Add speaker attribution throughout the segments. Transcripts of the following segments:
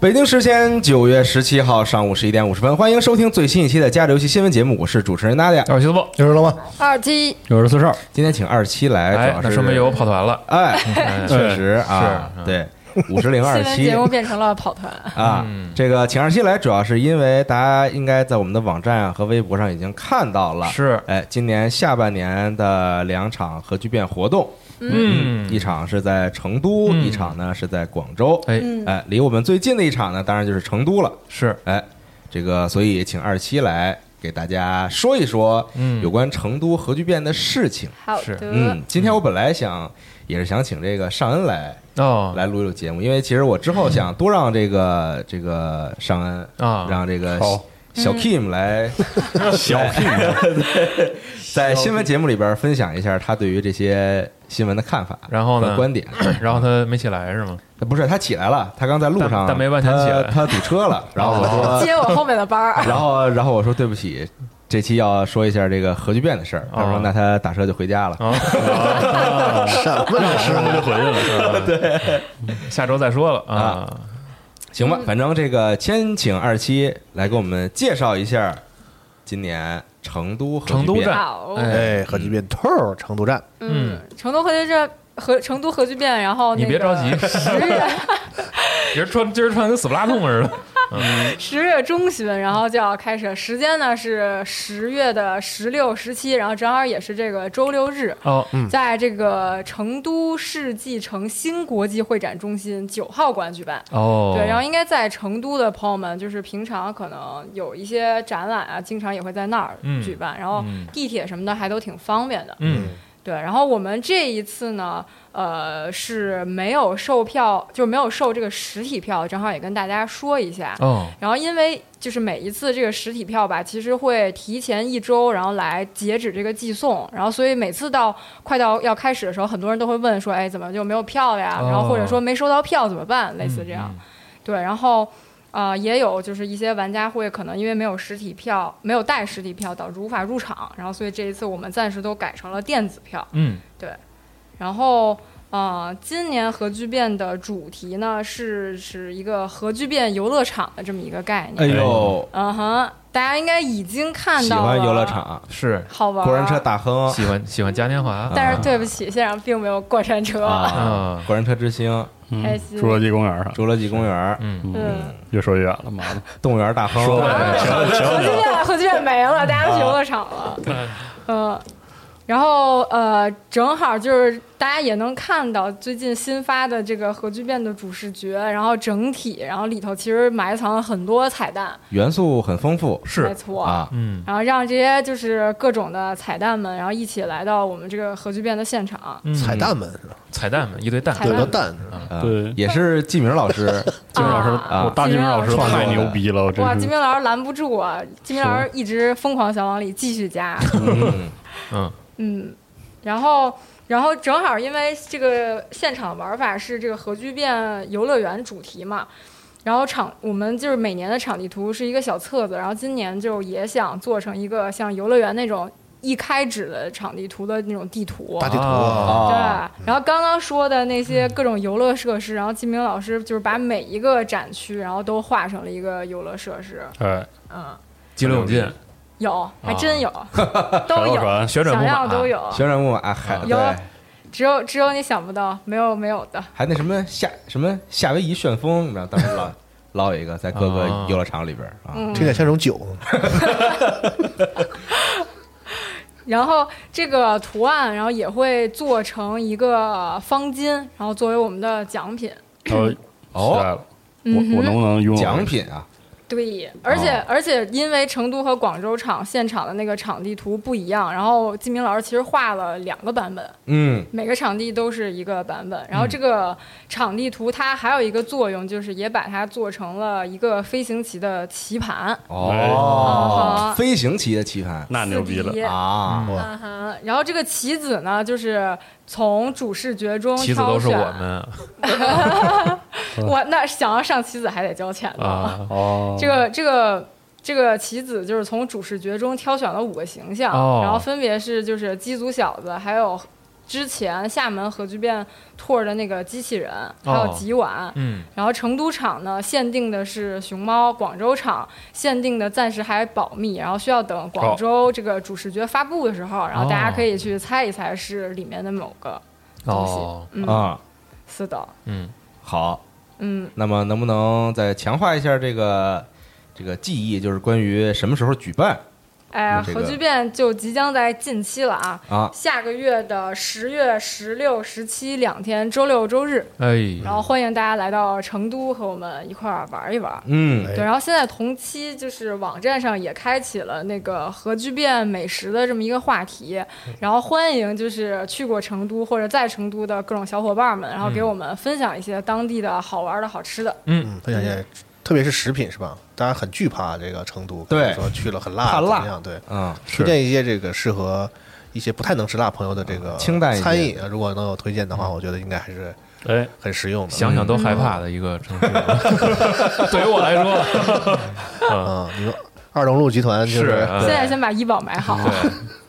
Speaker 1: 北京时间九月十七号上午十一点五十分，欢迎收听最新一期的《加里游戏新闻节目》，我是主持人娜姐，
Speaker 2: 哎我是不，
Speaker 3: 有人了吗？
Speaker 4: 二七
Speaker 2: 有人四少，
Speaker 1: 今天请二七来，
Speaker 2: 哎
Speaker 1: 主要，
Speaker 2: 那
Speaker 1: 是
Speaker 2: 说明有跑团了，
Speaker 1: 哎，
Speaker 2: 哎
Speaker 1: 确实啊，
Speaker 2: 是，嗯
Speaker 1: 对，五十零二
Speaker 4: 新闻
Speaker 1: 七
Speaker 4: 节目变成了跑团，
Speaker 1: 啊，这个请二七来，主要是因为大家应该在我们的网站和微博上已经看到了，
Speaker 2: 是
Speaker 1: 哎，今年下半年的两场核聚变活动，
Speaker 2: 嗯
Speaker 1: 一场是在成都，
Speaker 2: 嗯
Speaker 1: 一场呢是在广州，
Speaker 2: 哎
Speaker 4: 嗯
Speaker 1: 哎，离我们最近的一场呢，当然就是成都了。
Speaker 2: 是，
Speaker 1: 哎，这个所以请二七来给大家说一说
Speaker 2: 嗯
Speaker 1: 有关成都核聚变的事情。
Speaker 4: 好
Speaker 2: 是
Speaker 1: 嗯
Speaker 4: 的，，
Speaker 1: 今天我本来想也是想请这个尚恩来
Speaker 2: 哦，
Speaker 1: 来录一录节目，因为其实我之后想多让这个这个尚恩
Speaker 2: 啊
Speaker 1: 让这个
Speaker 3: 好
Speaker 1: 小 Kim 来小 Kim 在新闻节目里边分享一下他对于这些新闻的看法，
Speaker 2: 然后呢
Speaker 1: 观点。 呃
Speaker 2: 然后他没起来是吗？
Speaker 1: 不是他起来了，他刚在路
Speaker 2: 但
Speaker 1: 上，
Speaker 2: 但没完全起来
Speaker 1: 他他堵车了，然后我 说
Speaker 4: 接我后面的班儿。
Speaker 1: 然后，然后我说对不起，这期要说一下这个核聚变的事儿。他说
Speaker 2: 哦
Speaker 1: 那他打车就回家了。
Speaker 2: 啊，
Speaker 3: 什么老师？
Speaker 2: 就回去了， 对，下周再说了啊，
Speaker 1: 行吧，反正这个先请二七来给我们介绍一下今年成都核聚变
Speaker 2: 成都站
Speaker 4: 好，
Speaker 2: 哎，
Speaker 3: 哎，核聚变透成都站，
Speaker 4: 嗯，成都核聚变和成都核聚变，然后
Speaker 2: 你别着急，
Speaker 4: 十月
Speaker 2: 今儿穿今儿穿跟死不拉通似的，
Speaker 4: 十月中旬，然后就要开始，时间呢是十月的十六、十七，然后正好也是这个周六日，
Speaker 2: 哦，
Speaker 4: 在这个成都世纪城新国际会展中心九号馆举办。
Speaker 2: 哦，
Speaker 4: 对，然后应该在成都的朋友们，就是平常可能有一些展览啊，经常也会在那儿
Speaker 2: 嗯
Speaker 4: 举办，然后
Speaker 2: 嗯
Speaker 4: 地铁什么的还都挺方便的。
Speaker 2: 嗯，
Speaker 4: 对，然后我们这一次呢，呃，是没有售票，就没有售这个实体票，正好也跟大家说一下。
Speaker 2: 哦，
Speaker 4: 然后因为就是每一次这个实体票吧，其实会提前一周，然后来截止这个寄送，然后所以每次到快到要开始的时候，很多人都会问说，哎，怎么就没有票了呀？
Speaker 2: 哦
Speaker 4: 然后或者说没收到票怎么办？类似这样。对，然后。啊、也有就是一些玩家会可能因为没有实体票，没有带实体票，导致无法入场。然后，所以这一次我们暂时都改成了电子票。
Speaker 2: 嗯，
Speaker 4: 然后，呃，今年核聚变的主题呢是是一个核聚变游乐场的这么一个概
Speaker 1: 哎
Speaker 4: 念。
Speaker 1: 呦，
Speaker 4: 嗯哼，大家应该已经看
Speaker 1: 喜
Speaker 4: 到了
Speaker 1: 欢游乐，场，
Speaker 2: 是
Speaker 4: 好玩儿。
Speaker 1: 过山车大亨
Speaker 2: 喜欢喜欢嘉年华
Speaker 4: 啊但是对不起，现场并没有过山车。
Speaker 1: 啊
Speaker 2: 啊，
Speaker 1: 过山车之星，
Speaker 4: 开
Speaker 5: 嗯，
Speaker 4: 心
Speaker 5: 侏罗纪公园上，
Speaker 1: 侏罗纪公园、
Speaker 2: 嗯，
Speaker 4: 嗯，
Speaker 5: 越说越远了，妈的，
Speaker 1: 动物园大亨，
Speaker 5: 说吧
Speaker 1: 哎
Speaker 5: 行了行
Speaker 4: 核聚
Speaker 5: 了行了，
Speaker 4: 变核聚变没了，大家都去游乐场
Speaker 5: 啊
Speaker 4: 了。嗯，然后呃，正好就是大家也能看到最近新发的这个核聚变的主视觉，然后整体，然后里头其实埋藏了很多彩蛋，
Speaker 1: 元素很丰富
Speaker 4: 没
Speaker 2: 是，
Speaker 4: 错。
Speaker 1: 啊，
Speaker 2: 嗯，
Speaker 4: 然后让这些就是各种的彩蛋们，然后一起来到我们这个核聚变的现场。
Speaker 2: 嗯
Speaker 3: 彩蛋们是吧？
Speaker 2: 彩蛋们一嗯堆蛋，
Speaker 4: 彩
Speaker 3: 有
Speaker 4: 蛋
Speaker 3: 个蛋是吧
Speaker 1: 啊
Speaker 5: 对
Speaker 1: 也是季明老师
Speaker 5: 金明老师，
Speaker 4: 啊
Speaker 5: 我大金明老师
Speaker 4: 金明老师
Speaker 5: 太牛逼了，我
Speaker 4: 哇，
Speaker 5: 真
Speaker 4: 金
Speaker 5: 是，
Speaker 4: 明老师拦不住啊！金明老师一直疯狂想往里继续加，
Speaker 1: 嗯
Speaker 2: 嗯
Speaker 4: 嗯，然后然后正好因为这个现场玩法是这个核聚变游乐园主题嘛，然后场我们就是每年的场地图是一个小册子，然后今年就也想做成一个像游乐园那种一开始的场地图的那种地图。
Speaker 3: 大地图
Speaker 2: 啊
Speaker 4: 对
Speaker 1: 啊，，
Speaker 4: 然后刚刚说的那些各种游乐设施，然后金明老师就是把每一个展区，然后都画成了一个游乐设施，
Speaker 5: 哎，
Speaker 4: 嗯，
Speaker 2: 激流勇进，
Speaker 4: 有，还真有，
Speaker 5: 海
Speaker 4: 都
Speaker 5: 盗
Speaker 4: 有，
Speaker 5: 船，
Speaker 2: 旋转
Speaker 4: 想
Speaker 2: 木
Speaker 4: 要
Speaker 2: 马
Speaker 4: 都啊有，
Speaker 1: 旋转木马还啊对
Speaker 4: 有，只有只有你想不到，没有没有的。
Speaker 1: 还那什么夏什么夏威夷旋风，然后当时捞捞一个在各个游乐场里边啊，
Speaker 4: 嗯
Speaker 3: 听起来像种酒，
Speaker 4: 然后这个图案，然后也会做成一个方巾，然后作为我们的奖品。
Speaker 5: 哦，期待
Speaker 1: 哦，
Speaker 5: 了，我
Speaker 4: 嗯
Speaker 5: 我能
Speaker 4: 哼，
Speaker 5: 不能拥有
Speaker 1: 奖？品啊，
Speaker 4: 对，而且、
Speaker 5: 哦
Speaker 4: 而且因为成都和广州场现场的那个场地图不一样，然后金明老师其实画了两个版本，
Speaker 1: 嗯，
Speaker 4: 每个场地都是一个版本。
Speaker 5: 嗯
Speaker 4: 然后这个场地图它还有一个作用，就是也把它做成了一个飞行棋的棋盘。
Speaker 1: 哦
Speaker 4: 哎，
Speaker 1: 飞行棋的棋盘
Speaker 5: 那牛逼了
Speaker 4: 四，比一
Speaker 1: 啊，
Speaker 4: 啊哈，然后这个棋子呢，就是从主视觉中
Speaker 2: 棋子
Speaker 4: 挑
Speaker 2: 都是
Speaker 4: 选。
Speaker 2: 我们啊
Speaker 4: 我那想要上棋子还得交钱呢。
Speaker 2: 啊，
Speaker 5: 哦，
Speaker 4: 这个这个这个棋子就是从主视觉中挑选了五个形象，
Speaker 2: 哦
Speaker 4: 然后分别是就是机组小子，还有之前厦门核聚变 tour 的那个机器人，还有吉碗。
Speaker 2: 嗯，
Speaker 4: 然后成都场呢，限定的是熊猫；广州场限定的暂时还保密，然后需要等广州这个主视觉发布的时候，然后大家可以去猜一猜是里面的某个。东西
Speaker 2: 哦，
Speaker 4: 嗯，
Speaker 1: 啊，
Speaker 4: 是的，
Speaker 2: 嗯，
Speaker 1: 好，
Speaker 4: 嗯，
Speaker 1: 那么能不能再强化一下这个这个记忆，就是关于什么时候举办
Speaker 4: 哎，
Speaker 1: 那这个
Speaker 4: 核聚变就即将在近期了啊。
Speaker 1: 啊？
Speaker 4: 下个月的十月十六、十七两天，周六、周日，
Speaker 2: 哎
Speaker 4: 然后欢迎大家来到成都和我们一块儿玩一玩。
Speaker 1: 嗯，
Speaker 3: 哎
Speaker 4: 对，然后现在同期就是网站上也开启了那个核聚变美食的这么一个话题，然后欢迎就是去过成都或者在成都的各种小伙伴们，然后给我们分享一些当地的好玩的好吃的。
Speaker 3: 嗯，分享一下，特别是食品是吧？大家很惧怕这个成都，
Speaker 1: 对
Speaker 3: 说去了很
Speaker 1: 怕
Speaker 3: 辣，
Speaker 1: 辣
Speaker 3: 怎么样？对，
Speaker 1: 嗯，
Speaker 3: 推荐一些这个适合一些不太能吃辣朋友的这个
Speaker 1: 清淡一些
Speaker 3: 餐饮，啊如果能有推荐的话，我觉得应该还是
Speaker 5: 哎，
Speaker 3: 很实用的。
Speaker 2: 想想都害怕的一个城市，对于我来说，
Speaker 3: 啊，你说二龙路集团就是是
Speaker 2: 啊
Speaker 4: 现在先把医保买好。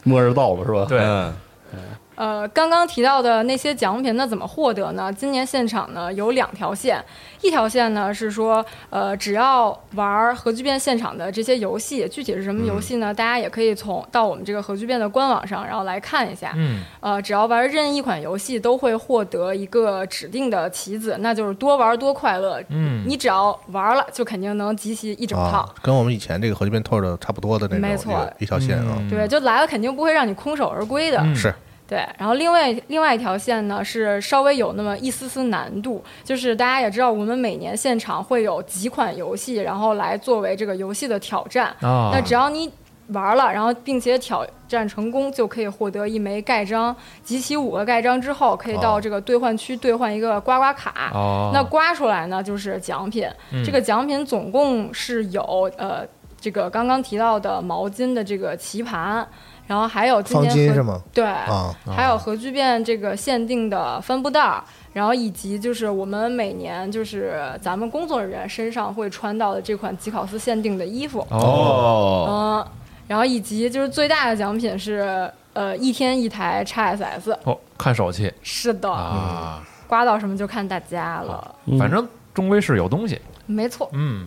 Speaker 5: 末日到了是吧？
Speaker 2: 对
Speaker 1: 嗯
Speaker 4: 呃，刚刚提到的那些奖品，那怎么获得呢？今年现场呢有两条线，一条线呢是说，呃，只要玩核聚变现场的这些游戏，具体是什么游戏呢？大家也可以从到我们这个核聚变的官网上，然后来看一下。
Speaker 2: 嗯，
Speaker 4: 呃，只要玩任意一款游戏，都会获得一个指定的棋子，那就是多玩多快乐。
Speaker 2: 嗯
Speaker 4: 你只要玩了，就肯定能集齐一整套。
Speaker 3: 啊，跟我们以前这个核聚变透的差不多的那种，
Speaker 4: 没错
Speaker 3: 那个一条线啊，
Speaker 4: 嗯对，就来了肯定不会让你空手而归的。
Speaker 2: 嗯
Speaker 3: 是
Speaker 4: 对，然后另外另外一条线呢是稍微有那么一丝丝难度，就是大家也知道，我们每年现场会有几款游戏，然后来作为这个游戏的挑战。
Speaker 2: 啊，
Speaker 4: 那只要你玩了，然后并且挑战成功，就可以获得一枚盖章。集齐五个盖章之后，可以
Speaker 3: 哦
Speaker 4: 到这个兑换区兑换一个刮刮卡。
Speaker 2: 哦，
Speaker 4: 那刮出来呢就是奖品，
Speaker 2: 嗯
Speaker 4: 这个奖品总共是有呃这个刚刚提到的毛巾的这个棋盘，然后还有今
Speaker 3: 方
Speaker 4: 年
Speaker 3: 巾
Speaker 4: 和
Speaker 3: 是吗？
Speaker 4: 对，
Speaker 3: 啊，
Speaker 4: 还有核聚变这个限定的帆布袋儿，然后以及就是我们每年就是咱们工作人员身上会穿到的这款吉考斯限定的衣服，
Speaker 2: 哦，
Speaker 1: 哦，
Speaker 4: 嗯，然后以及就是最大的奖品是呃一天一台 XSS，
Speaker 2: 哦，看手气
Speaker 4: 是的，
Speaker 2: 啊，
Speaker 4: 刮到什么就看大家了，
Speaker 2: 反正终归是有东西，
Speaker 4: 没错。
Speaker 2: 嗯，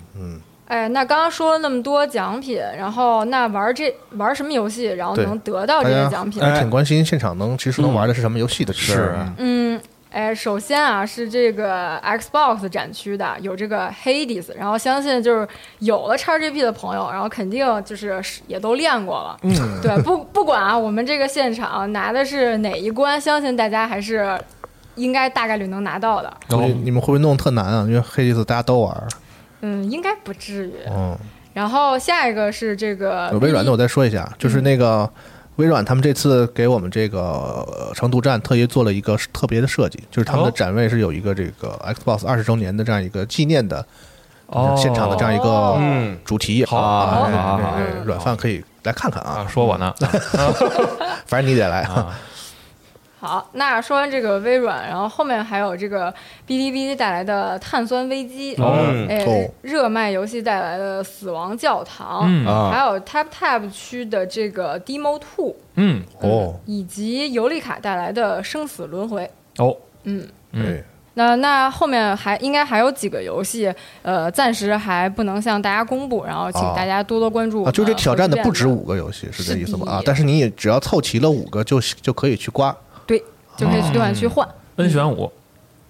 Speaker 4: 哎，那刚刚说了那么多奖品，然后那玩这玩什么游戏，然后
Speaker 3: 对
Speaker 4: 能得到这
Speaker 3: 大
Speaker 4: 些
Speaker 3: 家哎
Speaker 4: 奖品？
Speaker 3: 还挺关心现场能其实能玩的是什么游戏的，啊
Speaker 1: 是
Speaker 4: 嗯，哎，首先啊是这个 Xbox 展区的有这个 Hades，然后相信就是有了 XGP 的朋友，然后肯定就是也都练过了。嗯，对，不不管啊，我们这个现场拿的是哪一关，相信大家还是应该大概率能拿到的。
Speaker 3: 估计你们会不会弄得特难啊？因为黑迪斯大家都玩儿，
Speaker 4: 嗯，应该不至于。
Speaker 3: 嗯，
Speaker 4: 然后下一个是这个
Speaker 3: 微软的我再说一下，就是
Speaker 4: 嗯
Speaker 3: 那个微软他们这次给我们这个呃成都站特意做了一个特别的设计，就是他们的
Speaker 2: 哦
Speaker 3: 展位是有一个这个 Xbox 二十周年的这样一个纪念的
Speaker 2: 哦，
Speaker 3: 现场的这样一
Speaker 4: 哦
Speaker 3: 个
Speaker 1: 嗯，
Speaker 3: 主题。
Speaker 2: 好
Speaker 3: 啊
Speaker 1: 好
Speaker 3: 哎
Speaker 1: 好
Speaker 3: 哎
Speaker 1: 好
Speaker 3: 哎
Speaker 4: 嗯
Speaker 3: 软饭可以来看看
Speaker 2: 啊，
Speaker 3: 啊，
Speaker 2: 说我呢，
Speaker 4: 哦
Speaker 3: 反正你得来。啊
Speaker 4: 好，那说完这个微软，然后后面还有这个哔哩哔哩带来的碳酸危机，
Speaker 1: 嗯
Speaker 4: 哎、
Speaker 3: 哦
Speaker 4: 热卖游戏带来的死亡教堂，
Speaker 2: 嗯
Speaker 1: 啊
Speaker 4: 还有 Tap Tap 区的这个 Demo Two，
Speaker 2: 嗯，
Speaker 3: 哦，
Speaker 4: 以及尤利卡带来的生死轮回。
Speaker 2: 哦，
Speaker 4: 嗯，
Speaker 2: 嗯
Speaker 3: 哎，
Speaker 4: 那那后面还应该还有几个游戏，呃，暂时还不能向大家公布，然后请
Speaker 3: 啊
Speaker 4: 大家多多关注我们呃
Speaker 3: 啊，
Speaker 4: 回复
Speaker 3: 就这
Speaker 4: 链接。
Speaker 3: 挑战的不止
Speaker 4: 嗯
Speaker 3: 五个游戏，是这意思吗？啊，但是你也只要凑齐了五个就就可以去刮
Speaker 4: 对，就可以去兑换区换，
Speaker 3: 嗯
Speaker 2: n 选五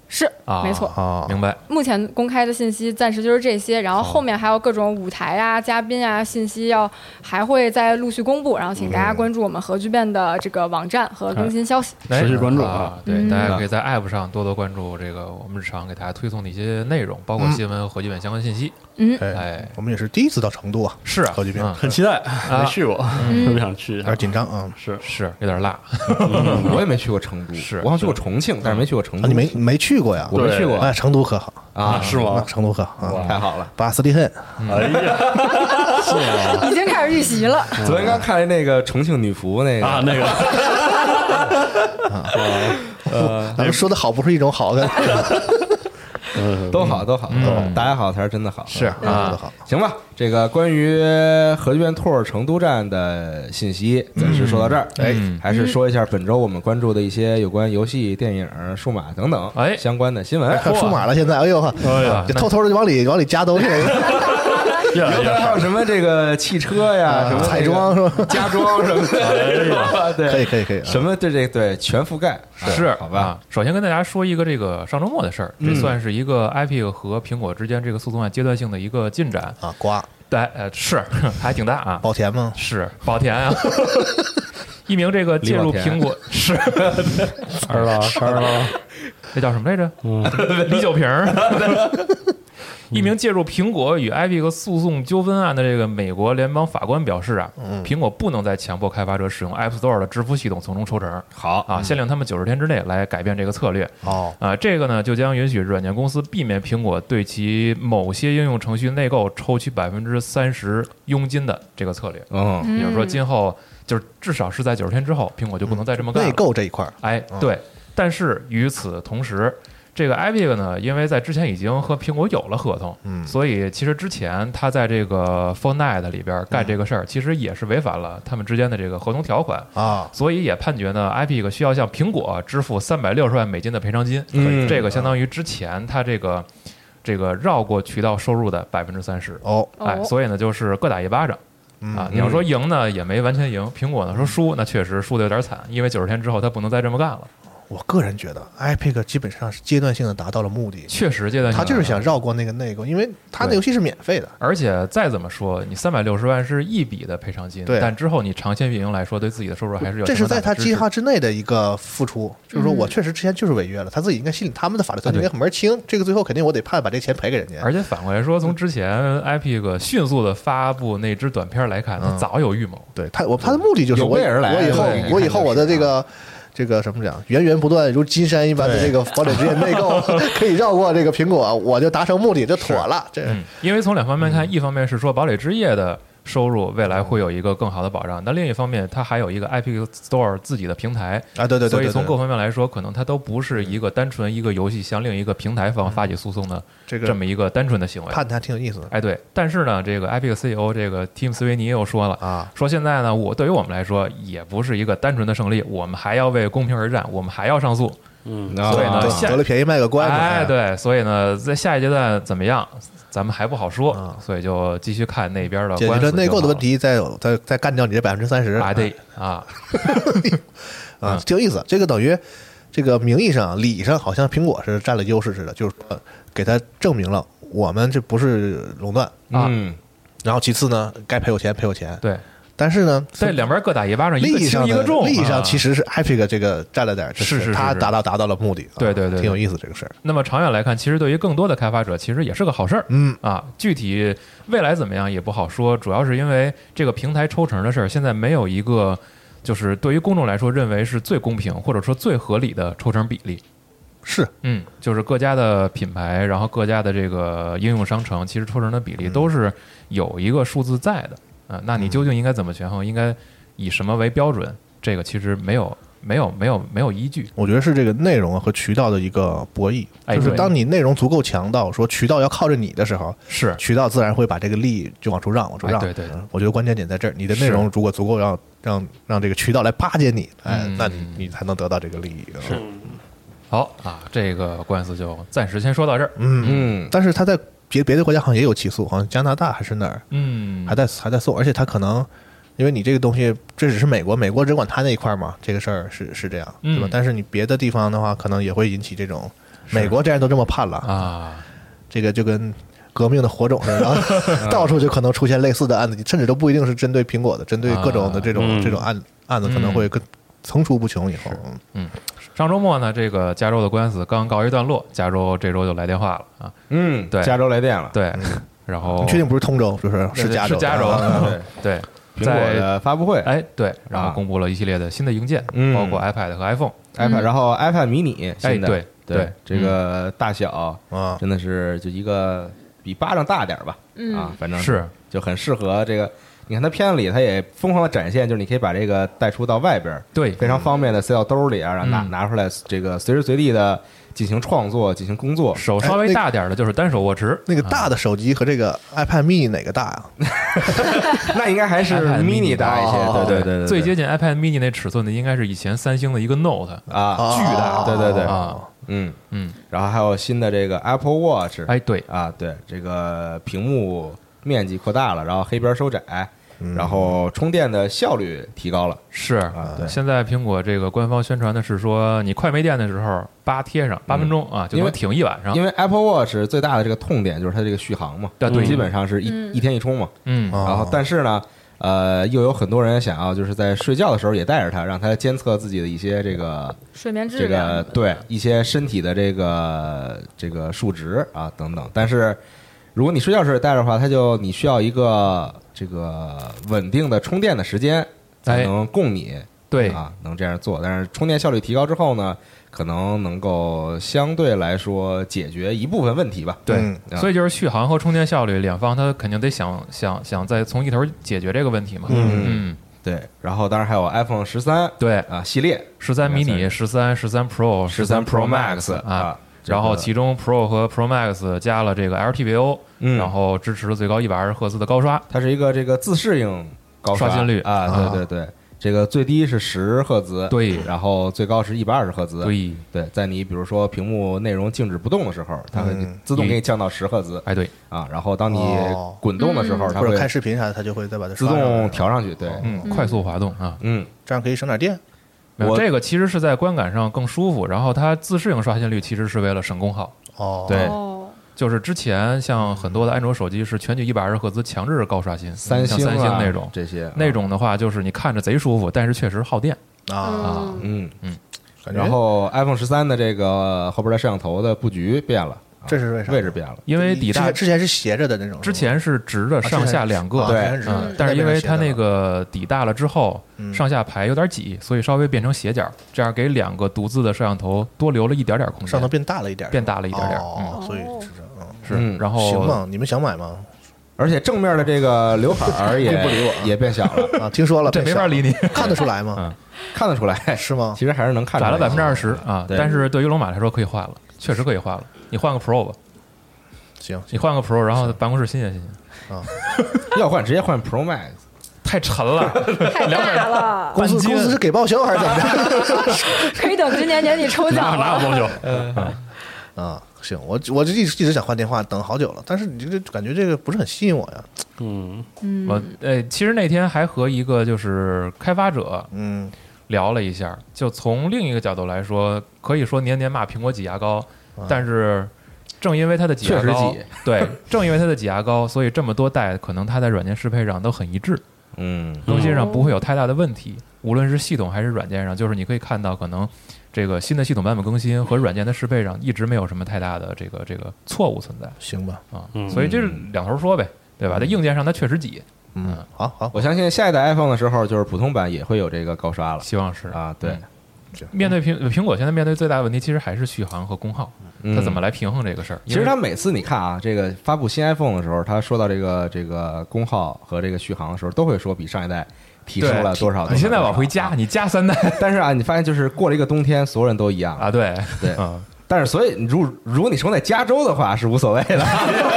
Speaker 4: 是、
Speaker 2: 啊
Speaker 4: 没错。
Speaker 3: 啊。
Speaker 2: 明白，
Speaker 4: 目前公开的信息暂时就是这些，然后后面还有各种舞台啊、嘉宾啊信息要还会再陆续公布，然后请
Speaker 3: 嗯
Speaker 4: 大家关注我们核聚变的这个网站
Speaker 3: 哎
Speaker 4: 和更新消息。
Speaker 5: 持续
Speaker 2: 哎
Speaker 5: 关注啊。
Speaker 2: 啊，对，
Speaker 4: 嗯
Speaker 2: 大家可以在 App 上多多关注这个我们日常给大家推送的一些内容，包括新闻和核聚变相关信息。
Speaker 4: 嗯，
Speaker 3: 哎，
Speaker 2: 哎，
Speaker 3: 我们也是第一次到成都啊，
Speaker 2: 是啊，
Speaker 3: 核聚变
Speaker 2: 嗯
Speaker 5: 很期待，
Speaker 2: 啊
Speaker 5: 没去过，特 别想去一
Speaker 3: 有
Speaker 5: 下
Speaker 3: 点。紧张啊。
Speaker 5: 是
Speaker 2: 是有点辣，
Speaker 1: 我也没去过成都，
Speaker 2: 是
Speaker 1: 我好像去过重庆，但是没去过成
Speaker 3: 啊，
Speaker 1: 都。
Speaker 3: 你没你没去过呀？
Speaker 1: 我没去过
Speaker 3: 哎，成都可好
Speaker 1: 啊？
Speaker 5: 是
Speaker 3: 啊，
Speaker 5: 吗？
Speaker 3: 成都可好啊！
Speaker 1: 太好了。
Speaker 3: 巴斯蒂恨，
Speaker 5: 哎呀，
Speaker 4: 已经开始预习了。
Speaker 2: 嗯
Speaker 1: 昨天刚看了那个重庆女仆那个
Speaker 5: 啊，那个
Speaker 3: 咱们说的好不是一种好哎的，
Speaker 1: 都好都好，都
Speaker 2: 嗯
Speaker 1: 好大家好才是真的好。
Speaker 3: 是啊，说的好。
Speaker 1: 行吧，这个关于核聚变兔儿成都站的信息暂时说到这儿。
Speaker 3: 哎
Speaker 2: 嗯
Speaker 1: 还是说一下本周我们关注的一些有关游戏、电影、数码等等
Speaker 2: 哎
Speaker 1: 相关的新闻。
Speaker 3: 看数码了，现在，哎呦，
Speaker 5: 哎 呀
Speaker 3: 就偷偷的就往里往里加东西，哎
Speaker 5: 越来
Speaker 1: 有
Speaker 5: 越
Speaker 1: 的还有什么这个汽车
Speaker 2: 啊
Speaker 1: 呀，什么
Speaker 3: 彩
Speaker 1: 那个
Speaker 3: 妆是吧？
Speaker 1: 家装什么
Speaker 2: 哎
Speaker 1: 的， 对，
Speaker 3: 可以可以可以啊
Speaker 1: 什么对这对全覆盖
Speaker 2: 是
Speaker 1: 好吧
Speaker 2: 啊？首先跟大家说一个这个上周末的事儿，这
Speaker 1: 嗯
Speaker 2: 算是一个 Epic 和苹果之间这个诉讼案阶段性的一个进展。
Speaker 3: 啊，瓜
Speaker 2: 对，呃，是还挺大啊，
Speaker 3: 保田吗？
Speaker 2: 是宝田啊，一名这个介入
Speaker 1: 李保田
Speaker 2: 苹果是
Speaker 5: 二了，二了，
Speaker 2: 那哎叫什么来着？ 李九平儿。一名介入苹果与 Epic 诉讼纠纷案的这个美国联邦法官表示啊，
Speaker 3: 嗯
Speaker 2: 苹果不能再强迫开发者使用 App Store 的支付系统从中抽成。好
Speaker 3: 嗯
Speaker 2: 啊，限令他们九十天之内来改变这个策略。
Speaker 3: 哦，
Speaker 2: 啊，这个呢就将允许软件公司避免苹果对其某些应用程序内购抽取百分之三十佣金的这个策略。
Speaker 1: 嗯，
Speaker 2: 也哦就是说，
Speaker 4: 嗯
Speaker 2: 今后就是至少是在九十天之后，苹果就不能再这么干了。
Speaker 3: 内购这一块儿
Speaker 2: 哎，对。但是与此同时，这个 Epic 呢，因为在之前已经和苹果有了合同，
Speaker 3: 嗯
Speaker 2: 所以其实之前他在这个 Fortnite 里边
Speaker 3: 嗯
Speaker 2: 干这个事儿，其实也是违反了他们之间的这个合同条款。
Speaker 3: 啊，
Speaker 2: 所以也判决呢，Epic 需要向苹果支付三百六十万美金的赔偿金，
Speaker 1: 嗯
Speaker 2: 这个相当于之前它这个这个绕过渠道收入的百分之三十。
Speaker 3: 哦，
Speaker 2: 哎，
Speaker 4: 哦
Speaker 2: 所以呢，就是各打一巴掌
Speaker 3: 嗯
Speaker 2: 啊！你要说赢呢，也没完全赢；苹果呢说输，那确实输的有点惨，因为九十天之后它不能再这么干了。
Speaker 3: 我个人觉得 Epic 基本上是阶段性的达到了目的，
Speaker 2: 确实阶段性
Speaker 3: 他
Speaker 2: 的
Speaker 3: 就是想绕过那个内购，因为他那
Speaker 2: 对
Speaker 3: 游戏是免费的，
Speaker 2: 而且再怎么说，你三百六十万是一笔的赔偿金，
Speaker 3: 对
Speaker 2: 但之后你长线运营来说，对自己的收入还是有
Speaker 3: 这是
Speaker 2: 相当
Speaker 3: 在
Speaker 2: 大的
Speaker 3: 他
Speaker 2: 支
Speaker 3: 计
Speaker 2: 持
Speaker 3: 划之内的一个付出，就是说我确实之前就是违约了，他自己应该心里他们的法律责任
Speaker 2: 啊对
Speaker 3: 应该很门儿清，这个最后肯定我得判把这钱赔给人家。
Speaker 2: 而且反过来说，从之前 Epic 迅速的发布那支短片来看，他
Speaker 3: 嗯
Speaker 2: 早有预谋。
Speaker 3: 对他，我他的目的就是
Speaker 1: 有
Speaker 3: 我
Speaker 1: 备而来
Speaker 3: 我以后
Speaker 1: 对
Speaker 3: 我以后我的这个这个什么讲，源源不断如金山一般的这个堡垒之夜 内购，可以绕过这个苹果，我就达成目的，这妥了。这
Speaker 2: 嗯，因为从两方面看，一方面是说堡垒之夜的收入未来会有一个更好的保障，但另一方面它还有一个 Epic Store 自己的平台。
Speaker 3: 啊，对对
Speaker 2: 所
Speaker 3: 对
Speaker 2: 以
Speaker 3: 对
Speaker 2: 从各
Speaker 3: 对，
Speaker 2: 方面来说，可能它都不是一个单纯一个游戏向另一个平台方发起诉讼的
Speaker 3: 嗯这
Speaker 2: 这
Speaker 3: 个
Speaker 2: 么一个单纯的行为。
Speaker 3: 判的还挺有意思的
Speaker 2: 哎，对，但是呢，这个 Epic CEO 这个 Tim Sweeney 又说了，
Speaker 3: 啊。
Speaker 2: 说现在呢，我对于我们来说也不是一个单纯的胜利，我们还要为公平而战，我们还要上诉。
Speaker 5: 嗯，
Speaker 2: 所以呢
Speaker 1: 啊
Speaker 2: 下
Speaker 3: 得了便宜卖个啊乖嘛。
Speaker 2: 哎，对，所以呢，在下一阶段怎么样，咱们还不好说，
Speaker 3: 啊
Speaker 2: 所以就继续看那边的
Speaker 3: 解
Speaker 2: 官
Speaker 3: 决
Speaker 2: 司
Speaker 3: 了内购的
Speaker 2: 就好啊
Speaker 3: 问题，嗯再有再再干掉你这百分之三十
Speaker 2: 了，还得啊，
Speaker 3: 啊，挺有意思。这个等于这个名义上、理上好像苹果是占了优势似的，就是说给他证明了我们这不是垄断。
Speaker 2: 啊
Speaker 1: 嗯，
Speaker 3: 然后其次呢，该赔我钱赔我钱。
Speaker 2: 对，
Speaker 3: 但是呢，
Speaker 2: 在两边各打一巴掌，一
Speaker 3: 利
Speaker 2: 个
Speaker 3: 益
Speaker 2: 轻
Speaker 3: 上
Speaker 2: 一个
Speaker 3: 的
Speaker 2: 重啊。
Speaker 3: 利益上其实是 Epic 这个占了点儿，
Speaker 2: 是是是
Speaker 3: 他
Speaker 2: 是
Speaker 3: 达到达到了目的。啊
Speaker 2: 对对对对
Speaker 3: 挺有意思这个事儿。
Speaker 2: 那么长远来看，其实对于更多的开发者，其实也是个好事儿。
Speaker 3: 嗯
Speaker 2: 啊，具体未来怎么样也不好说，主要是因为这个平台抽成的事儿，现在没有一个就是对于公众来说认为是最公平或者说最合理的抽成比例。
Speaker 3: 是
Speaker 2: 嗯，就是各家的品牌，然后各家的这个应用商城，其实抽成的比例都是有一个数字在的啊、那你究竟应该怎么权衡？应该以什么为标准？这个其实没有没有没有没有依据。
Speaker 3: 我觉得是这个内容啊和渠道的一个博弈，
Speaker 2: 哎
Speaker 3: 就是
Speaker 2: 对
Speaker 3: 当你内容足够强到说渠道要靠着你的时候，
Speaker 2: 是
Speaker 3: 渠道自然会把这个利益就往出让，往出
Speaker 2: 哎
Speaker 3: 让。
Speaker 2: 对对对
Speaker 3: 我觉得关键点在这儿，你的内容如果足够让让让这个渠道来巴结你，哎，
Speaker 2: 嗯
Speaker 3: 那你你才能得到这个利益。嗯是，
Speaker 2: 好啊，这个官司就暂时先说到这儿。
Speaker 3: 嗯，
Speaker 1: 嗯，
Speaker 3: 但是他在别别的国家好像也有起诉，好像加拿大还是哪儿
Speaker 2: 嗯
Speaker 3: 还在还在送，而且他可能。因为你这个东西，这只是美国，美国只管他那一块儿嘛，这个事儿是是这样，对吧
Speaker 2: 嗯？
Speaker 3: 但是你别的地方的话，可能也会引起这种，美国既然都这么判了，
Speaker 2: 啊，
Speaker 3: 这个就跟革命的火种似的，然后到处就可能出现类似的案子，甚至都不一定是针对苹果的，针对各种的这种、
Speaker 5: 嗯
Speaker 3: 这种案案子，可能会更层出不穷。以后，嗯
Speaker 2: 上周末呢，这个加州的官司刚告一段落，加州这周就来电话了啊。
Speaker 1: 嗯，
Speaker 2: 对
Speaker 1: 加州来电了，
Speaker 2: 对，
Speaker 1: 嗯
Speaker 2: 然后
Speaker 3: 你确定不是通州，就是
Speaker 2: 对对
Speaker 3: 加州，
Speaker 2: 是加州
Speaker 3: 啊
Speaker 1: 对，
Speaker 2: 对
Speaker 1: 苹果
Speaker 2: 在
Speaker 1: 的发布会
Speaker 2: 哎对，然后
Speaker 1: 啊
Speaker 2: 公布了一系列的新的硬件，
Speaker 1: 嗯
Speaker 2: 包括 iPad 和 iPhone。
Speaker 1: ，iPad，然后 iPad mini，
Speaker 2: 嗯哎
Speaker 1: 新的
Speaker 2: 对对嗯
Speaker 1: 对，这个大小
Speaker 3: 啊，
Speaker 1: 真的是就一个比巴掌大点儿吧，
Speaker 4: 嗯
Speaker 1: 啊，反正
Speaker 2: 是
Speaker 1: 就很适合这个。你看它片子里，它也疯狂的展现，就是你可以把这个带出到外边儿，
Speaker 2: 对
Speaker 1: 非常方便的塞到兜里啊，然后拿
Speaker 2: 嗯
Speaker 1: 拿出来，这个随时随地的进行创作、进行工作。
Speaker 2: 手稍微大点儿的就是单手握持，啊
Speaker 3: 那个大的手机和这个 iPad mini 哪个大啊呀？
Speaker 1: 那应该还是
Speaker 2: iPad mini
Speaker 1: 大一
Speaker 3: 哦
Speaker 1: 些，对对对对，
Speaker 2: 最接近 iPad mini 那尺寸的应该是以前三星的一个 Note
Speaker 1: 啊，
Speaker 3: 巨大
Speaker 1: 对对对，
Speaker 2: 啊，
Speaker 1: 嗯，
Speaker 2: 嗯，
Speaker 1: 然后还有新的这个 Apple Watch，
Speaker 2: 哎对，
Speaker 1: 啊，对，这个屏幕面积扩大了，然后黑边收窄，
Speaker 3: 嗯
Speaker 2: 嗯
Speaker 1: 然后充电的效率提高了
Speaker 2: 是
Speaker 1: 啊，对，
Speaker 2: 现在苹果这个官方宣传的是说，你快没电的时候，叭贴上八分钟啊，就
Speaker 1: 嗯因
Speaker 2: 能
Speaker 1: 为
Speaker 2: 挺一晚上
Speaker 1: 因。为 Apple Watch 最大的这个痛点就是它这个续航嘛，
Speaker 2: 啊对
Speaker 1: 基本上是一、
Speaker 4: 嗯
Speaker 1: 一天一充嘛。
Speaker 2: 嗯
Speaker 3: 哦
Speaker 1: 然后，但是呢，呃，又有很多人想要就是在睡觉的时候也带着它，让它监测自己的一些这个
Speaker 4: 睡眠质
Speaker 1: 这
Speaker 4: 量什
Speaker 1: 个
Speaker 4: 么的，
Speaker 1: 对一些身体的这个这个数值啊等等。但是如果你睡觉时候也带着的话，它就你需要一个这个稳定的充电的时间才
Speaker 2: 哎
Speaker 1: 能供你
Speaker 2: 对，
Speaker 1: 啊，能这样做。但是充电效率提高之后呢，可能能够相对来说解决一部分问题吧。
Speaker 2: 对
Speaker 3: 嗯
Speaker 1: 啊
Speaker 2: 所以就是续航和充电效率两方，他肯定得想想想再从一头解决这个问题嘛。
Speaker 1: 嗯
Speaker 2: 嗯，
Speaker 1: 对，然后当然还有 iPhone 十三
Speaker 2: 对，
Speaker 1: 啊系列，
Speaker 2: 十三
Speaker 1: 应该
Speaker 2: mini、十三、十三 Pro、
Speaker 1: 13 Pro
Speaker 2: Pro
Speaker 1: Max
Speaker 2: 啊
Speaker 1: 啊。
Speaker 2: 然后
Speaker 1: 这个
Speaker 2: 其中 Pro 和 Pro Max 加了这个 LTVO，
Speaker 1: 嗯
Speaker 2: 然后支持最高一百二十赫兹的高刷，
Speaker 1: 它是一个这个自适应高
Speaker 2: 刷新率
Speaker 1: 啊，
Speaker 3: 啊
Speaker 1: 对对对，这个最低是十赫兹，
Speaker 2: 对
Speaker 1: 然后最高是一百二十赫兹，
Speaker 2: 对，
Speaker 1: 对，在你比如说屏幕内容静止不动的时候，它会
Speaker 3: 嗯
Speaker 1: 自动给你降到十赫兹
Speaker 2: 哎对，
Speaker 1: 啊，然后当你
Speaker 3: 哦
Speaker 1: 滚动的时候，它
Speaker 3: 或
Speaker 1: 会
Speaker 3: 者看视频啥的，它就会再把它
Speaker 1: 自
Speaker 3: 刷上来
Speaker 1: 动，调上去，对，
Speaker 2: 嗯，快速滑动啊，
Speaker 1: 嗯，
Speaker 3: 这样可以省点电。
Speaker 2: 没有
Speaker 1: 我
Speaker 2: 这个其实是在观感上更舒服，然后它自适应刷新率其实是为了省功耗，
Speaker 3: 哦，
Speaker 2: 对
Speaker 4: 哦，
Speaker 2: 就是之前像很多的安卓手机是全局一百二十赫兹强制高刷新，
Speaker 1: 三
Speaker 2: 像
Speaker 1: 星
Speaker 2: 三星
Speaker 1: 啊
Speaker 2: 那种，
Speaker 1: 这些
Speaker 3: 嗯
Speaker 1: 啊
Speaker 2: 那种的话就是你看着贼舒服，但是确实耗电
Speaker 3: 啊，
Speaker 2: 啊，
Speaker 1: 嗯，
Speaker 3: 感觉
Speaker 1: 然后 iPhone 十三的这个后边的摄像头的布局变了，啊
Speaker 3: 这是为啥？
Speaker 1: 位置变了，
Speaker 2: 因为底
Speaker 3: 之
Speaker 2: 大
Speaker 3: 前之前是斜着的那种，
Speaker 2: 之前是直的上下两个，
Speaker 3: 啊之前
Speaker 1: 对
Speaker 3: 是啊之前是直
Speaker 2: 嗯
Speaker 3: 的，
Speaker 2: 但是因为它那
Speaker 3: 边斜的
Speaker 2: 个底大了之后，
Speaker 3: 嗯
Speaker 2: 上下排有点挤，所以稍微变成斜角，这样给两个独自的摄像头多留了一点点空
Speaker 3: 上头
Speaker 2: 间，
Speaker 3: 变大了一点，
Speaker 2: 变大了一点点，嗯，
Speaker 3: 哦，所以是这样嗯。
Speaker 2: 是，
Speaker 1: 嗯
Speaker 2: 然
Speaker 3: 行
Speaker 2: 后
Speaker 3: 吗？你们想 买吗？
Speaker 1: 而且正面的这个刘海 儿也
Speaker 3: 并不理我
Speaker 1: 也变小了，
Speaker 3: 啊，听说了，
Speaker 2: 这没法嗯
Speaker 3: 变小
Speaker 2: 理你，
Speaker 3: 看得出来吗？
Speaker 1: 看得出 来
Speaker 3: 是吗？
Speaker 1: 其实还是能看出来
Speaker 2: 窄了百分之
Speaker 1: 的
Speaker 2: 二十啊，
Speaker 1: 对
Speaker 2: 但是对于龙马来说可以换了，确实可以换了，你换个 Pro 吧，
Speaker 3: 行，
Speaker 2: 你换个 Pro，然后办公室新鲜新鲜，
Speaker 1: 要换直接换 Pro Max，
Speaker 2: 太沉 了，
Speaker 4: 太大了，
Speaker 3: 公司
Speaker 2: 半斤
Speaker 3: 公司是给报销还是怎么着？
Speaker 4: 可以等今年年底抽
Speaker 5: 哪
Speaker 4: 奖
Speaker 5: 哪
Speaker 4: 了。
Speaker 5: 有包修？
Speaker 3: 啊，行，我我就一直一直想换电话，等好久了，但是你这感觉这个不是很吸引我呀。
Speaker 5: 嗯，
Speaker 2: 我呃，其实那天还和一个就是开发者
Speaker 3: 嗯
Speaker 2: 聊了一下，就从另一个角度来说，可以说年年骂苹果挤牙膏，但是正因为它的挤牙
Speaker 1: 确实
Speaker 2: 膏
Speaker 1: 挤，
Speaker 2: 对，正因为它的挤牙膏，所以这么多代可能它在软件适配上都很一致，
Speaker 1: 嗯
Speaker 2: 更新上不会有太大的问题，无论是系统还是软件上，就是你可以看到可能。这个新的系统版本更新和软件的适配上一直没有什么太大的这个这个错误存在
Speaker 3: 行吧，
Speaker 2: 啊，
Speaker 5: 嗯
Speaker 2: 所以这是两头说呗，对
Speaker 1: 嗯
Speaker 2: 吧？在硬件上它确实挤，
Speaker 3: 嗯，好好，
Speaker 1: 我相信下一代 iPhone 的时候，就是普通版也会有这个高刷了
Speaker 2: 希望是
Speaker 1: 啊。对，
Speaker 2: 面对苹呃苹果现在面对最大的问题，其实还是续航和功耗，
Speaker 1: 嗯
Speaker 2: 它怎么来平衡这个事儿？
Speaker 1: 其实
Speaker 2: 因为
Speaker 1: 他每次你看啊，这个发布新 iPhone 的时候，他说到这个这个功耗和这个续航的时候，都会说比上一代提升了多少。
Speaker 2: 你啊现在往回
Speaker 1: 多
Speaker 2: 加，
Speaker 1: 少，
Speaker 2: 你加三代
Speaker 1: 啊但是啊，你发现就是过了一个冬天，所有人都一样
Speaker 2: 啊？。对
Speaker 1: 对
Speaker 2: 啊，
Speaker 1: 但是所以你如如果你生在加州的话是无所谓的，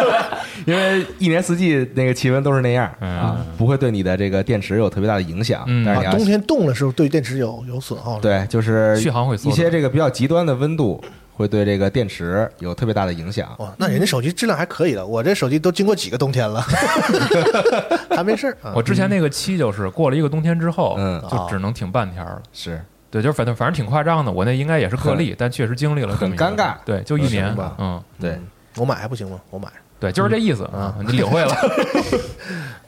Speaker 1: 因为一年四季那个气温都是那样啊，不会对你的这个电池有特别大的影响。
Speaker 2: 嗯
Speaker 1: 但是
Speaker 3: 啊
Speaker 1: 你，要
Speaker 3: 冬天冻的时候对电池有有损耗，，
Speaker 1: 对，就是
Speaker 2: 续航会缩
Speaker 1: 一些
Speaker 2: 短
Speaker 1: 这个比较极端的温度会对这个电池有特别大的影响。
Speaker 3: 哇，那人家手机质量还可以了，我这手机都经过几个冬 天了，还没事儿啊
Speaker 2: 我之前那个七就是过了一个冬天之后，
Speaker 1: 嗯
Speaker 2: 就只能挺半天了。
Speaker 1: 是，
Speaker 2: 对，就是嗯反正反正挺夸张的，我那应该也是个例，但确实经历了这么一个
Speaker 1: 很尴尬
Speaker 2: 对，就一年
Speaker 3: 是吧，
Speaker 2: 嗯，
Speaker 1: 对，
Speaker 3: 我买还不行吗？我买，
Speaker 2: 对，就是这意思啊，你领会了，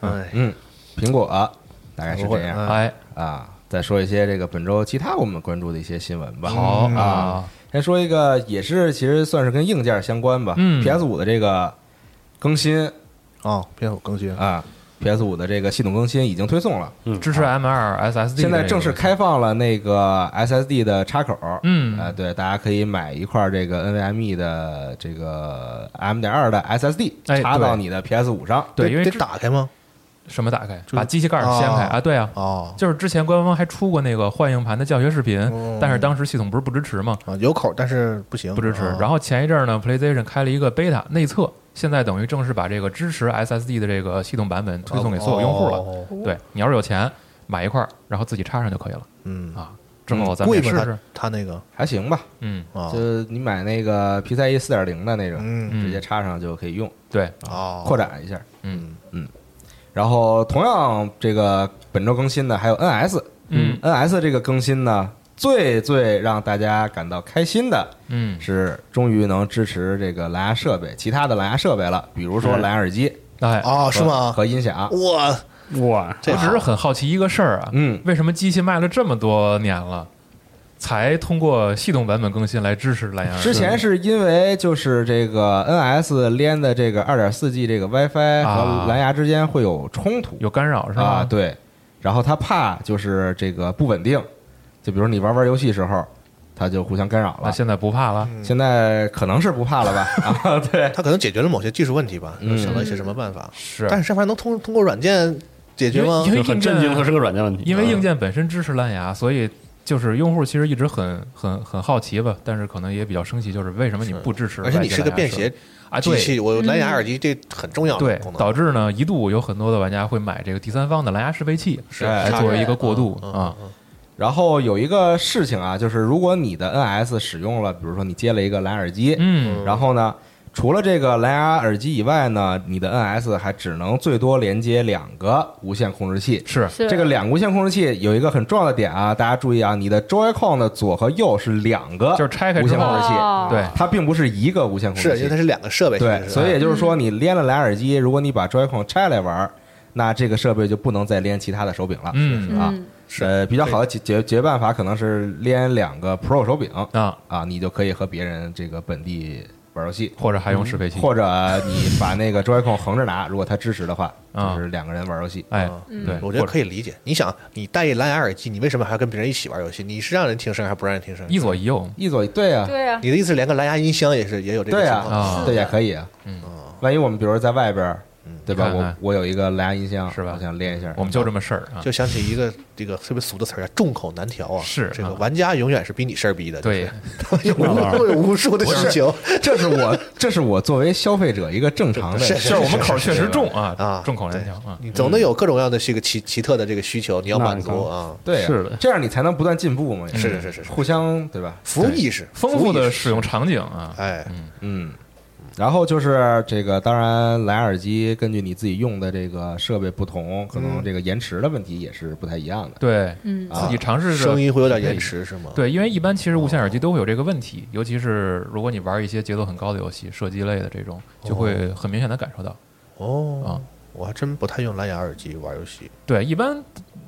Speaker 3: 哎，
Speaker 1: 嗯，苹果、大概是这样
Speaker 3: 嗯
Speaker 2: 哎，
Speaker 1: 啊。再说一些这个本周其他我们关注的一些新闻吧。
Speaker 2: 好
Speaker 1: 啊，
Speaker 2: 啊，
Speaker 1: 先说一个也是其实算是跟硬件相关吧。
Speaker 2: 嗯
Speaker 1: PS 五的这个更新
Speaker 3: 哦，偏我更新，
Speaker 1: 啊，PS 五的这个系统更新已经推送了，
Speaker 2: 支持 M 二 SSD，
Speaker 1: 现在正式开，放了那个 SSD 的插口。
Speaker 2: 嗯
Speaker 1: 啊，对，大家可以买一块这个 NVMe E 的这个 M 点二的 SSD
Speaker 2: 哎
Speaker 1: 插到
Speaker 2: 对
Speaker 1: 你的 PS 五上。
Speaker 2: 对，
Speaker 3: 得
Speaker 2: 因为
Speaker 3: 得
Speaker 2: 之
Speaker 3: 打开吗？
Speaker 2: 什么打开，
Speaker 3: 是
Speaker 2: 把机器盖儿掀开
Speaker 3: 哦
Speaker 2: 啊，对啊，
Speaker 3: 哦，
Speaker 2: 就是之前官方还出过那个换硬盘的教学视频，
Speaker 1: 哦
Speaker 3: 嗯
Speaker 2: 但是当时系统不是不支持吗？
Speaker 3: 啊，有口，但是不行，
Speaker 2: 不支持。
Speaker 1: 哦
Speaker 3: 啊
Speaker 2: 然后前一阵儿呢，PlayStation 开了一个 beta 内测，现在等于正式把这个支持 SSD 的这个系统版本推送给所有用户了。
Speaker 3: 哦
Speaker 2: 对，你要是有钱买一块儿，然后自己插上就可以了
Speaker 3: 嗯，
Speaker 2: 啊。之后咱们
Speaker 3: 贵
Speaker 2: 也
Speaker 3: 吗？
Speaker 2: 试
Speaker 3: 他
Speaker 2: 试，
Speaker 3: 他那个
Speaker 1: 还行吧，
Speaker 2: 嗯，
Speaker 3: 啊，
Speaker 1: 就你买那个 PCIe 四点零的那种，
Speaker 3: 嗯
Speaker 2: 嗯
Speaker 1: 直接插上就可以用，
Speaker 2: 对，
Speaker 3: 哦，
Speaker 1: 扩展一下。
Speaker 2: 嗯
Speaker 1: 然后同样这个本周更新的还有 NS，
Speaker 2: 嗯
Speaker 1: ，NS 这个更新呢，最最让大家感到开心的
Speaker 2: 嗯
Speaker 1: 是终于能支持这个蓝牙设备，其他的蓝牙设备了，比如说
Speaker 5: 嗯
Speaker 1: 蓝牙耳机呃
Speaker 2: 哎，
Speaker 3: 哦，是吗？
Speaker 1: 和音响。
Speaker 3: 哇，
Speaker 5: 哇，
Speaker 3: 这
Speaker 2: 我只是很好奇一个事儿啊，
Speaker 1: 嗯
Speaker 2: 为什么机器卖了这么多年了，才通过系统版本更新来支持蓝牙
Speaker 3: 嗯
Speaker 2: 耳机？
Speaker 1: 之前是因为就是这个 NS 连的这个二点四 G 这个 WiFi
Speaker 2: 啊
Speaker 1: 和蓝牙之间会有冲突
Speaker 2: 有干扰是吧？
Speaker 1: 啊，对，然后他怕就是这个不稳定，就比如你玩玩游戏时候，它就互相干扰
Speaker 2: 那
Speaker 1: 了。
Speaker 2: 啊现在不怕了。
Speaker 3: 嗯
Speaker 1: 现在可能是不怕了吧？ 啊，对，
Speaker 3: 他可能解决了某些技术问题吧，
Speaker 1: 嗯
Speaker 3: 想到一些什么办法，
Speaker 2: 是
Speaker 3: 但是这玩意儿能通通过软件解决吗
Speaker 2: 因？为
Speaker 5: 就
Speaker 2: 硬件
Speaker 5: 很震惊，它是个软件问题，
Speaker 2: 因为硬件本身支持蓝牙，所以就是用户其实一直很很很好奇吧，但是可能也比较生气，就是为什么你不支持
Speaker 3: 而
Speaker 2: 外
Speaker 3: 且
Speaker 2: 接蓝牙设备？
Speaker 3: 你是个便携
Speaker 2: 啊，
Speaker 3: 机
Speaker 2: 对
Speaker 3: 器，
Speaker 1: 嗯
Speaker 3: 我有蓝牙耳机这很重要的
Speaker 2: 对
Speaker 3: 功，能
Speaker 2: 导致呢一度有很多的玩家会买这个第三方的蓝牙适配器，
Speaker 3: 是
Speaker 2: 来
Speaker 1: 哎
Speaker 2: 作为一个过渡
Speaker 3: 嗯嗯
Speaker 2: 啊，
Speaker 1: 然后有一个事情啊，就是如果你的 NS 使用了，比如说你接了一个蓝牙耳机，
Speaker 2: 嗯，
Speaker 1: 然后呢，除了这个蓝牙耳机以外呢，你的 NS 还只能最多连接两个无线控制器。
Speaker 2: 是
Speaker 4: 是
Speaker 1: 这个两个无线控制器有一个很重要的点啊，大家注意啊，你的 Joy-Con 的左和右是两个，
Speaker 3: 呃
Speaker 2: 就是拆开
Speaker 1: 无
Speaker 2: 之
Speaker 1: 线控
Speaker 2: 后
Speaker 1: 制，器，
Speaker 4: 哦
Speaker 2: 对
Speaker 1: 它并不是一个
Speaker 2: 啊
Speaker 1: 无线控制
Speaker 3: 是
Speaker 1: 器。
Speaker 3: 因为它是两个设备，
Speaker 1: 对，所以也
Speaker 3: 以
Speaker 1: 就是说，你连了蓝牙耳机，如果你把 Joy-Con 拆来玩儿，那这个设备就不能再连其他的手柄了。
Speaker 2: 嗯
Speaker 1: 啊，
Speaker 4: 嗯
Speaker 3: 是
Speaker 1: 呃，比较好的解解决办法可能是连两个 Pro 手柄
Speaker 2: 啊，
Speaker 1: 啊，你就可以和别人这个本地玩游戏，
Speaker 2: 或者还用适
Speaker 3: 嗯
Speaker 2: 配器，
Speaker 1: 或者你把那个 Joy-Con 横着拿，如果它支持的话，
Speaker 2: 啊
Speaker 1: 就是两个人玩游戏。
Speaker 2: 哎，
Speaker 4: 嗯
Speaker 2: 对，
Speaker 3: 我觉得
Speaker 2: 或者
Speaker 3: 可以理解。你想，你戴一蓝牙耳机，你为什么还要跟别人一起玩游戏？你是让人听声还是不让人听声？
Speaker 2: 一左一右，
Speaker 1: 一左对啊，
Speaker 4: 对呀，
Speaker 3: 你的意思是连个蓝牙音箱也是也有这个
Speaker 1: 对
Speaker 3: 情
Speaker 1: 啊
Speaker 3: 况？
Speaker 2: 啊
Speaker 1: 对也可以啊。
Speaker 2: 嗯，
Speaker 1: 万一我们比如说在外边儿，
Speaker 3: 嗯
Speaker 1: 对吧？
Speaker 2: 看看
Speaker 1: 我我有一个蓝牙音箱，
Speaker 2: 是吧
Speaker 1: 我想连一下，
Speaker 2: 我们就这么事儿啊，
Speaker 3: 就想起一个这个特别俗的词儿啊，众口难调啊。
Speaker 2: 是
Speaker 3: 这个
Speaker 2: 啊
Speaker 3: 玩家永远是比你事儿逼的，
Speaker 2: 对，
Speaker 3: 就
Speaker 5: 嗯
Speaker 3: 是，有有无数的需求。
Speaker 1: 这是我这是我作为消费者一个正常的
Speaker 3: 是
Speaker 2: 就是我们口儿确实重
Speaker 3: 啊
Speaker 2: 啊，重口难调啊，
Speaker 5: 嗯
Speaker 3: 你总得有各种各样的这个奇奇特的这个需求，你要满
Speaker 5: 那
Speaker 3: 足啊。
Speaker 1: 对啊，
Speaker 5: 是的
Speaker 1: 这样你才能不断进步嘛，也
Speaker 3: 是是是是，
Speaker 1: 互相对吧？
Speaker 3: 服务意识，
Speaker 2: 丰富
Speaker 3: 服务意
Speaker 2: 的
Speaker 3: 识
Speaker 2: 使用场景啊，
Speaker 3: 哎，
Speaker 1: 嗯，然后就是这个，当然蓝牙耳机根据你自己用的这个设备不同，可能这个延迟的问题也是不太一样的。
Speaker 2: 对
Speaker 4: 嗯
Speaker 1: 啊
Speaker 2: 自己尝试着
Speaker 3: 声音会有点延迟是吗？
Speaker 2: 对，因为一般其实无线耳机都会有这个问题，尤其是如果你玩一些节奏很高的游戏、射击类的这种，就会很明显的感受到。
Speaker 3: 哦
Speaker 2: 啊，
Speaker 3: 我还真不太用蓝牙耳机玩游戏，
Speaker 2: 对，一般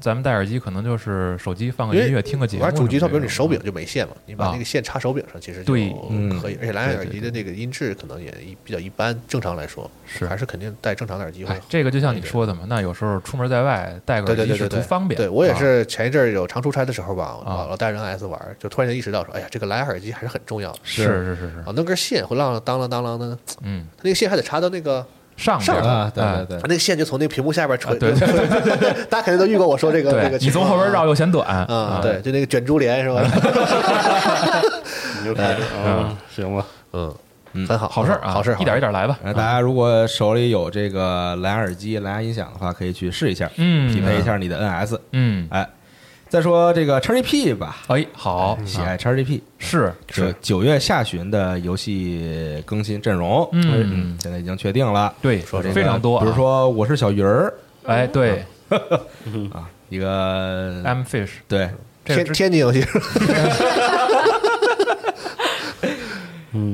Speaker 2: 咱们戴耳机可能就是手机放个
Speaker 3: 因为
Speaker 2: 音乐、听个节目什
Speaker 3: 玩
Speaker 2: 么这
Speaker 3: 主
Speaker 2: 种。
Speaker 3: 机上，比如你手柄就没线嘛，你把
Speaker 2: 啊
Speaker 3: 那个线插手柄上，其实就
Speaker 2: 对嗯
Speaker 3: 可以。而且蓝牙耳机的那个音质可能也一比较一般，正常来说
Speaker 2: 是
Speaker 3: 还是肯定戴正常的耳机会
Speaker 2: 哎，。这个就像你说的嘛，那有时候出门在外戴个
Speaker 3: 对
Speaker 2: 耳机
Speaker 3: 对对
Speaker 2: 是
Speaker 3: 对
Speaker 2: 图
Speaker 3: 对，
Speaker 2: 方便。
Speaker 3: 对我也
Speaker 2: 啊
Speaker 3: 是前一阵儿有常出差的时候吧，我
Speaker 2: 啊
Speaker 3: 老带人 S 玩，就突然间意识到说，哎呀，这个蓝牙耳机还是很重要的。
Speaker 2: 是是是是，
Speaker 3: 啊，那根线会浪当啷当啷的，
Speaker 2: 嗯，
Speaker 3: 它那个线还得插到那个，
Speaker 2: 上
Speaker 3: 上
Speaker 2: 边
Speaker 3: 边
Speaker 1: 啊，对
Speaker 2: 哎
Speaker 1: 对对
Speaker 3: 那，个线就从那个屏幕下边
Speaker 2: 啊
Speaker 3: 垂。
Speaker 2: 对
Speaker 3: 大家肯定都遇过我说这个这个
Speaker 2: 对，
Speaker 3: 情
Speaker 2: 你从
Speaker 3: 况
Speaker 2: 后边
Speaker 3: 啊
Speaker 2: 绕又嫌短
Speaker 3: 啊，对，，就那个卷珠帘是吧？
Speaker 5: 你就开始啊，行吧，
Speaker 3: 嗯，
Speaker 1: 嗯
Speaker 3: 很好，
Speaker 2: 好事儿啊，
Speaker 3: 好事儿，啊
Speaker 2: 一点一点来吧。
Speaker 1: 哎然后大家如果手里有这个蓝牙耳机、蓝牙音响的话，可以去试一下，
Speaker 2: 嗯
Speaker 1: 匹配一下你的 NS。
Speaker 2: 嗯，
Speaker 1: 哎，再说这个 XGP 吧，
Speaker 2: 哎，好，
Speaker 1: 喜爱 XGP
Speaker 2: 是
Speaker 3: 哎
Speaker 1: 是九月下旬的游戏更新阵容，
Speaker 2: 嗯
Speaker 1: 现在已经确定了，
Speaker 2: 对，
Speaker 1: 这个
Speaker 2: 非常多啊。
Speaker 1: 比如说我是小鱼儿
Speaker 2: 哎，对
Speaker 1: 啊，一个
Speaker 2: ，I'm Fish，
Speaker 1: 对
Speaker 2: 这个
Speaker 3: 嗯天
Speaker 2: 之
Speaker 3: 天津游戏，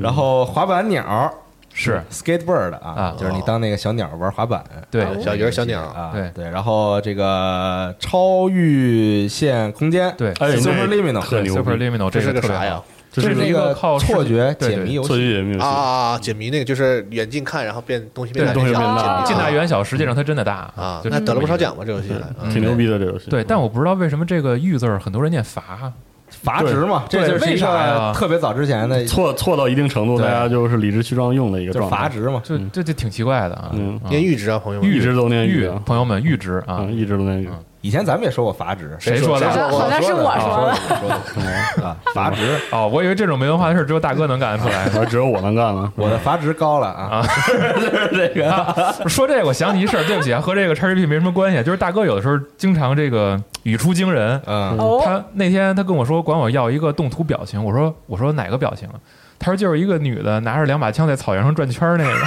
Speaker 1: 然后滑板鸟
Speaker 2: 是
Speaker 1: skateboard 嗯啊
Speaker 2: 啊，
Speaker 1: 就是你当那个小鸟玩滑板，
Speaker 2: 对
Speaker 3: 啊小鱼儿小鸟
Speaker 1: 啊，
Speaker 2: 对
Speaker 1: 对，然后这个超域线空间，
Speaker 2: 对
Speaker 5: 哎那
Speaker 1: super liminal，
Speaker 5: 特牛逼
Speaker 2: Super Liminal
Speaker 3: 这
Speaker 2: 这
Speaker 3: 是
Speaker 2: 特
Speaker 3: 个
Speaker 2: 别
Speaker 3: 啥呀
Speaker 2: 好？？
Speaker 1: 这
Speaker 2: 这是
Speaker 1: 一
Speaker 2: 一
Speaker 1: 个
Speaker 2: 个靠
Speaker 1: 错觉
Speaker 2: 视觉
Speaker 1: 解谜游
Speaker 5: 测
Speaker 1: 戏，
Speaker 5: 距也没有
Speaker 3: 啊
Speaker 5: 戏，
Speaker 3: 啊啊！解谜那个就是远近看，然后变东西变
Speaker 2: 对
Speaker 3: 大，
Speaker 5: 东西变
Speaker 4: 啊
Speaker 5: 大，
Speaker 2: 近大远小，实际上它真的大
Speaker 3: 啊，
Speaker 2: 就
Speaker 3: 那
Speaker 2: 是嗯
Speaker 3: 得了不少
Speaker 2: 这么
Speaker 3: 奖吧？这游戏啊
Speaker 5: 挺牛逼的这游戏。
Speaker 2: 一个。对，但我不知道为什么这个“玉”字儿很多人念“啊罚
Speaker 1: 阀值嘛，
Speaker 2: 对
Speaker 1: 这就是一
Speaker 2: 为啥
Speaker 1: 个
Speaker 2: 呀
Speaker 1: 特别早之前的，就
Speaker 5: 错错到一定程度，
Speaker 1: 对
Speaker 5: 大家就是理直气壮用的一个
Speaker 1: 是
Speaker 5: 状
Speaker 1: 阀
Speaker 5: 态。
Speaker 1: 值嘛”，，
Speaker 2: 就这这挺奇怪的啊。
Speaker 5: 嗯
Speaker 2: 啊
Speaker 3: 念阈值啊，朋友们，
Speaker 5: 一直都念
Speaker 2: 玉
Speaker 5: 啊，
Speaker 2: 朋友们，阈值啊
Speaker 5: 嗯，，一直都念玉。
Speaker 2: 嗯
Speaker 1: 以前咱们也说过阀值，
Speaker 2: 谁说
Speaker 3: 谁
Speaker 2: 的？
Speaker 3: 说过
Speaker 1: 我
Speaker 6: 好像是我
Speaker 1: 说
Speaker 6: 说
Speaker 1: 的啊
Speaker 6: 的
Speaker 1: 我说的我说的啊，阀值，
Speaker 2: 哦，我以为这种没文化的事儿只有大哥能干得出来
Speaker 5: 我。 说只有我能干了，
Speaker 1: 我的阀值高了啊，
Speaker 2: 这个说这个，我想起一事儿，对不起啊，和这个 XGP 没什么关系，就是大哥有的时候经常这个语出惊人。
Speaker 1: 嗯，
Speaker 6: 哦，
Speaker 2: 他那天他跟我说管我要一个动图表情，我说我说哪个表情啊？他说就是一个女的拿着两把枪在草原上转圈儿那个，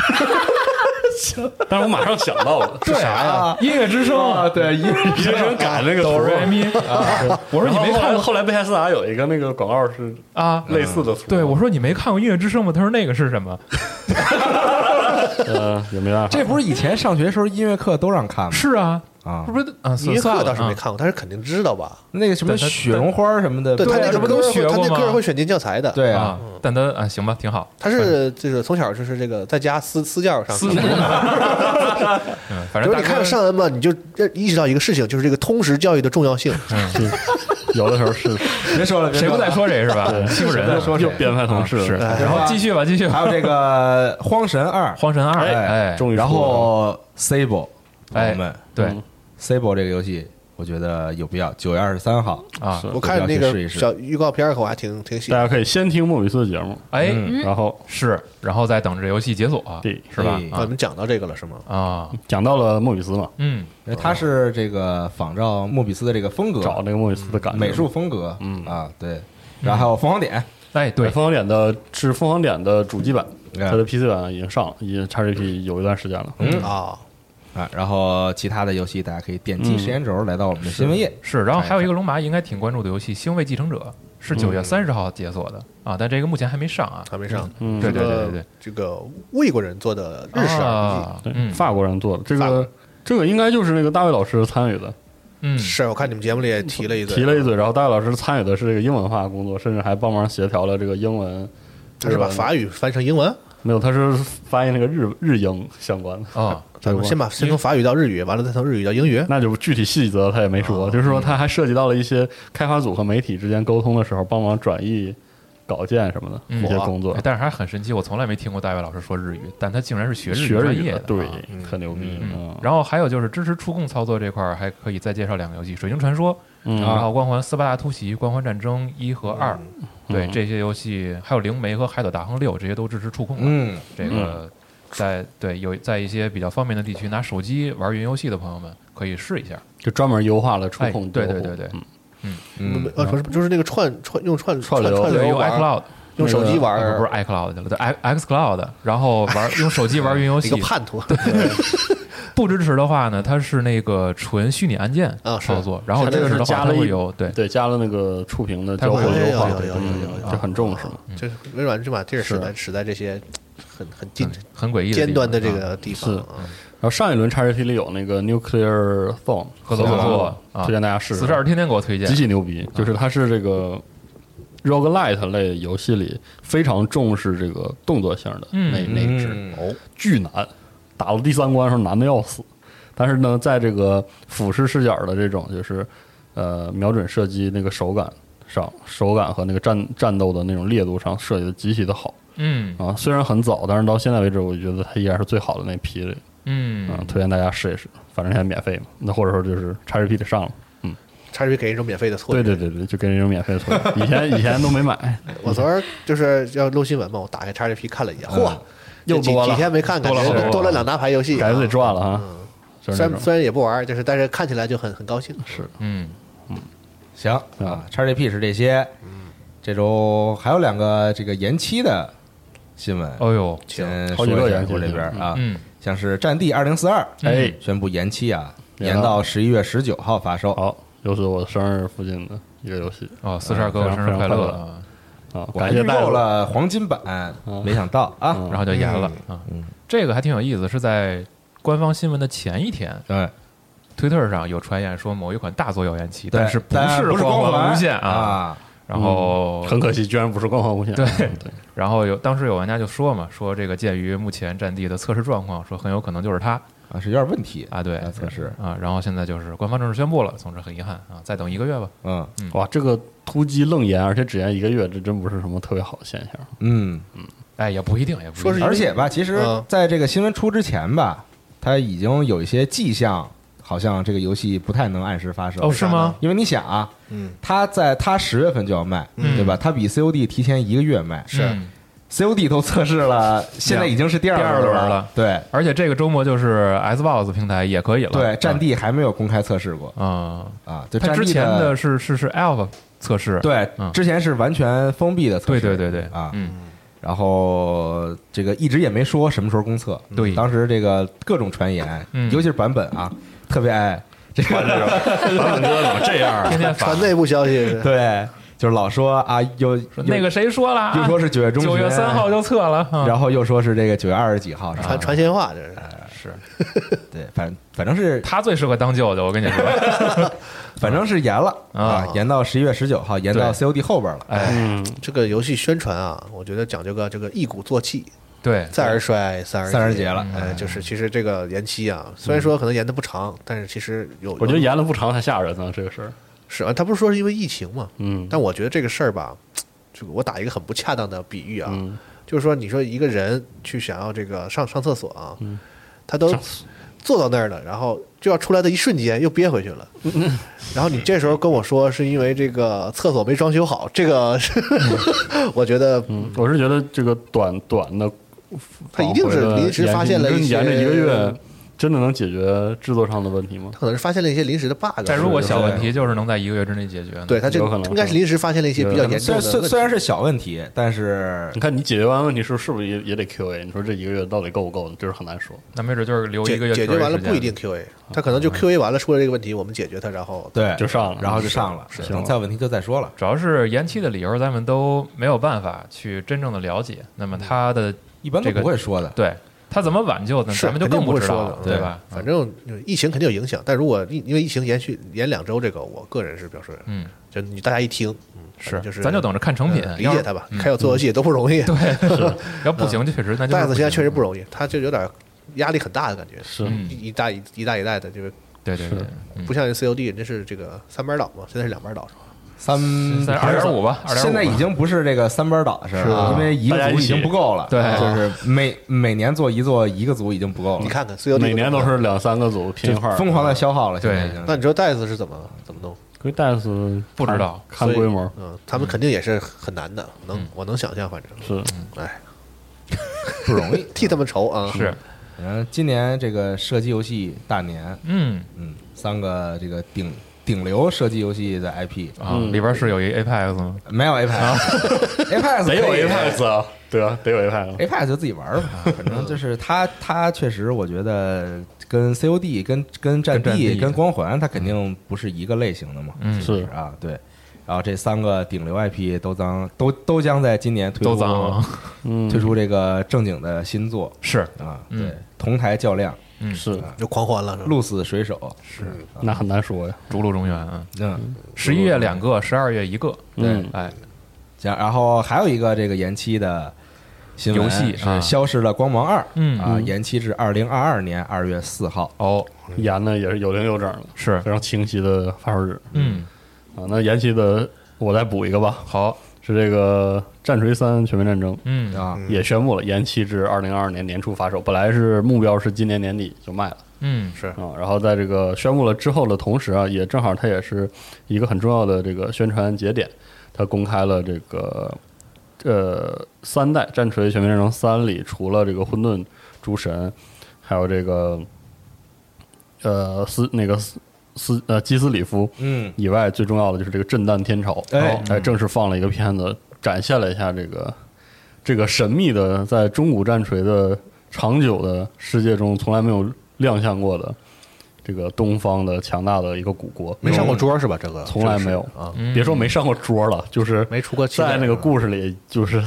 Speaker 5: 但是我马上想到了，
Speaker 2: 对
Speaker 1: 啊
Speaker 3: 啥呀？
Speaker 2: 音乐之声啊，对，音乐
Speaker 5: 一个人改那个
Speaker 2: 哆来
Speaker 5: 图。
Speaker 2: 咪，我说
Speaker 5: 然
Speaker 2: 你
Speaker 5: 后
Speaker 2: 没
Speaker 5: 后
Speaker 2: 看
Speaker 5: 来
Speaker 2: 过
Speaker 5: 后来贝塞斯达有一个那个广告是
Speaker 2: 啊？
Speaker 5: 类似的图，
Speaker 2: 对，我说你没看过音乐之声吗？他说那个是什么？
Speaker 5: 呃也没办法，
Speaker 1: 这不是以前上学时候音乐课都让看吗？
Speaker 2: 是啊，
Speaker 1: 啊
Speaker 2: 是，不是啊？
Speaker 3: 音乐课倒是没
Speaker 2: 看。
Speaker 3: 看过，但是肯定知道吧？
Speaker 1: 那个什么
Speaker 2: 对他
Speaker 1: 雪绒花什么的，
Speaker 3: 对他
Speaker 2: 啊
Speaker 3: 那
Speaker 2: 这
Speaker 3: 个
Speaker 2: 不
Speaker 3: 歌
Speaker 2: 都
Speaker 3: 会
Speaker 2: 学
Speaker 3: 他
Speaker 2: 过
Speaker 3: 那
Speaker 2: 吗
Speaker 3: 歌会选进教材的，
Speaker 1: 对啊
Speaker 2: 啊，，但他啊，行吧，挺好。
Speaker 3: 他是就是从小就是这个在家私私教上
Speaker 2: 私
Speaker 3: 课。
Speaker 2: 嗯，反正
Speaker 3: 比如
Speaker 2: 大
Speaker 3: 你看
Speaker 2: 哥
Speaker 3: 了上恩嘛，你就意识到一个事情，就是这个通识教育的重要性。
Speaker 5: 有的时候是
Speaker 1: 别说了，
Speaker 2: 谁不在
Speaker 1: 再
Speaker 2: 说谁是吧？欺负人啊。
Speaker 1: 说
Speaker 5: 又
Speaker 1: 谁啊
Speaker 5: 编排同事了，
Speaker 2: 是，
Speaker 3: 哎
Speaker 2: 然后继续吧，继续吧。
Speaker 1: 还有这个《 荒神二》
Speaker 2: 《荒神二》
Speaker 1: 哎
Speaker 2: 哎，
Speaker 5: 终于出
Speaker 1: 然
Speaker 5: 了
Speaker 1: 后 Sable，朋
Speaker 2: 哎
Speaker 1: 友们
Speaker 2: 对
Speaker 5: 嗯
Speaker 1: ，Sable 这个游戏，我觉得有必要。九月二十三号，
Speaker 2: 啊，
Speaker 3: 我看那
Speaker 1: 我要去试一
Speaker 3: 个
Speaker 1: 试
Speaker 3: 小预告片儿，我还挺挺喜
Speaker 5: 大
Speaker 3: 欢。
Speaker 5: 家可以先听莫比斯的节目，
Speaker 2: 哎
Speaker 1: 嗯
Speaker 5: 然后
Speaker 2: 是，然后再等着游戏解锁
Speaker 5: 对，
Speaker 2: 是吧？
Speaker 1: 对
Speaker 3: 啊，你们讲到这个了是吗？
Speaker 2: 啊啊，
Speaker 5: 讲到了莫比斯嘛，
Speaker 2: 嗯，
Speaker 1: 因为它是这个仿照莫比斯的这个风格，
Speaker 5: 找那个莫比斯的感觉
Speaker 1: 美术。风格，
Speaker 5: 嗯
Speaker 1: 啊，对。然后还有凤凰点，
Speaker 2: 哎对，嗯
Speaker 5: 凤凰点的是凤凰点的主机版，
Speaker 1: 哎
Speaker 5: 它的 PC 版已经上了，已经 XGP 有一段时间了。
Speaker 1: 嗯
Speaker 3: 啊，
Speaker 1: 啊，然后其他的游戏大家可以点击时间轴来到我们的新闻页，
Speaker 2: 是，然后还有一个龙马应该挺关注的游戏《星卫继承者》，是九月三十号解锁的啊，但这个目前还没上啊。
Speaker 3: 还没上。
Speaker 5: 嗯，
Speaker 2: 对
Speaker 3: 这
Speaker 2: 对对
Speaker 3: 个
Speaker 2: 对对，
Speaker 3: 这个魏国人做的日式 RPG，
Speaker 2: 啊
Speaker 5: 对，
Speaker 2: 嗯
Speaker 5: 法国人做的这
Speaker 3: 法国
Speaker 5: 个，这个应该就是那个大卫老师参与的，
Speaker 2: 嗯
Speaker 3: 是啊我看你们节目里也提了一嘴，
Speaker 5: 提了一嘴，然后大卫老师参与的是这个英文化工作，甚至还帮忙协调了这个英文。
Speaker 3: 他是把法语翻成英文，
Speaker 5: 没有，他是翻译那个日日英相关的。
Speaker 2: 啊，
Speaker 3: 咱们
Speaker 5: 对
Speaker 3: 先把先从法语到日语，完了再从日语到英语。
Speaker 5: 那就具体细则他也没
Speaker 2: 哦
Speaker 5: 说，就是说
Speaker 2: 嗯
Speaker 5: 他还涉及到了一些开发组和媒体之间沟通的时候，帮忙转译稿件什么的
Speaker 2: 嗯
Speaker 5: 一些工作
Speaker 2: 哎。但是还很神奇，我从来没听过大卫老师说日语，但他竟然是学
Speaker 5: 学
Speaker 2: 日
Speaker 5: 日
Speaker 2: 专
Speaker 5: 语
Speaker 2: 业
Speaker 5: 的
Speaker 2: 的，
Speaker 5: 对
Speaker 2: 啊，
Speaker 5: 很牛逼。
Speaker 2: 嗯
Speaker 5: 嗯，
Speaker 2: 然后还有就是支持触控操作这块儿，还可以再介绍两个游戏《水晶传说》，啊
Speaker 5: 嗯
Speaker 2: 然后《光环斯巴达突袭》《光环战争一》和二，对
Speaker 5: 嗯
Speaker 2: 这些游戏，还有《灵媒》和《海岛大亨六》，这些都支持触控的。
Speaker 1: 嗯，
Speaker 2: 这个在对有在一些比较方便的地区拿手机玩云游戏的朋友们可以试一下。
Speaker 5: 就专门优化了触
Speaker 2: 哎
Speaker 5: 控，
Speaker 2: 对
Speaker 5: 交互
Speaker 2: 对对对
Speaker 5: 嗯
Speaker 1: 嗯
Speaker 3: 呃，不是，就是那个串串用串
Speaker 5: 串
Speaker 3: 流
Speaker 5: 流
Speaker 3: 串
Speaker 2: 对，有
Speaker 3: 玩
Speaker 2: iCloud，
Speaker 3: 用手机玩
Speaker 2: 呃不
Speaker 3: 儿
Speaker 2: 是 iCloud 去了，对 X Xcloud，然后玩用手机玩云游
Speaker 3: 一
Speaker 2: 戏
Speaker 3: 个，叛徒，
Speaker 2: 不支持的话呢，它是那个纯虚拟按键
Speaker 3: 啊是
Speaker 2: 操作，然后
Speaker 5: 它
Speaker 2: 支
Speaker 5: 这个
Speaker 2: 持
Speaker 5: 是
Speaker 2: 的
Speaker 5: 加
Speaker 2: 话，它
Speaker 5: 了一
Speaker 2: 会有对
Speaker 5: 嗯对，加了那个触屏的
Speaker 2: 它
Speaker 5: 交互
Speaker 2: 会有啊
Speaker 5: 优化，
Speaker 3: 有有
Speaker 5: 对
Speaker 3: 有
Speaker 5: 对
Speaker 3: 有有
Speaker 5: 对
Speaker 3: 有
Speaker 5: 这很重视嘛。
Speaker 3: 就是微软就把地儿使
Speaker 5: 是
Speaker 3: 在使在这些很很近
Speaker 2: 很诡异
Speaker 3: 尖
Speaker 2: 地
Speaker 3: 端
Speaker 2: 方
Speaker 3: 的这
Speaker 2: 啊
Speaker 3: 个地方啊。
Speaker 5: 然后上一轮 XGP 里有那个 Nuclear Thorn
Speaker 2: 合作合作啊
Speaker 5: 推荐大家试试，
Speaker 2: 四十二天天啊给我推荐
Speaker 5: 极，其牛逼，就是它是这个 roguelite 类游戏里非常重视这个动作性的
Speaker 2: 嗯
Speaker 5: 那那一支，
Speaker 1: 嗯
Speaker 5: 哦，巨难，打到第三关的时候难的要死。但是呢，在这个俯视视角的这种就是呃瞄准射击那个手感上，手感和那个战战斗的那种烈度上设计的极其的好
Speaker 2: 嗯
Speaker 5: 啊。虽然很早，但是到现在为止，我觉得它依然是最好的那批里。嗯，
Speaker 2: 嗯，
Speaker 5: 推荐大家试一试，反正现在免费嘛。那或者说就是 XGP 得上了。
Speaker 3: 叉 G 给人一种免费的错
Speaker 5: 对
Speaker 3: 觉。
Speaker 5: 对对对，就跟人有免费的错觉，以前以前都没买，
Speaker 3: 我昨儿就是要录新闻嘛，我打开叉 G P 看了一眼，
Speaker 5: 嗯
Speaker 3: 嚯，
Speaker 5: 又
Speaker 3: 这几
Speaker 5: 多了
Speaker 3: 几天没看，感
Speaker 2: 多了
Speaker 3: 觉
Speaker 2: 多了
Speaker 3: 多了两大盘游戏，
Speaker 5: 感觉自己赚了哈。
Speaker 3: 嗯，
Speaker 5: 就是
Speaker 3: 虽
Speaker 5: 那
Speaker 3: 然
Speaker 5: 种
Speaker 3: 虽然也不玩儿，就是但是看起来就很很高兴。是
Speaker 2: 嗯，
Speaker 1: 行啊，XGP 是这些，
Speaker 2: 嗯
Speaker 1: 这周还有两个这个延期的新闻，
Speaker 2: 哦呦，
Speaker 1: 先
Speaker 5: 好几个
Speaker 1: 说一下
Speaker 5: 延期
Speaker 1: 我这边
Speaker 5: 嗯
Speaker 1: 啊，
Speaker 2: 嗯
Speaker 1: 像是《战地二零四二》
Speaker 5: 哎，
Speaker 1: 宣布延期啊，
Speaker 5: 延
Speaker 1: 延到十一月十九号发售。
Speaker 5: 好，又是我生日附近的一个游戏
Speaker 2: 哦，四十二哥哥
Speaker 5: 非常
Speaker 2: 生日快乐
Speaker 5: 非常
Speaker 2: 啊，
Speaker 5: 啊，
Speaker 1: 我还
Speaker 5: 感
Speaker 1: 预
Speaker 5: 谢大
Speaker 1: 购
Speaker 5: 家。
Speaker 1: 了黄金版，
Speaker 2: 哦
Speaker 5: 嗯
Speaker 1: 没想到啊，
Speaker 5: 嗯
Speaker 2: 然后就延了啊，这个还挺有意思，是在官方新闻的前一天，
Speaker 1: 对
Speaker 2: 推特上有传言说某一款大作要延期，
Speaker 1: 对
Speaker 2: 但是不是
Speaker 1: 不是
Speaker 2: 光
Speaker 1: 环
Speaker 2: 无限啊，
Speaker 1: 啊？
Speaker 2: 然后
Speaker 5: 嗯很可惜，居然不是光环无限。啊
Speaker 2: 对
Speaker 5: 对，
Speaker 2: 然后有当时有玩家就说嘛，说这个鉴于目前战地的测试状况，说很有可能就是它
Speaker 1: 啊，是有点问题，
Speaker 2: 啊，对
Speaker 1: 啊，测试
Speaker 2: 啊，然后现在就是官方正式宣布了，总之很遗憾啊，再等一个月吧。
Speaker 1: 嗯
Speaker 5: 哇，这个突击愣延，而且只延一个月，这真不是什么特别好的现象。
Speaker 1: 嗯，
Speaker 2: 哎，也不一定，也不一定
Speaker 3: 说是因为
Speaker 1: 而且吧，其实
Speaker 3: 嗯
Speaker 1: 在这个新闻出之前吧，它已经有一些迹象，好像这个游戏不太能按时发售
Speaker 2: 哦，。是吗？
Speaker 1: 因为你想啊，
Speaker 3: 嗯，
Speaker 1: 它在它十月份就要卖，
Speaker 2: 嗯
Speaker 1: 对吧？它比 COD 提前一个月卖，
Speaker 2: 嗯
Speaker 1: COD 都测试了，现在已经是第二轮
Speaker 2: 第二轮了
Speaker 1: 对
Speaker 2: 而且这个周末就是 Xbox 平台也可以了，
Speaker 1: 对，战地还没有公开测试过
Speaker 2: 啊，
Speaker 1: 啊，就
Speaker 2: 嗯它
Speaker 1: 战
Speaker 2: 之
Speaker 1: 地
Speaker 2: 前的是是是 Alpha 测试，
Speaker 1: 对
Speaker 2: 嗯，
Speaker 1: 之前是完全封闭的测
Speaker 2: 对
Speaker 1: 试，
Speaker 2: 对对对
Speaker 1: 啊，
Speaker 2: 嗯
Speaker 1: 然后这个一直也没说什么时候公测，
Speaker 2: 对
Speaker 1: 当时这个各种传言，
Speaker 2: 嗯
Speaker 1: 尤其是版本啊，特别爱这个，
Speaker 5: 版本哥怎么这样啊
Speaker 2: 天？天发
Speaker 3: 传内部消息 是
Speaker 1: 对，就是老说啊，又
Speaker 2: 说那个谁说了啊，
Speaker 1: 又说是九月中旬，
Speaker 2: 九月三号，就测了，啊
Speaker 1: 然后又说是这个九月二十几号，是吧
Speaker 3: 传传闲话，这是
Speaker 1: 对，反正反正是
Speaker 2: 他最适合当舅舅，我跟你说，
Speaker 1: 反正是延了
Speaker 2: 啊
Speaker 1: 啊，延到十一月十九号，延到
Speaker 2: 对
Speaker 1: COD 后边了。
Speaker 2: 哎，
Speaker 5: 嗯，
Speaker 3: 这个游戏宣传啊，我觉得讲究个这个一鼓作气，
Speaker 2: 对，
Speaker 3: 再而衰，三而
Speaker 1: 三十节了
Speaker 3: 哎，就是其实这个延期啊，虽然说可能延的不长，但是其实有
Speaker 5: 嗯我觉得延了不长才吓人呢，这个事儿。
Speaker 3: 是啊，他不是说是因为疫情嘛，
Speaker 5: 嗯，
Speaker 3: 但我觉得这个事儿吧，这个我打一个很不恰当的比喻啊，
Speaker 5: 嗯
Speaker 3: 就是说你说一个人去想要这个上上厕所啊，
Speaker 5: 嗯
Speaker 3: 他都坐到那儿了，然后就要出来的一瞬间又憋回去了，
Speaker 5: 嗯
Speaker 3: 然后你这时候跟我说是因为这个厕所没装修好，这个 我觉得
Speaker 5: 嗯，我是觉得这个短短的
Speaker 3: 他一定是临时发现了一些
Speaker 5: 延着一个月，真的能解决制作上的问题吗？
Speaker 3: 可能是发现了一些临时的 bug。
Speaker 2: 但如果小问
Speaker 3: 题，
Speaker 2: 题就是能在一个月之内解决呢，
Speaker 3: 对他这
Speaker 5: 有可能
Speaker 3: 应该是临时发现了一些比较严
Speaker 1: 虽
Speaker 3: 重
Speaker 1: 然
Speaker 3: 的
Speaker 1: 虽
Speaker 3: 问
Speaker 1: 虽
Speaker 3: 题。
Speaker 1: 然是小问题，但是
Speaker 5: 你看你解决完问题是不是是不是也也得 QA？你说这一个月到底够不够呢？就是很难说。
Speaker 2: 那没准就是留
Speaker 3: 解
Speaker 2: 一个月
Speaker 3: 解决
Speaker 2: 隔离
Speaker 3: 完了
Speaker 2: 时间
Speaker 3: 不一定 QA，他
Speaker 5: 嗯
Speaker 3: 可能就 QA 完了出了这个问题，我们解决它，然后
Speaker 1: 对
Speaker 5: 就上
Speaker 1: 哎
Speaker 5: 了
Speaker 1: 然后就上了，
Speaker 5: 是
Speaker 1: 等再有问题就再说了。
Speaker 2: 主要是延期的理由，咱们都没有办法去真正的了解。那么他的
Speaker 1: 一般都
Speaker 2: 这个
Speaker 1: 不会说的，
Speaker 2: 对他怎么挽救呢？
Speaker 3: 是
Speaker 2: 咱们就
Speaker 3: 肯定
Speaker 2: 更
Speaker 3: 不会
Speaker 2: 知道
Speaker 3: 说
Speaker 2: 了，
Speaker 3: 的
Speaker 2: 对
Speaker 1: 对
Speaker 2: 吧？
Speaker 3: 反正疫情肯定有影响，但如果因因为疫情延续延两周，这个我个人是表示，
Speaker 2: 嗯，
Speaker 3: 就你大家一听，
Speaker 1: 呃
Speaker 3: 嗯，反
Speaker 2: 是
Speaker 3: 正，就是
Speaker 2: 咱就等着看成品
Speaker 3: 呃，理
Speaker 2: 要
Speaker 3: 解
Speaker 2: 是嗯
Speaker 3: 它吧。开小做游戏也都不容易，
Speaker 2: 要不
Speaker 1: 嗯
Speaker 2: 行，就确实那就
Speaker 3: 袋
Speaker 2: 是
Speaker 3: 子现在确实不
Speaker 2: 容
Speaker 3: 容易，他就有点压力很大的感觉，
Speaker 5: 是
Speaker 2: 嗯
Speaker 3: 一一代一一代一代的，就是
Speaker 2: 对对对，嗯
Speaker 3: 不像 COD 人家是这个三班倒嘛，现在是两班倒是吧？
Speaker 1: 三
Speaker 2: 三二点五吧，二点五。
Speaker 1: 现在已经不是这个三班倒的事儿了，
Speaker 5: 是
Speaker 1: 因为一个
Speaker 5: 大家
Speaker 1: 组
Speaker 5: 一
Speaker 1: 已
Speaker 5: 起
Speaker 1: 经不够了，
Speaker 2: 对
Speaker 1: 就是每每年做一座一个组已经不够了，
Speaker 2: 嗯
Speaker 3: 你看看 COD
Speaker 5: 每年都是两三个组拼
Speaker 1: 就
Speaker 5: 一块儿，
Speaker 1: 疯狂的。消耗了，
Speaker 2: 对
Speaker 1: 现在已经
Speaker 3: 那你知道袋子是怎么怎么弄？
Speaker 5: 可是 dance
Speaker 2: 不知道
Speaker 5: 看看规模
Speaker 3: 嗯，他们肯定也是很难的，
Speaker 2: 嗯
Speaker 3: 能我能想象，反正
Speaker 5: 是
Speaker 3: 哎，
Speaker 1: 不容易。
Speaker 3: 替他们愁啊，
Speaker 2: 是，
Speaker 1: 然后今年这个射击游戏大年，
Speaker 2: 嗯，
Speaker 1: 嗯，三个这个顶顶流射击游戏的 IP，
Speaker 2: 啊，里边是有一 Apex 吗？
Speaker 1: 没有 Apex，Apex
Speaker 5: 得有
Speaker 1: 可以
Speaker 5: Apex 啊，对啊，得有 Apex 啊。
Speaker 1: Apex 就自己玩 儿吧，反正就是它，它确实我觉得跟 COD、跟跟战
Speaker 2: 跟战
Speaker 1: 地、
Speaker 2: 地
Speaker 1: 跟光环，它肯定不是一个类型的嘛，
Speaker 2: 嗯
Speaker 1: 是不啊，对。然后这三个顶流 IP 都将都都将在今年推
Speaker 2: 都
Speaker 1: 出
Speaker 2: 脏了，
Speaker 5: 嗯，
Speaker 1: 推出这个正经的新作
Speaker 2: 是
Speaker 1: 啊，
Speaker 2: 嗯
Speaker 1: 对，同台较量，
Speaker 2: 嗯，
Speaker 5: 是，
Speaker 3: 就狂欢了是吧？
Speaker 1: 鹿死谁手是，
Speaker 5: 那很难说呀。
Speaker 2: 逐鹿中原啊，
Speaker 1: 嗯，
Speaker 2: 十一月两个，十二月一个，
Speaker 5: 嗯
Speaker 2: 哎，
Speaker 1: 行，然后还有一个这个延期的新闻
Speaker 2: 游戏
Speaker 1: 是
Speaker 2: 啊
Speaker 1: 《消失的光芒二》
Speaker 2: 嗯
Speaker 1: 啊，延期至二零二二年二月四号。
Speaker 2: 哦，
Speaker 5: 延呢也是有零有整的，
Speaker 2: 是，
Speaker 5: 非常清晰的发售日
Speaker 2: 嗯，
Speaker 5: 啊。那延期的我再补一个吧，
Speaker 2: 好，
Speaker 5: 是这个《战锤三：全面战争》
Speaker 2: 嗯，
Speaker 1: 啊，
Speaker 5: 也宣布了延期至二零二二年年初发售，本来是目标是今年年底就卖了。
Speaker 2: 嗯，
Speaker 5: 啊、然后在这个宣布了之后的同时啊，也正好它也是一个很重要的这个宣传节点，它公开了这个呃三代战锤全面战争三里除了这个混沌诸神，还有这个呃斯那个斯斯呃基斯里夫
Speaker 1: 嗯，
Speaker 5: 以外，最重要的就是这个震旦天朝，
Speaker 1: 哎
Speaker 5: 哦正式放了一个片子，展现了一下这个这个神秘的在中古战锤的长久的世界中从来没有亮相过的这个东方的强大的一个古国，
Speaker 3: 没上过桌是吧？这个
Speaker 5: 从来没有
Speaker 3: 这个是啊，
Speaker 2: 嗯
Speaker 5: 别说没上过桌了，就是
Speaker 3: 没出过啊棋子
Speaker 5: 在那个故事里就是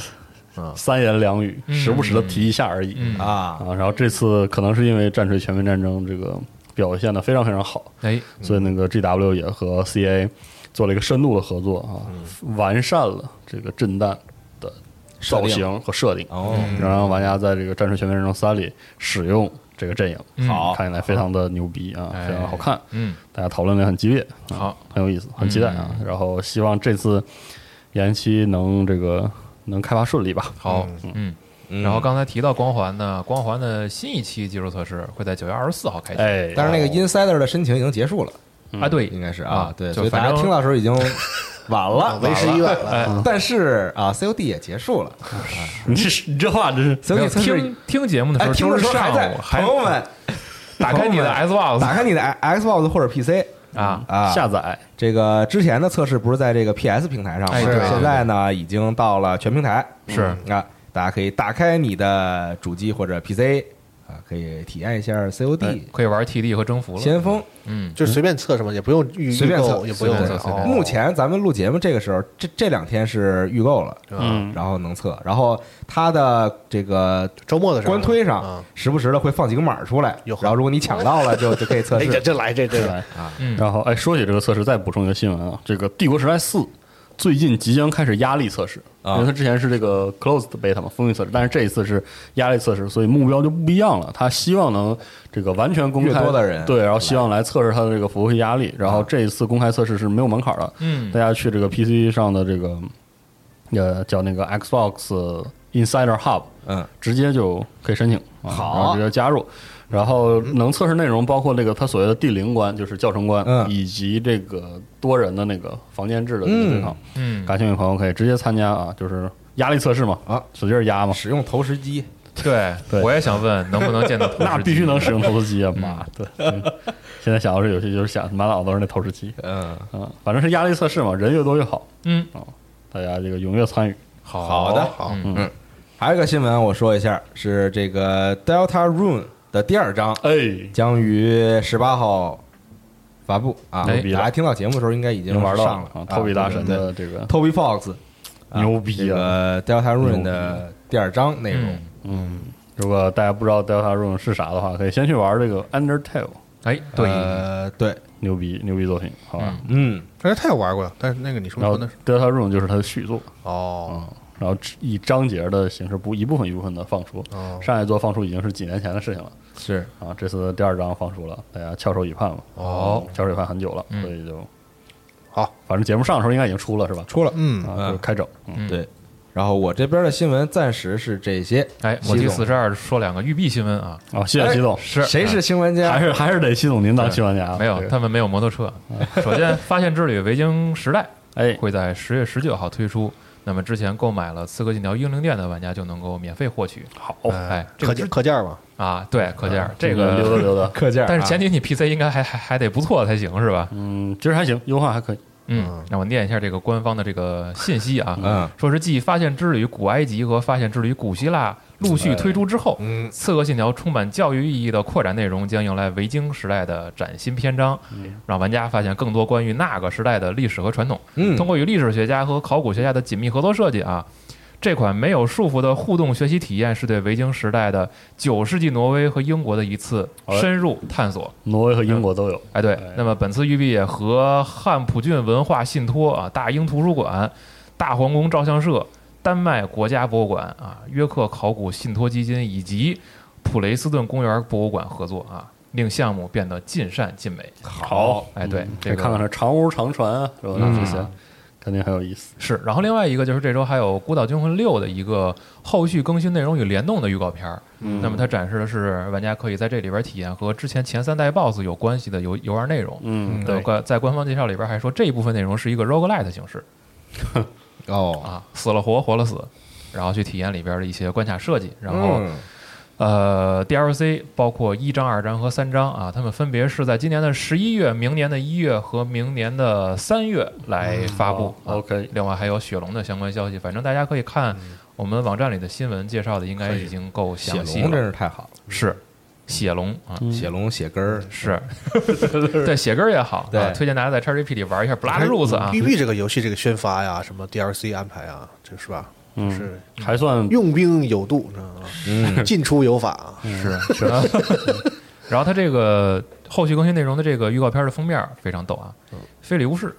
Speaker 3: 嗯
Speaker 5: 三言两语，
Speaker 2: 嗯
Speaker 5: 时不时的提一下而已、
Speaker 2: 嗯，
Speaker 1: 啊，
Speaker 5: 啊。然后这次可能是因为战锤全面战争这个表现的非常非常好，
Speaker 2: 哎，
Speaker 5: 所以那个 GW 也和 CA 做了一个深度的合作啊，
Speaker 1: 嗯
Speaker 5: 完善了这个震弹的造型和设定，
Speaker 1: 哦，
Speaker 5: 然后让玩家在这个《战术全面战争三》里使用这个阵营，
Speaker 2: 好
Speaker 5: 看起来非常的牛逼啊，
Speaker 2: 哎
Speaker 5: 非常好看，
Speaker 2: 嗯，
Speaker 5: 大家讨论的很激烈，啊
Speaker 2: 好，
Speaker 5: 很有意思，很期待啊。
Speaker 1: 嗯
Speaker 5: 然后希望这次延期能这个能开发顺利吧。
Speaker 2: 好，嗯。
Speaker 1: 嗯
Speaker 2: 然后刚才提到光环呢，光环的新一期技术测试会在九月二十四号开启
Speaker 5: 哎，
Speaker 1: 但是那个
Speaker 3: 哦
Speaker 1: Insider 的申请已经结束了，
Speaker 2: 啊，对，
Speaker 1: 应该是啊，对，所
Speaker 2: 就
Speaker 1: 以大
Speaker 2: 反
Speaker 1: 家
Speaker 2: 正
Speaker 1: 听到的时候已 经晚了，
Speaker 3: 啊为时已晚了。嗯
Speaker 2: 哎，
Speaker 1: 但是啊，COD 也结束了
Speaker 5: 你这你这话真是
Speaker 2: 没有
Speaker 1: ，COD 测试
Speaker 2: 听听节目的时
Speaker 1: 哎，
Speaker 2: 候，
Speaker 1: 听的时
Speaker 2: 周
Speaker 1: 候
Speaker 2: 日
Speaker 1: 还
Speaker 2: 上
Speaker 1: 在
Speaker 2: 午，哦
Speaker 1: 朋友们
Speaker 2: 打开你的
Speaker 1: 朋
Speaker 2: Xbox，
Speaker 1: 打开你的 X- Xbox 或者 PC
Speaker 2: 啊，
Speaker 1: 啊，
Speaker 5: 下载，
Speaker 1: 这个之前的测试不是在这个 PS 平台上吗？
Speaker 2: 哎对
Speaker 1: 现在呢已经到了全平台，
Speaker 2: 是
Speaker 1: 啊，大家可以打开你的主机或者 PC 啊，可以体验一下
Speaker 3: 哎
Speaker 1: COD
Speaker 2: 可以玩 TD 和征服了，
Speaker 1: 先锋，
Speaker 2: 嗯，
Speaker 3: 就随便测什么，也不用预
Speaker 1: 随
Speaker 3: 预
Speaker 1: 便
Speaker 3: 购，
Speaker 1: 测，
Speaker 3: 也不用
Speaker 1: 对
Speaker 2: 测
Speaker 3: 哦
Speaker 2: 随便
Speaker 1: 目前咱们录节目这个时候，这这两天是预购了，
Speaker 5: 嗯，
Speaker 1: 然后能测，然后它的这个
Speaker 3: 周末的时候
Speaker 1: 官推上
Speaker 3: 啊，
Speaker 1: 时不时的会放几个码儿出来，
Speaker 3: 哟呵
Speaker 1: 然后如果你抢到了， 就就可以测
Speaker 3: 哎，这
Speaker 1: 试。
Speaker 3: 这来这这
Speaker 5: 来
Speaker 3: 来，
Speaker 1: 啊
Speaker 2: 嗯
Speaker 5: 然后，哎，说起这个测试，再补充一个新闻啊，这个《帝国时代四》最近即将开始压力测试，
Speaker 1: 啊
Speaker 5: 因为它之前是这个 closed beta 嘛，封闭测试，但是这一次是压力测试，所以目标就不一样了。它希望能这个完全公开
Speaker 1: 越多的人啊
Speaker 5: 对，然后希望来测试它的这个服务器压力。然后这一次公开测试是没有门槛的，
Speaker 2: 嗯
Speaker 5: 大家去这个 PC 上的这个呃叫那个 Xbox Insider Hub，
Speaker 1: 嗯，
Speaker 5: 直接就可以申请，啊、好，然后直接加入，然后能测试内容包括那个它所谓的地灵关，就是教程关，
Speaker 1: 嗯
Speaker 5: 以及这个多人的那个房间制的这个对抗。
Speaker 2: 嗯，
Speaker 5: 感兴趣的朋友可以直接参加啊，就是压力测试嘛，
Speaker 1: 啊，
Speaker 5: 使劲压
Speaker 3: 哦
Speaker 5: 嘛，
Speaker 1: 使用投石机，
Speaker 2: 对，
Speaker 5: 对
Speaker 2: 我也想问能不能 见到投石机，
Speaker 5: 那必须 能使用投石机啊，妈的！嗯现在想到这游戏就是想满脑子都是那投石机，
Speaker 1: 嗯，
Speaker 5: 嗯，反正是压力测试嘛，人越多越好，啊
Speaker 2: 嗯，
Speaker 5: 大家这个踊跃参与。
Speaker 3: 哦
Speaker 2: 好
Speaker 1: 好的
Speaker 2: 好，嗯
Speaker 1: 嗯，还有一个新闻我说一下，是这个 Delta Rune 的第二章
Speaker 5: 哎，
Speaker 1: 将于十八号发布啊，
Speaker 2: 哎
Speaker 1: 大家听到节目的时候应该已
Speaker 5: 已
Speaker 1: 经
Speaker 5: 经玩到
Speaker 1: 上了
Speaker 5: 啊，透比大神
Speaker 1: 对对对
Speaker 5: 的这个
Speaker 1: Toby Fox 啊
Speaker 5: 牛逼
Speaker 1: 这
Speaker 5: 啊！
Speaker 1: 个 Delta Rune 的第二章内容
Speaker 2: 嗯，
Speaker 5: 嗯，如果大家不知道 Delta Rune 是啥的话，可以先去玩这个 Undertale，
Speaker 2: 哎，对，
Speaker 1: 呃，对，
Speaker 5: 牛逼牛逼作品，好
Speaker 2: 啊
Speaker 5: 吧？
Speaker 1: 嗯，
Speaker 3: 哎，他也玩过，但是那个你说
Speaker 5: 然后
Speaker 3: 说那是
Speaker 5: Delta Rune 就是它的续作，嗯
Speaker 3: 哦，
Speaker 5: 然后只以章节的形式不一部分一部分的放出。
Speaker 3: 哦
Speaker 5: 上一座放出已经是几年前的事情了
Speaker 1: 是
Speaker 5: 啊，这次第二章放出了，大家翘首以盼吧。
Speaker 3: 哦，
Speaker 5: 翘首以盼很久了，
Speaker 2: 嗯
Speaker 5: 所以就
Speaker 3: 好，
Speaker 5: 反正节目上的时候应该已经出了是吧？
Speaker 1: 出了，
Speaker 3: 嗯，
Speaker 5: 啊，就开整，嗯
Speaker 2: 嗯
Speaker 1: 对。然后我这边的新闻暂时是这些。
Speaker 2: 哎，
Speaker 1: 习
Speaker 2: 我
Speaker 1: 总
Speaker 2: 第四十二说两个育碧新闻啊，
Speaker 5: 啊，谢谢
Speaker 1: 哎
Speaker 5: 习总，
Speaker 2: 是
Speaker 1: 谁是啊新玩
Speaker 5: 还
Speaker 1: 家？
Speaker 5: 是还是得习总您当新玩家，啊
Speaker 2: 没有
Speaker 5: 这，个
Speaker 2: 他们没有 摩托车。首先，《发现之旅：维京时代
Speaker 5: 哎》
Speaker 2: 会在十月十九号推出，那么之前购买了《刺客信条：英灵殿》的玩家就能够免费获取。好，哎，这
Speaker 3: 课
Speaker 2: 个
Speaker 3: 件
Speaker 2: 之
Speaker 3: 课件嘛，
Speaker 2: 啊，对，可劲儿这
Speaker 5: 嗯溜
Speaker 2: 个，
Speaker 5: 达溜达，
Speaker 1: 课件儿啊，
Speaker 2: 但是前提你 PC 应该还还还得不错才行，是吧？
Speaker 5: 嗯，其实还行，优化还可以。
Speaker 2: 嗯，让我念一下这个官方的这个信息啊，
Speaker 1: 嗯
Speaker 2: 说是继《发现之旅》古埃及和《发现之旅》古希腊陆续推出之后，
Speaker 1: 嗯
Speaker 2: 刺客信条》充满教育意义的扩展内容将迎来维京时代的崭新篇章，让玩家发现更多关于那个时代的历史和传统。
Speaker 1: 嗯
Speaker 2: 通过与历史学家和考古学家的紧密合作设计啊，这款没有束缚的互动学习体验是对维京时代的九世纪挪威和英国的一次
Speaker 5: 哎
Speaker 2: 深入探索。
Speaker 5: 挪威和英国都有，
Speaker 2: 哎，对，那么本次育碧也和汉普郡文化信托啊、大英图书馆、大皇宫照相社、丹麦国家博物馆啊、约克考古信托基金以及普雷斯顿公园博物馆合作啊，令项目变得尽善尽美。
Speaker 5: 好，
Speaker 2: 哎，对，
Speaker 5: 嗯
Speaker 2: 这个嗯
Speaker 5: 可以看看这长屋长船啊，是吧？这些肯定很有意思。
Speaker 2: 是，然后另外一个就是这周还有《孤岛惊魂六》的一个后续更新内容与联动的预告片儿。嗯，那么它展示的是玩家可以在这里边体验和之前前三代 BOSS 有关系的游游玩内容。
Speaker 5: 嗯，
Speaker 2: 对，官在官方介绍里边还说这一部分内容是一个 roguelite 形式
Speaker 1: 哦，
Speaker 2: 啊，死了活，活了死，然后去体验里边的一些关卡设计，然后、
Speaker 1: 嗯
Speaker 2: 呃 DLC 包括一章、二章和三章啊，他们分别是在今年的十一月、明年的一月和明年的三月来发布
Speaker 5: 嗯好、
Speaker 2: 啊。
Speaker 5: 哦 OK，
Speaker 2: 另外还有雪龙的相关消息，反正大家可以看我们网站里的新闻介绍的，应该已经够
Speaker 1: 写
Speaker 2: 详细
Speaker 1: 龙
Speaker 2: 了。
Speaker 1: 真是太好了，
Speaker 2: 是血龙啊，
Speaker 1: 写龙写根儿，
Speaker 2: 是对血根儿也好，
Speaker 1: 对
Speaker 2: 啊推荐大家在 XGP 里玩一下 Blood Roots 啊，
Speaker 3: 育碧这个游戏这个宣发呀，什么 DLC 安排啊，这是吧？是
Speaker 5: 嗯还算
Speaker 3: 用兵有度，你知道吗？
Speaker 1: 嗯
Speaker 3: 进出有法啊。
Speaker 5: 是
Speaker 2: 然后它这个后续更新内容的这个预告片的封面非常逗啊，
Speaker 5: 嗯
Speaker 2: 非礼勿视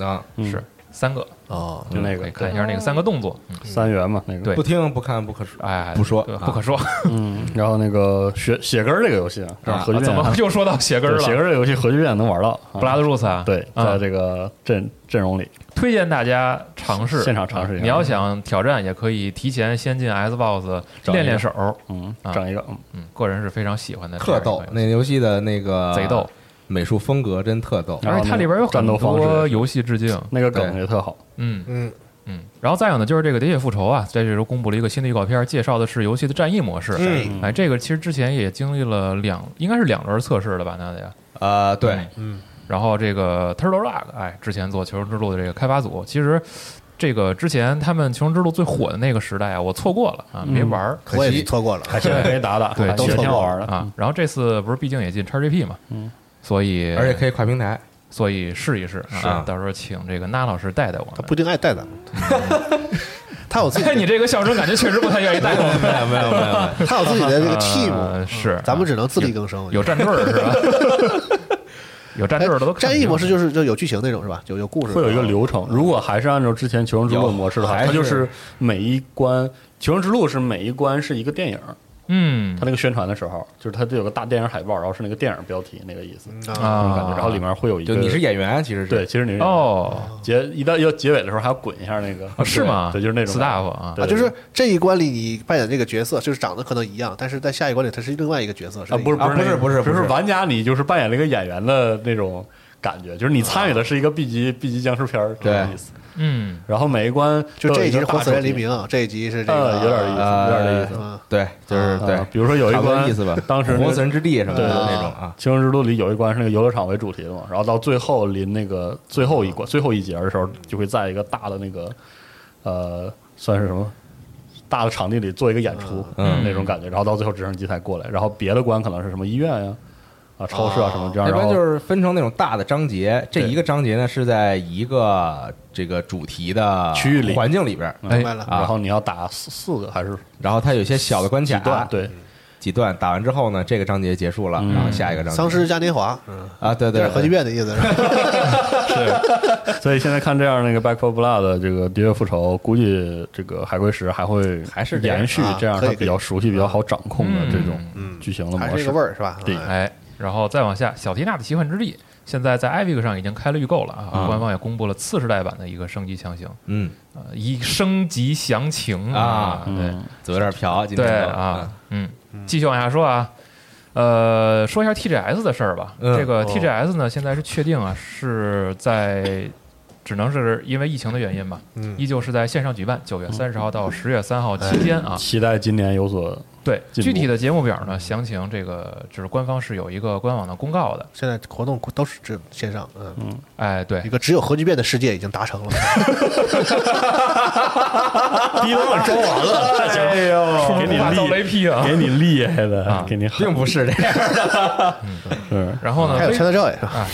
Speaker 2: 啊，
Speaker 1: 啊，
Speaker 2: 是三个，嗯
Speaker 3: 哦，
Speaker 5: 就嗯那
Speaker 2: 可以
Speaker 5: 个
Speaker 2: 看一下那个三个动作，嗯
Speaker 5: 三元嘛，那个
Speaker 2: 对
Speaker 1: 不听不看不可说，
Speaker 2: 哎，
Speaker 1: 不说
Speaker 2: 对
Speaker 1: 啊
Speaker 2: 不可说，
Speaker 5: 嗯，然后那个血血根儿这个游戏啊，
Speaker 1: 啊
Speaker 5: 核聚
Speaker 2: 怎
Speaker 5: 变
Speaker 2: 么
Speaker 5: 还
Speaker 2: 又说到血根儿
Speaker 5: 对血
Speaker 2: 了？
Speaker 5: 根儿这个游戏核聚变能玩到啊
Speaker 2: Blood Roots 啊，
Speaker 5: 对，
Speaker 2: 啊
Speaker 5: 在这个阵阵容里，
Speaker 2: 推荐大家尝试
Speaker 5: 现场尝试一下
Speaker 2: 啊你要想挑战，也可以提前先进 Xbox
Speaker 5: 找一个
Speaker 2: 练练手。
Speaker 5: 嗯
Speaker 2: 啊，
Speaker 5: 整一个，嗯
Speaker 2: 嗯，个人是非常喜欢的这
Speaker 1: 特
Speaker 2: 样一款游
Speaker 1: 逗
Speaker 2: 戏，。
Speaker 1: 那游戏的那个
Speaker 2: 贼逗，
Speaker 1: 美术风格真特逗，
Speaker 5: 然后
Speaker 2: 而且它里边有很
Speaker 5: 啊战斗方式也
Speaker 2: 多
Speaker 5: 是
Speaker 2: 游戏致敬。
Speaker 5: 那个梗也特 好，
Speaker 2: 嗯
Speaker 3: 嗯，
Speaker 2: 嗯，然后再有呢，就是这个《喋血复仇》啊，在这时候公布了一个新的预告片，介绍的是游戏的战役模式。
Speaker 1: 嗯
Speaker 2: 哎，这个其实之前也经历了两，应该是两轮测试了吧，那得。
Speaker 1: 啊，对，
Speaker 2: 然后这个 Turtle Rock，哎，之前做《求生之路》的这个开发组，其实这个之前他们《求生之路》最火的那个时代啊，我错过了啊，没玩儿。
Speaker 1: 嗯可
Speaker 3: 我也
Speaker 1: 惜嗯
Speaker 3: 是错过了。
Speaker 5: 还行，可以打 打，
Speaker 2: 对
Speaker 5: 还
Speaker 2: 都
Speaker 5: 挺
Speaker 2: 凑
Speaker 5: 挺好
Speaker 3: 合
Speaker 5: 玩的。
Speaker 2: 啊，然后这次不是毕竟也进 XGP 嘛，
Speaker 5: 嗯，
Speaker 2: 所以
Speaker 1: 而且可以跨平台，
Speaker 2: 所以试一试
Speaker 1: 是
Speaker 2: 啊，到时候请这个那老师带带我
Speaker 3: 他
Speaker 2: 们。
Speaker 3: 不一定爱带咱们，他有自己
Speaker 2: 看 你这个笑声，感觉确实不太愿意带我们。
Speaker 1: 没有没有没有，
Speaker 3: 他有自己的那个 team，嗯
Speaker 2: 呃是
Speaker 3: 咱们只能自力更生。
Speaker 2: 有战队儿是吧？ 有战队儿的都看
Speaker 3: 哎战役模式就是就有剧情那种是吧？有有故事，啊
Speaker 5: 会有一个流程。如果还是按照之前《求生之路》的模式的话，
Speaker 1: 有
Speaker 5: 它就
Speaker 1: 还是
Speaker 5: 是每一关《求生之路》是每一关是一个电影，
Speaker 2: 嗯
Speaker 5: 它那个宣传的时候，就是它就有个大电影海报，然后是那个电影标题那个意思，那
Speaker 3: 啊，
Speaker 5: 种
Speaker 2: 啊
Speaker 5: 感觉。然后里面会有一
Speaker 1: 就
Speaker 5: 个
Speaker 1: 你是演员，其实是
Speaker 5: 对，其实你是
Speaker 2: 哦
Speaker 5: 结一到要结尾的时候还要滚一下那个
Speaker 2: 啊是吗？
Speaker 5: 对，就是那种
Speaker 2: staff 啊，
Speaker 5: 对
Speaker 3: 啊，就是这一关里你扮演这个角色，就是长得可能一样，但是在下一关里他是另外一个角色，
Speaker 5: 啊，不是
Speaker 1: 啊
Speaker 5: 不是那个
Speaker 1: 不是不是
Speaker 5: 就是
Speaker 1: 不是
Speaker 5: 玩家，你就是扮演了一个演员的那种感觉，就是你参与的是一个 B 级 B 级僵尸片儿这
Speaker 1: 对
Speaker 5: 种意思。
Speaker 2: 嗯，
Speaker 5: 然后每一关
Speaker 3: 就这一集
Speaker 5: 呃
Speaker 3: 是《
Speaker 5: 都有个大
Speaker 3: 活死人
Speaker 5: 主题
Speaker 3: 黎明》，这一集是这
Speaker 5: 呃
Speaker 3: 个
Speaker 5: 有点意思，有点这意思。
Speaker 1: 呃，对，就是对
Speaker 5: 啊，比如说有一
Speaker 1: 差不多
Speaker 5: 关
Speaker 1: 意思吧，
Speaker 5: 当时那个
Speaker 1: 活死人之地什么的
Speaker 5: 对对
Speaker 1: 那种啊，
Speaker 5: 《求生之路》里有一关是那个游乐场为主题的嘛，然后到最后临那个最后一
Speaker 1: 嗯
Speaker 5: 关、最后一节的时候，就会在一个大的那个呃，算是什么大的场地里做一个演出，
Speaker 1: 嗯
Speaker 5: 那种感觉。然后到最后直升机才过来，然后别的关可能是什么医院呀、啊、超市啊什么这样，
Speaker 1: 一
Speaker 5: 然
Speaker 1: 般
Speaker 5: 后
Speaker 1: 就是分哦成那种大的章节，这
Speaker 5: 对
Speaker 1: 一个章节呢是在一个这个主题的
Speaker 5: 区域里
Speaker 1: 环境里边儿，
Speaker 3: 明白了。
Speaker 5: 然后你要打四四个还是
Speaker 1: 然后它有一些小的关
Speaker 5: 几
Speaker 1: 卡，
Speaker 5: 段？对，
Speaker 1: 几段打完之后呢，这个章节结束了，
Speaker 5: 嗯
Speaker 1: 然后下一个章节
Speaker 3: 丧尸嘉年华，嗯，
Speaker 1: 啊，对
Speaker 3: 有
Speaker 1: 对，
Speaker 3: 点
Speaker 1: 对
Speaker 3: 核聚变的意思。是吧
Speaker 5: 所以现在看这样那个《Back for Blood》的这个《喋血复仇》，估计这个海龟石还会
Speaker 1: 还是这样
Speaker 5: 延续
Speaker 3: 啊
Speaker 5: 这样
Speaker 3: 可以
Speaker 5: 他
Speaker 3: 可以
Speaker 5: 比较熟悉、比较好掌控
Speaker 1: 嗯
Speaker 5: 的这种剧情的
Speaker 3: 嗯还
Speaker 5: 模
Speaker 3: 是这
Speaker 5: 式
Speaker 3: 个。味儿是吧？
Speaker 5: 对
Speaker 3: 嗯
Speaker 2: 哎，然后再往下，小缇娜的奇幻之地现在在 iVig 上已经开了预购了啊，
Speaker 1: 嗯
Speaker 2: 官方也公布了次世代版的一个升级强行，
Speaker 1: 嗯，
Speaker 2: 呃，一升级详情
Speaker 1: 啊
Speaker 3: 嗯
Speaker 1: 嘴
Speaker 2: 对。
Speaker 1: 有点瓢，今天
Speaker 2: 对
Speaker 1: 都
Speaker 2: 啊，，嗯，继续往下说啊，呃，说一下
Speaker 5: 哦
Speaker 2: TGS 的事儿吧。
Speaker 1: 嗯
Speaker 2: 这个 TGS 呢，现在是确定啊，是在只能是因为疫情的原因吧，
Speaker 3: 嗯
Speaker 2: 依旧是在线上举办，九月三十号到十月三号期间啊。
Speaker 5: 期待今年 有所
Speaker 2: 对，
Speaker 5: 进
Speaker 2: 具体
Speaker 5: 哎步
Speaker 2: 的节目表呢，详情这个就是官方是有一个官网的公告的。
Speaker 3: 现在活动都是这线上，嗯，
Speaker 2: 哎，对
Speaker 3: 一，个只有核聚变的世界已经达 成了。
Speaker 5: 低能我说完了，哎呦，给你
Speaker 2: 无法造
Speaker 5: 厉，
Speaker 2: 雷劈啊！
Speaker 5: 给你厉害的
Speaker 2: 啊，
Speaker 5: 给你哎好
Speaker 1: 并不是这样。
Speaker 5: 是
Speaker 2: 然后呢，
Speaker 3: 还有
Speaker 2: 微
Speaker 3: China Joy 是吧？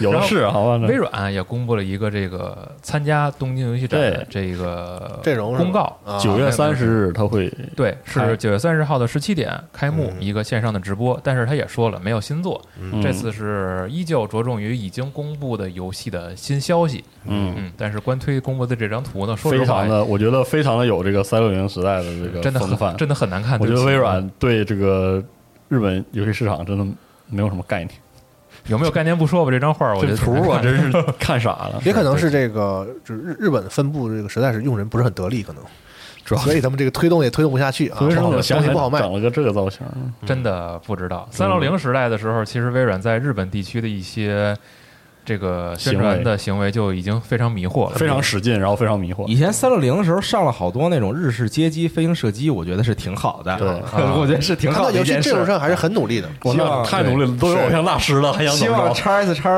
Speaker 5: 有的是，好吧？
Speaker 2: 微软也公布了一个这个参加东京游戏展的这个
Speaker 3: 阵容是吧
Speaker 2: 公告，
Speaker 3: 啊
Speaker 5: 九月三十日他会
Speaker 2: 对，
Speaker 5: 开
Speaker 2: 是九月三十号的十七点开幕
Speaker 3: 嗯
Speaker 2: 一个线上的直播，但是他也说了没有新作，
Speaker 5: 嗯
Speaker 2: 这次是依旧着重于已经公布的游戏的新消息，
Speaker 5: 嗯
Speaker 2: 嗯，但是官推公布的这张图呢，说
Speaker 5: 非
Speaker 2: 实话
Speaker 5: 常的，我觉得非常的有这个三六零时代的这个
Speaker 2: 真的
Speaker 5: 风范
Speaker 2: 很。真的很难看，嗯
Speaker 5: 我觉
Speaker 2: 对不
Speaker 5: 得
Speaker 2: 起
Speaker 5: 微软对这个日本游戏市场真的没有什么概念，
Speaker 2: 有没有概念不说吧，这张画儿我觉
Speaker 5: 这
Speaker 2: 得
Speaker 5: 图 我真是 看傻了
Speaker 3: 啊。也可能是这个，就是日日本的分布这个实在是用人不是很得力，可能
Speaker 5: 主要
Speaker 3: 所以咱们这个推动也推动不下去啊，
Speaker 5: 所以说
Speaker 3: 不好
Speaker 5: 我想
Speaker 3: 东
Speaker 5: 起
Speaker 3: 西
Speaker 5: 来
Speaker 3: 不好卖。
Speaker 5: 整了个这 个造型，
Speaker 2: 真的不知道。三六零时代的时候，其实微软在日本地区的一些这个宣传的行为就已经非常迷惑了，
Speaker 5: 非常使劲，然后非常迷惑。
Speaker 1: 以前三六零的时候上了好多那种日式街机飞行射击，我觉得是挺好的，啊
Speaker 5: 对
Speaker 1: 我觉得是挺
Speaker 3: 他
Speaker 1: 好
Speaker 3: 到
Speaker 1: 的
Speaker 3: 游
Speaker 1: 一
Speaker 3: 戏
Speaker 1: 件
Speaker 3: 阵
Speaker 1: 事
Speaker 3: 容
Speaker 1: 儿。
Speaker 3: 上还是很努力的，
Speaker 5: 我
Speaker 1: 希望
Speaker 5: 那太努力了，都有偶像大师了，还想
Speaker 1: 希
Speaker 5: 怎么
Speaker 1: 望
Speaker 5: 着？
Speaker 1: 叉 S 叉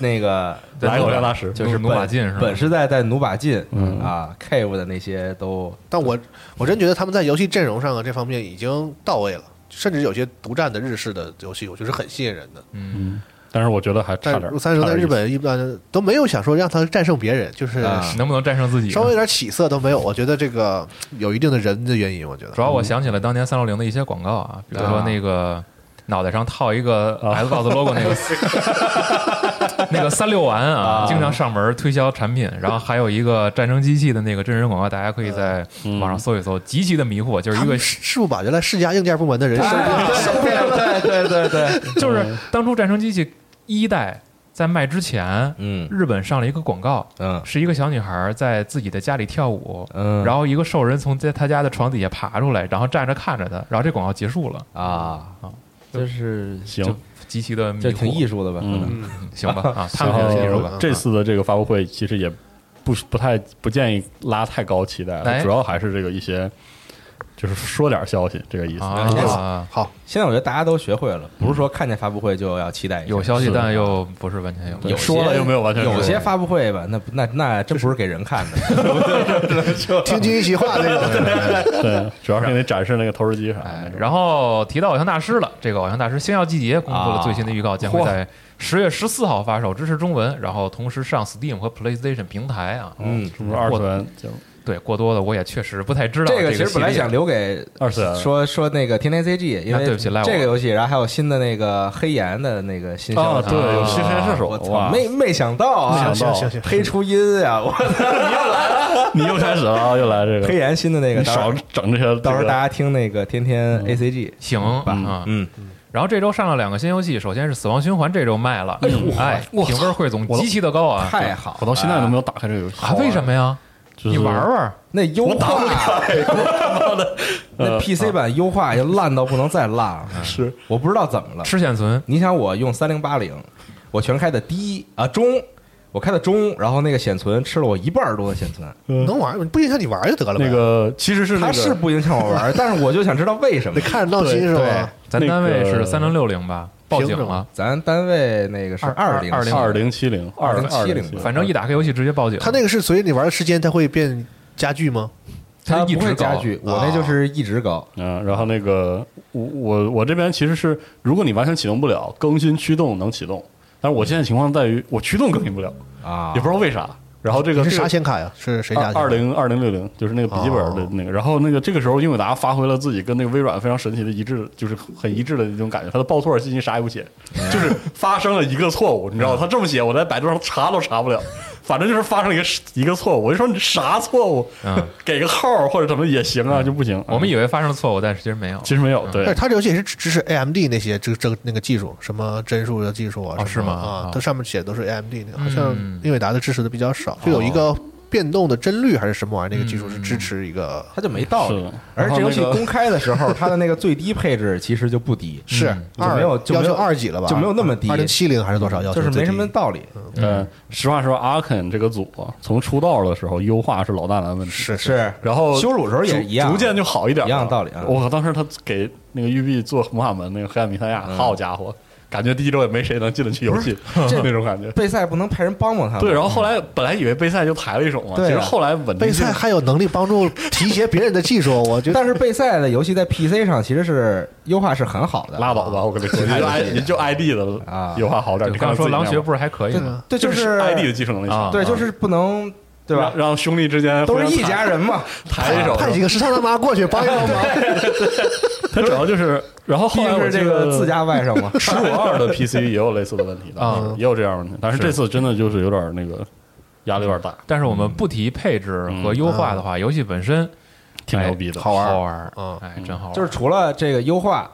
Speaker 1: 那个
Speaker 2: 对
Speaker 5: 来偶像大师，
Speaker 2: 就是努把劲是吧？
Speaker 1: 本世代在努把劲
Speaker 5: 嗯
Speaker 1: 啊，Cave 的那些 都
Speaker 3: 但我我真觉得他们在游戏阵容上啊这方面已经到位了，甚至有些独占的日式的游戏，我觉得是很吸引人的。
Speaker 2: 嗯，
Speaker 5: 嗯，但是我觉得还差
Speaker 3: 但
Speaker 5: 点
Speaker 3: 是。三十在
Speaker 5: 差点
Speaker 3: 日本一般都没有想说让他战胜别人，就是
Speaker 1: 啊
Speaker 2: 能不能战胜自己？
Speaker 3: 稍微有点起色都没有。我觉得这个有一定的人的原因，我觉
Speaker 2: 主
Speaker 3: 得。
Speaker 2: 要我想起了当年三六零的一些广告啊，比如说那个脑袋上套一个 Xbox logo 那个那个三六丸啊，经常上门推销产品，然后还有一个战争机器的那个真人广告，大家可以在
Speaker 5: 嗯
Speaker 2: 网上搜一搜，极其的迷惑，就是
Speaker 3: 他
Speaker 2: 一个
Speaker 3: 们是是不是把原来世家硬件部门的人收编
Speaker 1: 对对对对对，
Speaker 2: 就是当初战争机器一代在卖之前，
Speaker 1: 嗯
Speaker 2: 日本上了一个广告，
Speaker 1: 嗯
Speaker 2: 是一个小女孩在自己的家里跳舞，
Speaker 1: 嗯，
Speaker 2: 然后一个兽人从在她家的床底下爬出来，然后站着看着她，然后这广告结束了，
Speaker 1: 啊
Speaker 2: 啊，
Speaker 1: 就是
Speaker 5: 行
Speaker 1: 就
Speaker 2: 极其的迷惑
Speaker 1: 就挺艺术的吧？可能
Speaker 5: 嗯
Speaker 2: 行吧 啊，他
Speaker 5: 然
Speaker 2: 们觉得
Speaker 5: 后
Speaker 2: 挺艺术吧。
Speaker 3: 吧
Speaker 5: 这次的这个发布会其实也不不太不建议拉太高期待了，
Speaker 2: 哎
Speaker 5: 主要还是这个一些就是说点消息这个意思。
Speaker 2: 啊，
Speaker 3: 好，
Speaker 1: 现在我觉得大家都学会了，不是说看见发布会就要期待一下
Speaker 2: 有消息
Speaker 5: 是，
Speaker 2: 但又不是完全有。
Speaker 1: 有些
Speaker 5: 说了又没有完全
Speaker 1: 有
Speaker 5: 说
Speaker 1: 些发布会吧，那不那那真不是给人看的，
Speaker 3: 听君一席话那种。
Speaker 5: 对，主要是给你展示那个投石机啥
Speaker 2: 哎
Speaker 5: 的。，
Speaker 2: 然后提到偶像大师了，这个偶像大师《星耀季节》公布了最新的预告，将会在十月十四号发售，支持中文，然后同时上 Steam 和 PlayStation 平台啊。
Speaker 1: 嗯。
Speaker 5: 什么二次元就
Speaker 2: 对，过多的我也确实不太知道
Speaker 1: 这个
Speaker 2: 个
Speaker 1: 其实本来想留给
Speaker 5: 二次元
Speaker 1: 说说那个《天天 CG》，因
Speaker 2: 啊那对不起
Speaker 1: 为
Speaker 2: 赖我
Speaker 1: 这个游戏，然后还有新的那个黑岩的那个新消
Speaker 5: 啊，
Speaker 1: 息，
Speaker 5: 对，有新神射手
Speaker 1: 我操，
Speaker 5: 哇，
Speaker 1: 没没想到啊
Speaker 3: 行，
Speaker 5: 没想
Speaker 3: 行
Speaker 5: 到
Speaker 3: 行行，
Speaker 1: 黑初音呀，我
Speaker 5: 你又开始了啊，又来这
Speaker 1: 黑
Speaker 5: 个，
Speaker 1: 岩新的那个，
Speaker 5: 你
Speaker 1: 到时
Speaker 5: 少
Speaker 1: 候
Speaker 5: 整这嗯些，
Speaker 1: 到时候大家
Speaker 5: 家
Speaker 1: 听那个天天 ACG，
Speaker 2: 行啊。
Speaker 1: 嗯，
Speaker 2: 然后这周上了两个新游戏，首先是《死亡循环》，这周卖了，哎，评分汇总极其的高啊！
Speaker 1: 嗯太好了，
Speaker 5: 我到现在都没有打开这个游戏
Speaker 2: 啊，，为什么呀？
Speaker 5: 就是
Speaker 2: 你玩玩，
Speaker 1: 那优化， 那
Speaker 5: 呃
Speaker 1: PC 版优化也烂到不能再烂了，
Speaker 5: 是
Speaker 1: 我不知道怎么了。
Speaker 2: 吃现存，
Speaker 1: 你想我用三零八零，我全开的低啊中，我开的中，然后那个显存吃了我一半儿多的显存，
Speaker 3: 能玩不影响你玩就得了呗。
Speaker 5: 呃那个其实是那
Speaker 1: 它
Speaker 5: 个
Speaker 1: 是不影响我玩儿，但是我就想知道为什么
Speaker 3: 得。看着闹心是
Speaker 1: 对
Speaker 3: 吧？
Speaker 2: 咱单位
Speaker 5: 那
Speaker 2: 是
Speaker 5: 个
Speaker 2: 三零六零吧？报警
Speaker 3: 凭什
Speaker 2: 了
Speaker 3: 么，
Speaker 1: 咱单位那个是
Speaker 2: 二
Speaker 1: 零
Speaker 2: 二
Speaker 5: 二零七零
Speaker 1: 2070
Speaker 2: 反正一打开游戏直接报警。
Speaker 3: 它那个是随着你玩的时间，它会变加剧吗？
Speaker 1: 它
Speaker 2: 它一
Speaker 1: 不会
Speaker 2: 直
Speaker 1: 加
Speaker 2: 高
Speaker 1: 剧，我那就是一直高。
Speaker 5: 嗯，然后那个我我我这边其实是，如果你完全启动不了，更新驱动能启动，但是我现在情况在于我驱动更新不了，
Speaker 1: 啊
Speaker 5: 也不知道为啥。然后这个
Speaker 3: 是啥
Speaker 5: 这
Speaker 3: 显卡呀？是谁
Speaker 5: 个
Speaker 3: 家的？哦
Speaker 5: 二零二零六零就是那个笔记本的那个，然后那个这个时候英伟达发挥了自己跟那个微软非常神奇的一致，就是很一致的那种感觉。它的报错信息啥也不写，
Speaker 3: 嗯
Speaker 5: 就是发生了一个错误，你知道吗？它这么写，我在百度上查都查不了，反正就是发生了一个一个错误。我就说你啥错误
Speaker 2: 嗯，
Speaker 5: 给个号儿或者怎么也行啊，就不行。
Speaker 2: 我们
Speaker 5: 也
Speaker 2: 以为发生了错误，但是其实没有。
Speaker 5: 其实没有对
Speaker 3: 但是，它这游戏也是支持 AMD 那些这个这个那个技术，什么帧数的技术啊
Speaker 2: 哦，
Speaker 3: 什么
Speaker 2: 是吗
Speaker 3: 啊
Speaker 2: 哦，
Speaker 3: 它上面写的都是 AMD 那个，好像
Speaker 2: 嗯
Speaker 3: 英伟达的支持的比较少。就有一个变动的帧率还是什么玩意儿，那个技术是
Speaker 2: 嗯
Speaker 3: 支持一个
Speaker 1: 它就没道
Speaker 5: 是
Speaker 1: 理
Speaker 5: 的。
Speaker 1: 而这游戏
Speaker 5: 然后那个
Speaker 1: 公开的时候，它 的那个最低配置其实就不低，嗯
Speaker 3: 是
Speaker 1: 就没
Speaker 3: 二
Speaker 1: 有就
Speaker 3: 要
Speaker 1: 没
Speaker 3: 求
Speaker 1: 有
Speaker 3: 二几了吧，
Speaker 1: 就没有那么低
Speaker 3: 二零七零还是多少要
Speaker 1: 就
Speaker 3: 求
Speaker 1: 是
Speaker 3: 最
Speaker 1: 没
Speaker 3: 低？
Speaker 1: 什么道理。嗯
Speaker 5: 呃，实话说 a r k a n 这个组啊从出道的时候优化是老大难问题，
Speaker 3: 是是
Speaker 1: 是，
Speaker 5: 然后
Speaker 1: 羞辱的时候也
Speaker 5: 逐
Speaker 1: 一样，
Speaker 5: 哦逐渐就好一点了，
Speaker 1: 一样道理啊
Speaker 5: 我靠，当时他给那个育碧做魔法门那个黑暗弥赛
Speaker 1: 嗯
Speaker 5: 亚，好家伙，感觉第一周也没谁能进得去游戏那 种感觉。
Speaker 1: 备赛不能派人帮帮他们。
Speaker 5: 对，然后后来本来以为杯赛就抬了一手嘛，
Speaker 1: 对啊
Speaker 5: 其实后来稳定
Speaker 3: 备赛还有能力帮助提携别人的 技术，我觉得
Speaker 1: 嗯但是备赛的游戏在 PC 上其实是优化是很好的，
Speaker 5: 拉倒吧，我 跟你说，
Speaker 1: 太
Speaker 5: 就 i
Speaker 1: 厉害
Speaker 5: 就 ID 的
Speaker 1: 啊
Speaker 5: 优化好点。
Speaker 2: 对
Speaker 5: 你
Speaker 2: 刚才
Speaker 5: 看
Speaker 2: 说
Speaker 5: 自己
Speaker 2: 狼
Speaker 5: 那
Speaker 2: 学
Speaker 5: 样啊
Speaker 2: 不是还可以
Speaker 1: 对
Speaker 2: 吗？
Speaker 1: 对，
Speaker 5: 就是 ID 的继承能力强
Speaker 2: 啊，
Speaker 1: 对，就是不能对吧
Speaker 5: 让？让兄弟之 间
Speaker 1: 都
Speaker 5: 互
Speaker 1: 是
Speaker 5: 相
Speaker 1: 一家人嘛，
Speaker 5: 抬一手，
Speaker 3: 派几个时尚大妈过去帮一帮忙。
Speaker 5: 他主要就是，然后
Speaker 1: 毕
Speaker 5: 后来
Speaker 1: 竟
Speaker 5: 我
Speaker 1: 是这个自家外甥嘛。
Speaker 5: 十五二的 PC 也有类似的问题的，
Speaker 2: 啊
Speaker 5: 也有这样的问题，但是
Speaker 2: 是
Speaker 5: 这次真的就是有点那个压力有点大，
Speaker 2: 但是我
Speaker 5: 嗯
Speaker 2: 们不提配置和优化的话，游戏本身哎
Speaker 5: 挺牛逼的。
Speaker 2: 好
Speaker 3: 玩儿
Speaker 2: 好玩儿
Speaker 3: 嗯
Speaker 2: 哎，真好玩 儿，
Speaker 1: 就是除了这个优化，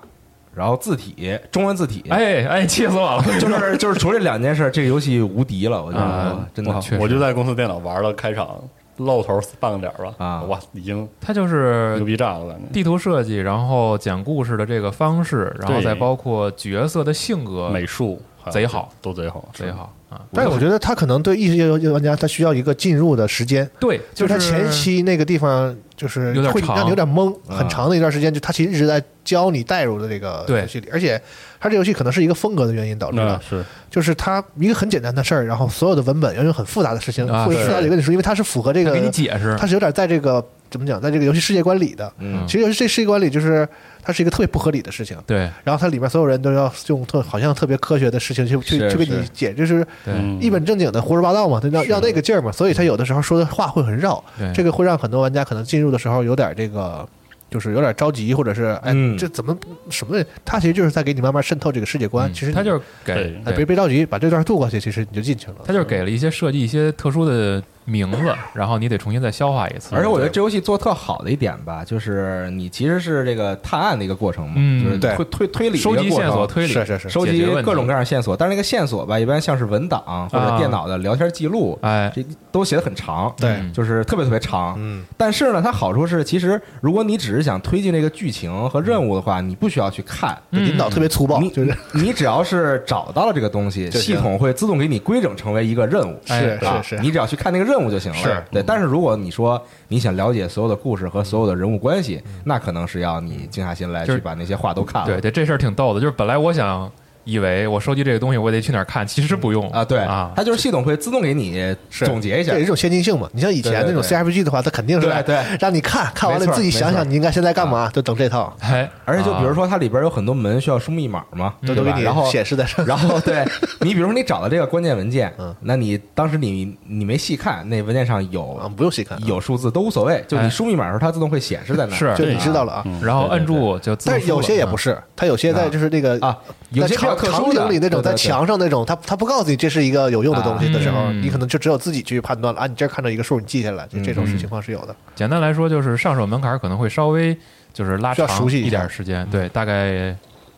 Speaker 1: 然后字体中文字体，，
Speaker 2: 哎哎，气死 我了！
Speaker 1: 就是就是除这两件事，这个游戏无敌了，我觉得
Speaker 2: 啊
Speaker 1: 真的
Speaker 2: 我确实
Speaker 5: 我就在公司电脑玩了开场露头半个点儿吧，
Speaker 1: 啊
Speaker 5: 哇，已经
Speaker 2: 它就是
Speaker 5: 牛逼炸了，我感觉
Speaker 2: 地图设计，然后讲故事的这个方式，然后
Speaker 5: 对
Speaker 2: 再包括角色的性格，
Speaker 5: 美术还有
Speaker 2: 呃贼好，
Speaker 5: 都贼好，
Speaker 2: 贼好啊！
Speaker 3: 但是我觉得他可能对益智玩家，他需要一个进入的时间，
Speaker 2: 对，
Speaker 3: 就是他前期那个地方就是
Speaker 2: 有点
Speaker 3: 会
Speaker 2: 长
Speaker 3: 让你有点懵，
Speaker 1: 啊
Speaker 3: 很长的一段时间，就他其实一直在教你带入的这个
Speaker 2: 对嗯
Speaker 3: 游戏里，而且他这游戏可能是一个风格的原因导致
Speaker 5: 那
Speaker 3: 的，
Speaker 5: 是
Speaker 3: 就是他一个很简单的事儿，然后所有的文本要用很复杂的事情，
Speaker 2: 啊
Speaker 3: 或者
Speaker 2: 是
Speaker 3: 复杂的跟你说，因为它是符合这
Speaker 2: 他
Speaker 3: 个
Speaker 2: 给你解释
Speaker 3: 它，是有点在这个怎么讲，在这个游戏世界观里的。
Speaker 1: 嗯
Speaker 3: 其实游戏这世界观里就是它是一个特别不合理的事情，
Speaker 2: 对
Speaker 3: 然后它里面所有人都要用特好像特别科学的事情去去
Speaker 1: 是
Speaker 3: 去给你
Speaker 1: 是
Speaker 3: 解，就是
Speaker 2: 对
Speaker 5: 嗯
Speaker 3: 一本正经的胡说八道嘛，它要要那个劲儿嘛，所以它有的时候说的话会很绕，
Speaker 1: 哎
Speaker 2: 对，
Speaker 3: 这个会让很多玩家可能进入的时候有点这个。就是有点着急，或者是哎
Speaker 1: 嗯，
Speaker 3: 这怎么什么？他其实就是在给你慢慢渗透这个世界观。
Speaker 2: 嗯
Speaker 3: 其实
Speaker 2: 他就是
Speaker 5: 对
Speaker 2: 给
Speaker 3: 哎别别着急，把这段渡过去，其实你就进去了。
Speaker 2: 他就是给了一些设计一些特殊的名字，然后你得重新再消化一次。
Speaker 1: 而且我觉得这游戏做特好的一点吧，就是你其实是这个探案的一个过程嘛，
Speaker 2: 嗯
Speaker 1: 就是
Speaker 3: 对
Speaker 1: 推推推理的一个
Speaker 2: 收集
Speaker 1: 过
Speaker 2: 线
Speaker 1: 程
Speaker 2: 索、推理
Speaker 3: 是是是
Speaker 1: 收集
Speaker 2: 解决问题啊
Speaker 1: 各种各样的线索，但是那个线索吧，一般像是文档或者电脑的聊天记录，
Speaker 2: 哎，
Speaker 1: 这都写的很长，
Speaker 3: 对
Speaker 2: 嗯
Speaker 1: 就是特别特别长。
Speaker 3: 嗯，
Speaker 1: 但是呢，它好处是，其实如果你只是想推进这个剧情和任务的话，你不需要去看，
Speaker 2: 嗯
Speaker 3: 引导特别粗暴，
Speaker 1: 你
Speaker 3: 就是
Speaker 1: 你 只要是找到了这个东西，
Speaker 3: 就
Speaker 1: 系
Speaker 3: 行
Speaker 1: 统会自动给你规整成为一个任务。
Speaker 2: 哎
Speaker 3: 是
Speaker 1: 啊
Speaker 3: 是是，
Speaker 1: 你只要去看那个任务就行了。
Speaker 3: 是
Speaker 1: 对。但是如果你说你想了解所有的故事和所有的人物关系，那可能是要你静下心来
Speaker 2: 就是
Speaker 1: 去把那些话都看了。
Speaker 2: 对对，这事儿挺逗的。就是本来我想以为我收集这个东西，我得去哪儿看，其实不用
Speaker 1: 啊，对
Speaker 2: 啊，
Speaker 1: 它就是系统会自动给你
Speaker 3: 是
Speaker 1: 总结一下
Speaker 3: 这。也是一种先进性嘛。你像以前那种
Speaker 1: 对
Speaker 3: CFG 的话，它肯定是哎
Speaker 1: 对对
Speaker 3: 让你看看完
Speaker 1: 没
Speaker 3: 了你
Speaker 1: 错
Speaker 3: 自己想
Speaker 1: 没
Speaker 3: 想
Speaker 1: 错啊
Speaker 3: 你应该现在干嘛，就等这套
Speaker 2: 哎，
Speaker 1: 而且就比如
Speaker 2: 啊
Speaker 1: 说，它里边有很多门需要输密码嘛，
Speaker 3: 都
Speaker 1: 对
Speaker 3: 都给
Speaker 1: 吧？
Speaker 3: 你
Speaker 1: 然后
Speaker 3: 显示在上。
Speaker 1: 然后对你，比如说你找到这个关键文件
Speaker 3: 嗯，
Speaker 1: 那你当时你你没细看，那文件上
Speaker 3: 啊，
Speaker 1: 有
Speaker 3: 不用细看，
Speaker 1: 有数字都无所谓，就
Speaker 2: 哎
Speaker 1: 你输密码的时候，它自动会显示在那儿。
Speaker 2: 是
Speaker 3: 就你知道了啊。
Speaker 5: 嗯
Speaker 2: 然后摁住就自
Speaker 3: 但是有些也不
Speaker 2: 是
Speaker 3: 是，它有些在
Speaker 1: 啊
Speaker 3: 就是那个
Speaker 1: 啊，有
Speaker 3: 在
Speaker 1: 些比较
Speaker 3: 场
Speaker 1: 特
Speaker 3: 场
Speaker 1: 殊的
Speaker 3: 景里那种
Speaker 1: 对对
Speaker 3: 在
Speaker 1: 对
Speaker 3: 墙上那种，它它不告诉你这是一个有用的东西的时候，
Speaker 2: 啊嗯
Speaker 3: 你可能就只有自己去判断了啊。你这儿看到一个数，你记下来，就这种
Speaker 2: 嗯
Speaker 3: 情况是有的。
Speaker 2: 简单来说，就是上手门槛可能会稍微就是拉
Speaker 3: 需要
Speaker 2: 长
Speaker 3: 熟悉一下
Speaker 2: 一点时间，
Speaker 5: 嗯
Speaker 2: 对，大概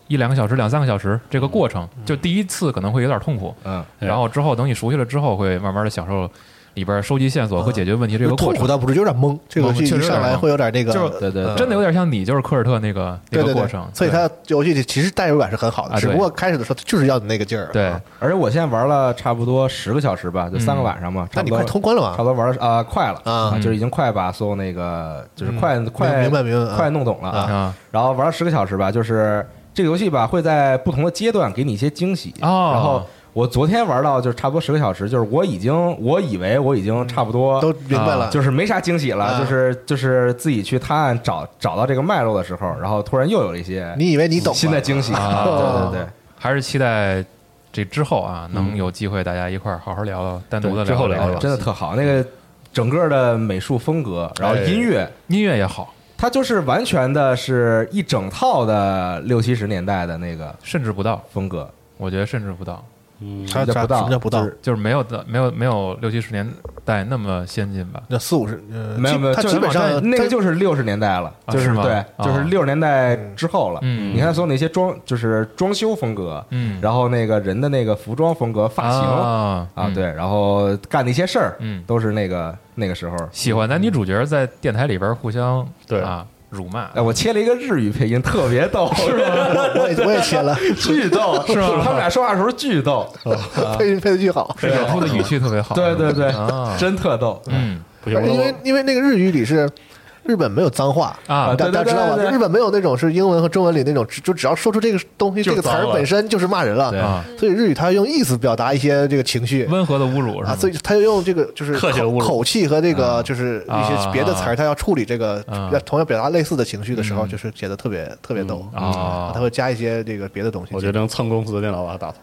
Speaker 2: 一两个小时、两三个小时这个过程，就第一次可能会有点痛苦，
Speaker 1: 嗯，
Speaker 5: 嗯对
Speaker 2: 然后之后等你熟悉了之后，会慢慢的享受里边收集线索和解决问题这个过
Speaker 3: 嗯痛苦
Speaker 2: 程。
Speaker 3: 倒不是，就有点懵。这个游戏
Speaker 2: 懵确
Speaker 3: 一
Speaker 2: 实有点
Speaker 3: 上来
Speaker 2: 懵
Speaker 3: 会有点那个，
Speaker 2: 就是
Speaker 1: 对对对
Speaker 3: 嗯
Speaker 2: 真的有点像你就是科尔特那个那
Speaker 3: 对
Speaker 2: 个
Speaker 3: 对
Speaker 2: 过
Speaker 3: 对
Speaker 2: 程，，
Speaker 3: 所以
Speaker 2: 对
Speaker 3: 它游戏里其实代入感是很好的，
Speaker 2: 啊
Speaker 3: 只不
Speaker 2: 对
Speaker 3: 过开始的时候它就是要你那个劲儿。
Speaker 2: 对
Speaker 3: 啊
Speaker 1: 而且我现在玩了差不多十个小时吧，就三个
Speaker 2: 嗯
Speaker 1: 晚上嘛，差
Speaker 3: 那
Speaker 1: 不
Speaker 3: 你
Speaker 1: 多
Speaker 3: 快通关了
Speaker 1: 差不？
Speaker 3: 吧
Speaker 1: 多玩了啊，快了
Speaker 3: 啊
Speaker 1: 就是已经快把所有那个就是
Speaker 3: 嗯
Speaker 1: 快快
Speaker 3: 明白明白啊
Speaker 1: 快弄懂了啊。
Speaker 2: 啊，
Speaker 1: 然后玩了十个小时吧，就是这个游戏吧会在不同的阶段给你一些惊喜。
Speaker 2: 哦
Speaker 1: 然后我昨天玩到就是差不多十个小时，就是我已经我以为我已经差不多
Speaker 3: 啊都明白了，
Speaker 1: 啊就是没啥惊喜了，
Speaker 3: 啊
Speaker 1: 就是就是自己去探案找找到这个脉络的时候，然后突然又有一些
Speaker 3: 你以为你懂了
Speaker 1: 新的惊喜。
Speaker 2: 啊
Speaker 1: 对
Speaker 5: 哦
Speaker 1: 对对。
Speaker 2: 还是期待这之后啊，能有机会大家一块儿好好聊聊，单独的
Speaker 5: 对之后聊
Speaker 2: 聊
Speaker 5: 聊
Speaker 1: 真的特好。那个整个的美术风格，然后音乐，
Speaker 2: 音乐也好，
Speaker 1: 它就是完全的是一整套的六七十年代的那个
Speaker 2: 甚至不到，
Speaker 1: 风格。
Speaker 2: 我觉得甚至不到，
Speaker 5: 嗯，
Speaker 3: 啥
Speaker 1: 什么叫
Speaker 3: 啥
Speaker 1: 不到？
Speaker 3: 什么叫不到
Speaker 1: 就是
Speaker 2: 就是没有的，没有没有六七十年代那么先进吧？
Speaker 3: 那四五十，呃，
Speaker 1: 没有没有，
Speaker 3: 它
Speaker 1: 就是
Speaker 3: 基本上
Speaker 1: 那
Speaker 3: 它
Speaker 1: 个就是六十年代了，
Speaker 2: 啊
Speaker 1: 就是
Speaker 2: 吗
Speaker 1: 对，就是
Speaker 2: 啊
Speaker 1: 六十年代之后了。
Speaker 2: 嗯
Speaker 1: 你看所有那些装，就是装修风格，
Speaker 2: 嗯，
Speaker 1: 然后那个人的那个服装风格、发型
Speaker 2: 啊
Speaker 1: 啊，，对，
Speaker 2: 嗯
Speaker 1: 然后干的一些事儿，
Speaker 2: 嗯
Speaker 1: 都是那个那个时候。
Speaker 2: 喜欢男女主角在电台里边互相
Speaker 5: 对
Speaker 2: 啊辱骂
Speaker 1: 哎，，我切了一个日语配音，特别逗，是吗？
Speaker 3: 我我也我也切了，
Speaker 1: 巨逗，
Speaker 2: 是吗哦
Speaker 1: 他们俩说话的时候巨逗，啊
Speaker 3: 配音配的巨好。
Speaker 2: 这首出的语气特别好，
Speaker 1: 对对对
Speaker 2: 啊，，
Speaker 1: 真特逗。
Speaker 2: 嗯
Speaker 5: 不行，
Speaker 3: 因为因为那个日语里是日本没有脏话，
Speaker 2: 啊
Speaker 1: 啊，
Speaker 3: 大家
Speaker 1: 对对
Speaker 3: 知道吧？
Speaker 1: 对对对
Speaker 3: 就日本没有那种是英文和中文里那种，只就只要说出这个东西
Speaker 5: 就
Speaker 3: 这个
Speaker 5: 是
Speaker 3: 词儿
Speaker 5: 脏了
Speaker 3: 本身就是骂人了。
Speaker 5: 对
Speaker 2: 啊，
Speaker 3: 所以日语它用意思表达一些这个情绪
Speaker 2: 温和的侮辱是
Speaker 3: 啊，
Speaker 2: 吗？
Speaker 3: 所以它就用这个就是
Speaker 5: 客气的
Speaker 3: 口
Speaker 5: 侮辱
Speaker 3: 口气和这个就是一些别的词
Speaker 2: 啊
Speaker 3: 儿，它要处理这个
Speaker 2: 啊
Speaker 3: 要同样表达类似的情绪的时候，
Speaker 2: 嗯
Speaker 3: 就是写的特别特别逗
Speaker 2: 啊
Speaker 3: 它会加一些这个别的东西。
Speaker 5: 我觉得能蹭公司的电脑把 它打通，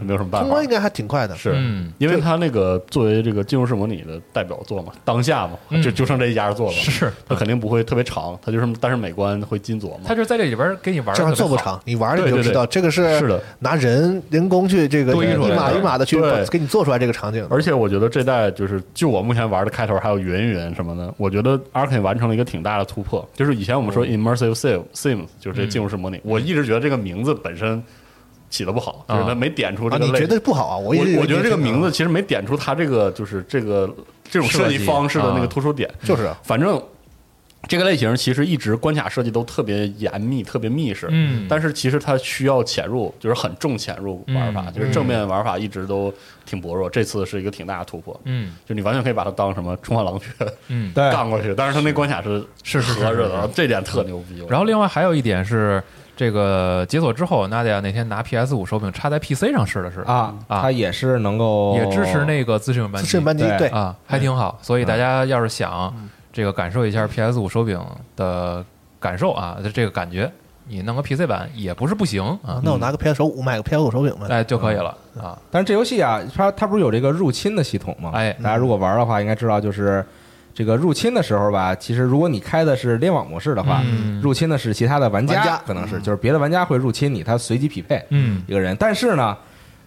Speaker 5: 没有什么办
Speaker 3: 通
Speaker 5: 法
Speaker 3: 关。应该还挺快的，
Speaker 5: 是
Speaker 2: 嗯
Speaker 5: 因为他那个作为这个进入式模拟的代表作嘛，当下嘛，
Speaker 2: 嗯
Speaker 5: 就就剩这一家人做了，
Speaker 2: 是，嗯
Speaker 5: 他肯定不会特别长，他就是但是每关会金琢磨
Speaker 2: 他。就是在这里边给你玩，
Speaker 3: 这玩意儿做不，长，你玩儿你
Speaker 5: 对
Speaker 3: 就
Speaker 5: 对
Speaker 3: 知道这个
Speaker 5: 是的
Speaker 3: 拿人人工去这个
Speaker 2: 堆
Speaker 3: 一
Speaker 2: 出来
Speaker 3: 码
Speaker 2: 的
Speaker 3: 一码的去
Speaker 5: 对
Speaker 3: 把给你做出来这个场景。
Speaker 5: 而且我觉得这代就是就我目前玩的开头还有云云什么的，我觉得 Arkane 完成了一个挺大的突破。就是以前我们
Speaker 2: 哦
Speaker 5: 说 immersive sim sim 就
Speaker 2: 嗯
Speaker 5: 是这进入式模拟，我一直觉得这个名字本身起的不好，就是它
Speaker 2: 啊
Speaker 5: 没点出
Speaker 3: 啊，
Speaker 5: 这个
Speaker 3: 你
Speaker 5: 类
Speaker 3: 觉
Speaker 5: 型。
Speaker 3: 得不好啊？我
Speaker 5: 我
Speaker 3: 一直以为
Speaker 5: 我觉得
Speaker 3: 你
Speaker 5: 这个
Speaker 3: 挺
Speaker 5: 名字其实没点出它这个就是这个这种设计方式的那个突出点。
Speaker 3: 就是啊
Speaker 5: 反正这个类型其实一直关卡设计都特别严密、特别密实，
Speaker 2: 嗯
Speaker 5: 但是其实它需要潜入，就是很重潜入玩法，
Speaker 2: 嗯
Speaker 5: 就是正面玩法一直都挺薄弱，这次是一个挺大的突破。
Speaker 2: 嗯
Speaker 5: 就你完全可以把它当什么冲破狼穴
Speaker 2: 嗯。
Speaker 1: 对，
Speaker 5: 干过去，但是它那关卡是
Speaker 2: 是是是
Speaker 5: 合着
Speaker 2: 是
Speaker 5: 的，这点特牛逼。
Speaker 2: 然后另外还有一点是，这个解锁之后，Nadia 那天拿 PS 五手柄插在 PC 上试了试，
Speaker 1: 啊，
Speaker 2: 啊
Speaker 1: 它也是能够
Speaker 2: 也支持那个自适应扳
Speaker 3: 自
Speaker 2: 机，
Speaker 3: 适应扳机
Speaker 1: 对
Speaker 3: 对，
Speaker 2: 啊，还挺好。所
Speaker 1: 嗯
Speaker 2: 以大家要是想这个感受一下 PS 五手柄的感受啊，就这个感觉，你弄个 PC 版也不是不行啊，
Speaker 3: 那我拿个 PS 手五买个 PS 五手柄呗。
Speaker 2: 哎就可以了啊。
Speaker 1: 但是这游戏啊，它它不是有这个入侵的系统吗？
Speaker 2: 哎
Speaker 1: 大家如果玩的话，应该知道就是这个入侵的时候吧，其实如果你开的是联网模式的话，
Speaker 2: 嗯
Speaker 1: 入侵的是其他的玩家，
Speaker 3: 玩家嗯
Speaker 1: 可能是就是别的玩家会入侵你，他随机匹配
Speaker 2: 嗯
Speaker 1: 一个人。但是呢，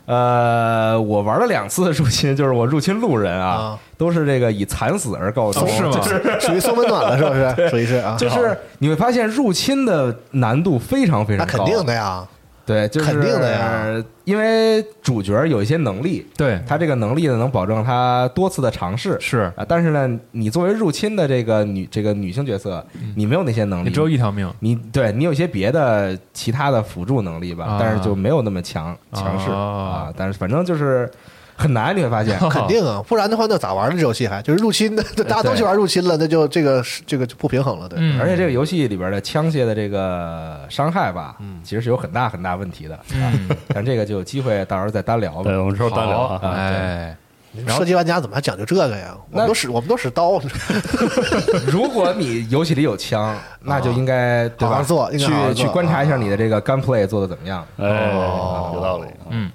Speaker 1: 呃，我玩了两次入侵，就是我入侵路人啊，
Speaker 3: 啊
Speaker 1: 都是这个以惨死而告终，
Speaker 2: 哦是吗
Speaker 1: 就是
Speaker 3: 属于送温暖了，是不是？属于是啊，
Speaker 1: 就是你会发现入侵的难度非常非
Speaker 3: 那
Speaker 1: 常高，
Speaker 3: 肯定的呀，
Speaker 1: 对，就是
Speaker 3: 肯定的呀，
Speaker 1: 因为主角有一些能力，
Speaker 2: 对，
Speaker 1: 他这个能力呢能保证他多次的尝试
Speaker 2: 是
Speaker 1: 啊，但是呢，你作为入侵的这个女这个女性角色，
Speaker 3: 嗯
Speaker 1: 你没有那些能
Speaker 2: 你
Speaker 3: 哎
Speaker 1: 力，
Speaker 2: 只有一条命，
Speaker 1: 你对你有一些别的其他的辅助能力吧，
Speaker 2: 啊
Speaker 1: 但是就没有那么
Speaker 3: 啊
Speaker 1: 强强势
Speaker 2: 哦
Speaker 1: 啊，但是反正就是很难，你会 发现
Speaker 3: 肯定啊，不然的话那咋玩呢？这游戏还就是入侵的，大家都去玩入侵了，那就这个是这个就不平衡了，对。
Speaker 2: 嗯，
Speaker 1: 而且这个游戏里边的枪械的这个伤害吧，
Speaker 3: 嗯
Speaker 1: 其实是有很大很大问 题的。
Speaker 2: 嗯，
Speaker 1: 但这个就有机会到时候再单聊吧
Speaker 5: 对，。我们之后单聊
Speaker 2: 好，
Speaker 5: 啊。
Speaker 2: 哎，然后
Speaker 3: 射击玩家怎么还讲究这个呀？我
Speaker 1: 那
Speaker 3: 们都使我们都使刀，
Speaker 1: 如果你游戏里有 枪，那就应该对
Speaker 3: 啊好
Speaker 1: 吧？
Speaker 3: 好做应该好好
Speaker 1: 去
Speaker 3: 做啊
Speaker 1: 去观察一下你的这个 gunplay 做的怎么样。
Speaker 5: 哎，有道理。啊
Speaker 2: 嗯，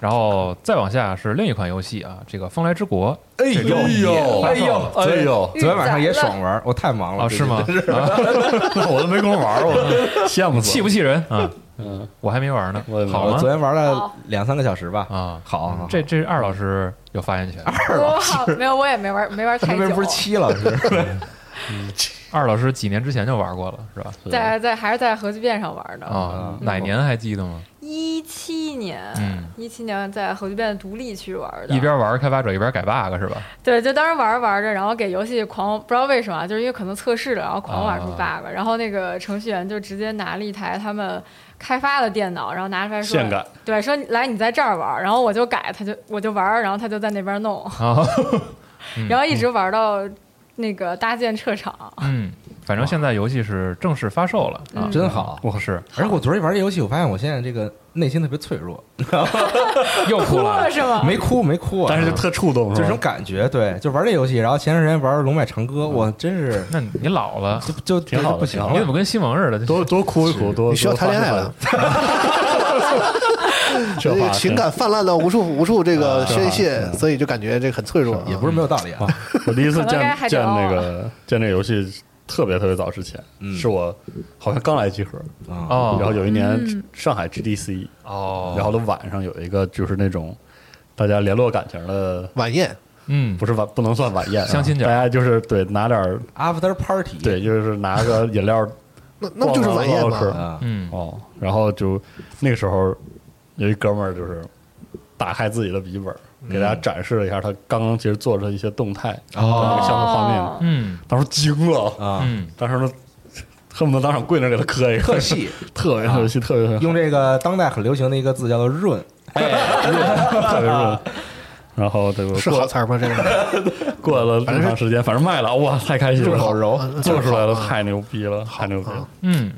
Speaker 2: 然后再往下是另一款游戏啊，这个《风来之国》
Speaker 1: 哎
Speaker 2: 呦哎呦
Speaker 1: 哎呦！
Speaker 4: 预
Speaker 1: 昨天晚上也
Speaker 4: 攒了
Speaker 1: 爽玩，我太忙了。
Speaker 2: 哦，是吗？
Speaker 1: 最近？
Speaker 2: 啊
Speaker 5: 我都没工夫玩，我羡慕死。
Speaker 2: 气不气 人啊？
Speaker 5: 嗯，
Speaker 2: 我还没玩呢
Speaker 5: 我也，没
Speaker 2: 好
Speaker 1: 我
Speaker 2: 吗
Speaker 1: 昨？天玩了
Speaker 4: 好
Speaker 1: 两三个小时吧。嗯
Speaker 2: 啊，
Speaker 1: 好，好，
Speaker 2: 这这二老师有发 言权。
Speaker 4: 我哦好没有，我也没玩，没玩
Speaker 1: 那
Speaker 4: 太
Speaker 1: 边
Speaker 4: 久
Speaker 1: 不。是七了，是
Speaker 2: 二老师几年之前就玩过了，是吧？
Speaker 4: 在在还是在核聚变上玩的，
Speaker 2: 啊
Speaker 1: 啊，
Speaker 2: 哪年还记得吗？
Speaker 4: 一七年
Speaker 2: 嗯，
Speaker 4: 一七年在核聚变独立区玩的，
Speaker 2: 一边玩开发者一边改 bug 是吧？
Speaker 4: 对，就当时玩着玩着，然后给游戏狂，不知道为什么啊，就是因为可能测试了，然后狂玩出 bug，、
Speaker 2: 啊
Speaker 4: 然后那个程序员就直接拿了一台他们开发的电脑，然后拿出来说
Speaker 5: 现改，
Speaker 4: 对，说来你在这儿玩，然后我就改，他就我就玩，然后他就在那边弄，
Speaker 2: 啊，嗯
Speaker 4: 然后一直玩到那个搭建撤场，
Speaker 2: 嗯，反正现在游戏是正式发售了啊
Speaker 4: 嗯，
Speaker 1: 真好。
Speaker 2: 我是
Speaker 1: 而且我昨天玩这游戏，我发现我现在这个内心特别脆弱，
Speaker 2: 又哭了
Speaker 4: 了是吗？
Speaker 1: 没哭没哭啊，
Speaker 5: 但是就特触动，
Speaker 1: 就是这
Speaker 5: 吧
Speaker 1: 种？感觉，对，就玩这游戏。然后前段时间玩《龙脉长歌》，我真是
Speaker 2: 那你你老了，
Speaker 1: 就就
Speaker 5: 挺好的
Speaker 1: 就不行
Speaker 5: 挺
Speaker 2: 你
Speaker 5: 好
Speaker 1: 了
Speaker 5: 的
Speaker 2: 怎。么跟西蒙似的？
Speaker 5: 多多哭一哭，多
Speaker 3: 你需要
Speaker 5: 多
Speaker 3: 谈恋爱
Speaker 5: 发泄
Speaker 3: 了，
Speaker 5: 发泄
Speaker 3: 这
Speaker 5: 这话
Speaker 3: 个情感泛滥到无处无处这个宣泄，
Speaker 5: 啊
Speaker 3: 嗯
Speaker 1: 嗯
Speaker 3: 所以就感觉这个很脆弱啊。
Speaker 1: 也不是没有道理啊
Speaker 5: 啊。我第一次
Speaker 4: 可能该
Speaker 5: 见
Speaker 4: 还得
Speaker 5: 见
Speaker 4: 哦
Speaker 5: 那个见这个游戏，特别特别早之前，
Speaker 1: 嗯
Speaker 5: 是我好像刚来集合，
Speaker 1: 啊
Speaker 2: 哦，
Speaker 5: 然后有一年
Speaker 4: 嗯
Speaker 5: 上海 GDC，
Speaker 2: 哦，
Speaker 5: 然后的晚上有一个就是那种大家联络感情的，
Speaker 3: 晚宴
Speaker 2: 嗯，
Speaker 5: 不是晚不能算晚宴啊，
Speaker 2: 相亲角
Speaker 5: 大家就是对拿点儿
Speaker 1: ，After Party，
Speaker 5: 对，就是拿个饮料
Speaker 3: 那那不就是晚宴
Speaker 5: 逛
Speaker 3: 吗
Speaker 5: 逛？吃
Speaker 1: 啊，
Speaker 2: 嗯
Speaker 5: 哦，然后就那个时候有一哥们儿就是打开自己的笔记本，给大家展示了一下他刚刚其实做的一些动态，那个
Speaker 1: 哦
Speaker 5: 项目画面，
Speaker 4: 哦
Speaker 2: 嗯
Speaker 5: 当时惊了，
Speaker 1: 啊，
Speaker 2: 嗯，
Speaker 5: 当时呢恨不得当场跪那儿给他磕一个，
Speaker 1: 特细，
Speaker 5: 特别特别细，特别特别
Speaker 1: 用这个当代很流行的一个字叫做润，
Speaker 5: 特别润。然后这个
Speaker 3: 是
Speaker 5: 过
Speaker 3: 好词儿吗？这个
Speaker 5: 过了这么长时间，反正卖了，哇，太开心了，
Speaker 1: 柔
Speaker 5: 做出来了，
Speaker 3: 好啊
Speaker 5: 太牛逼了，太牛逼了
Speaker 3: 啊。
Speaker 2: 嗯，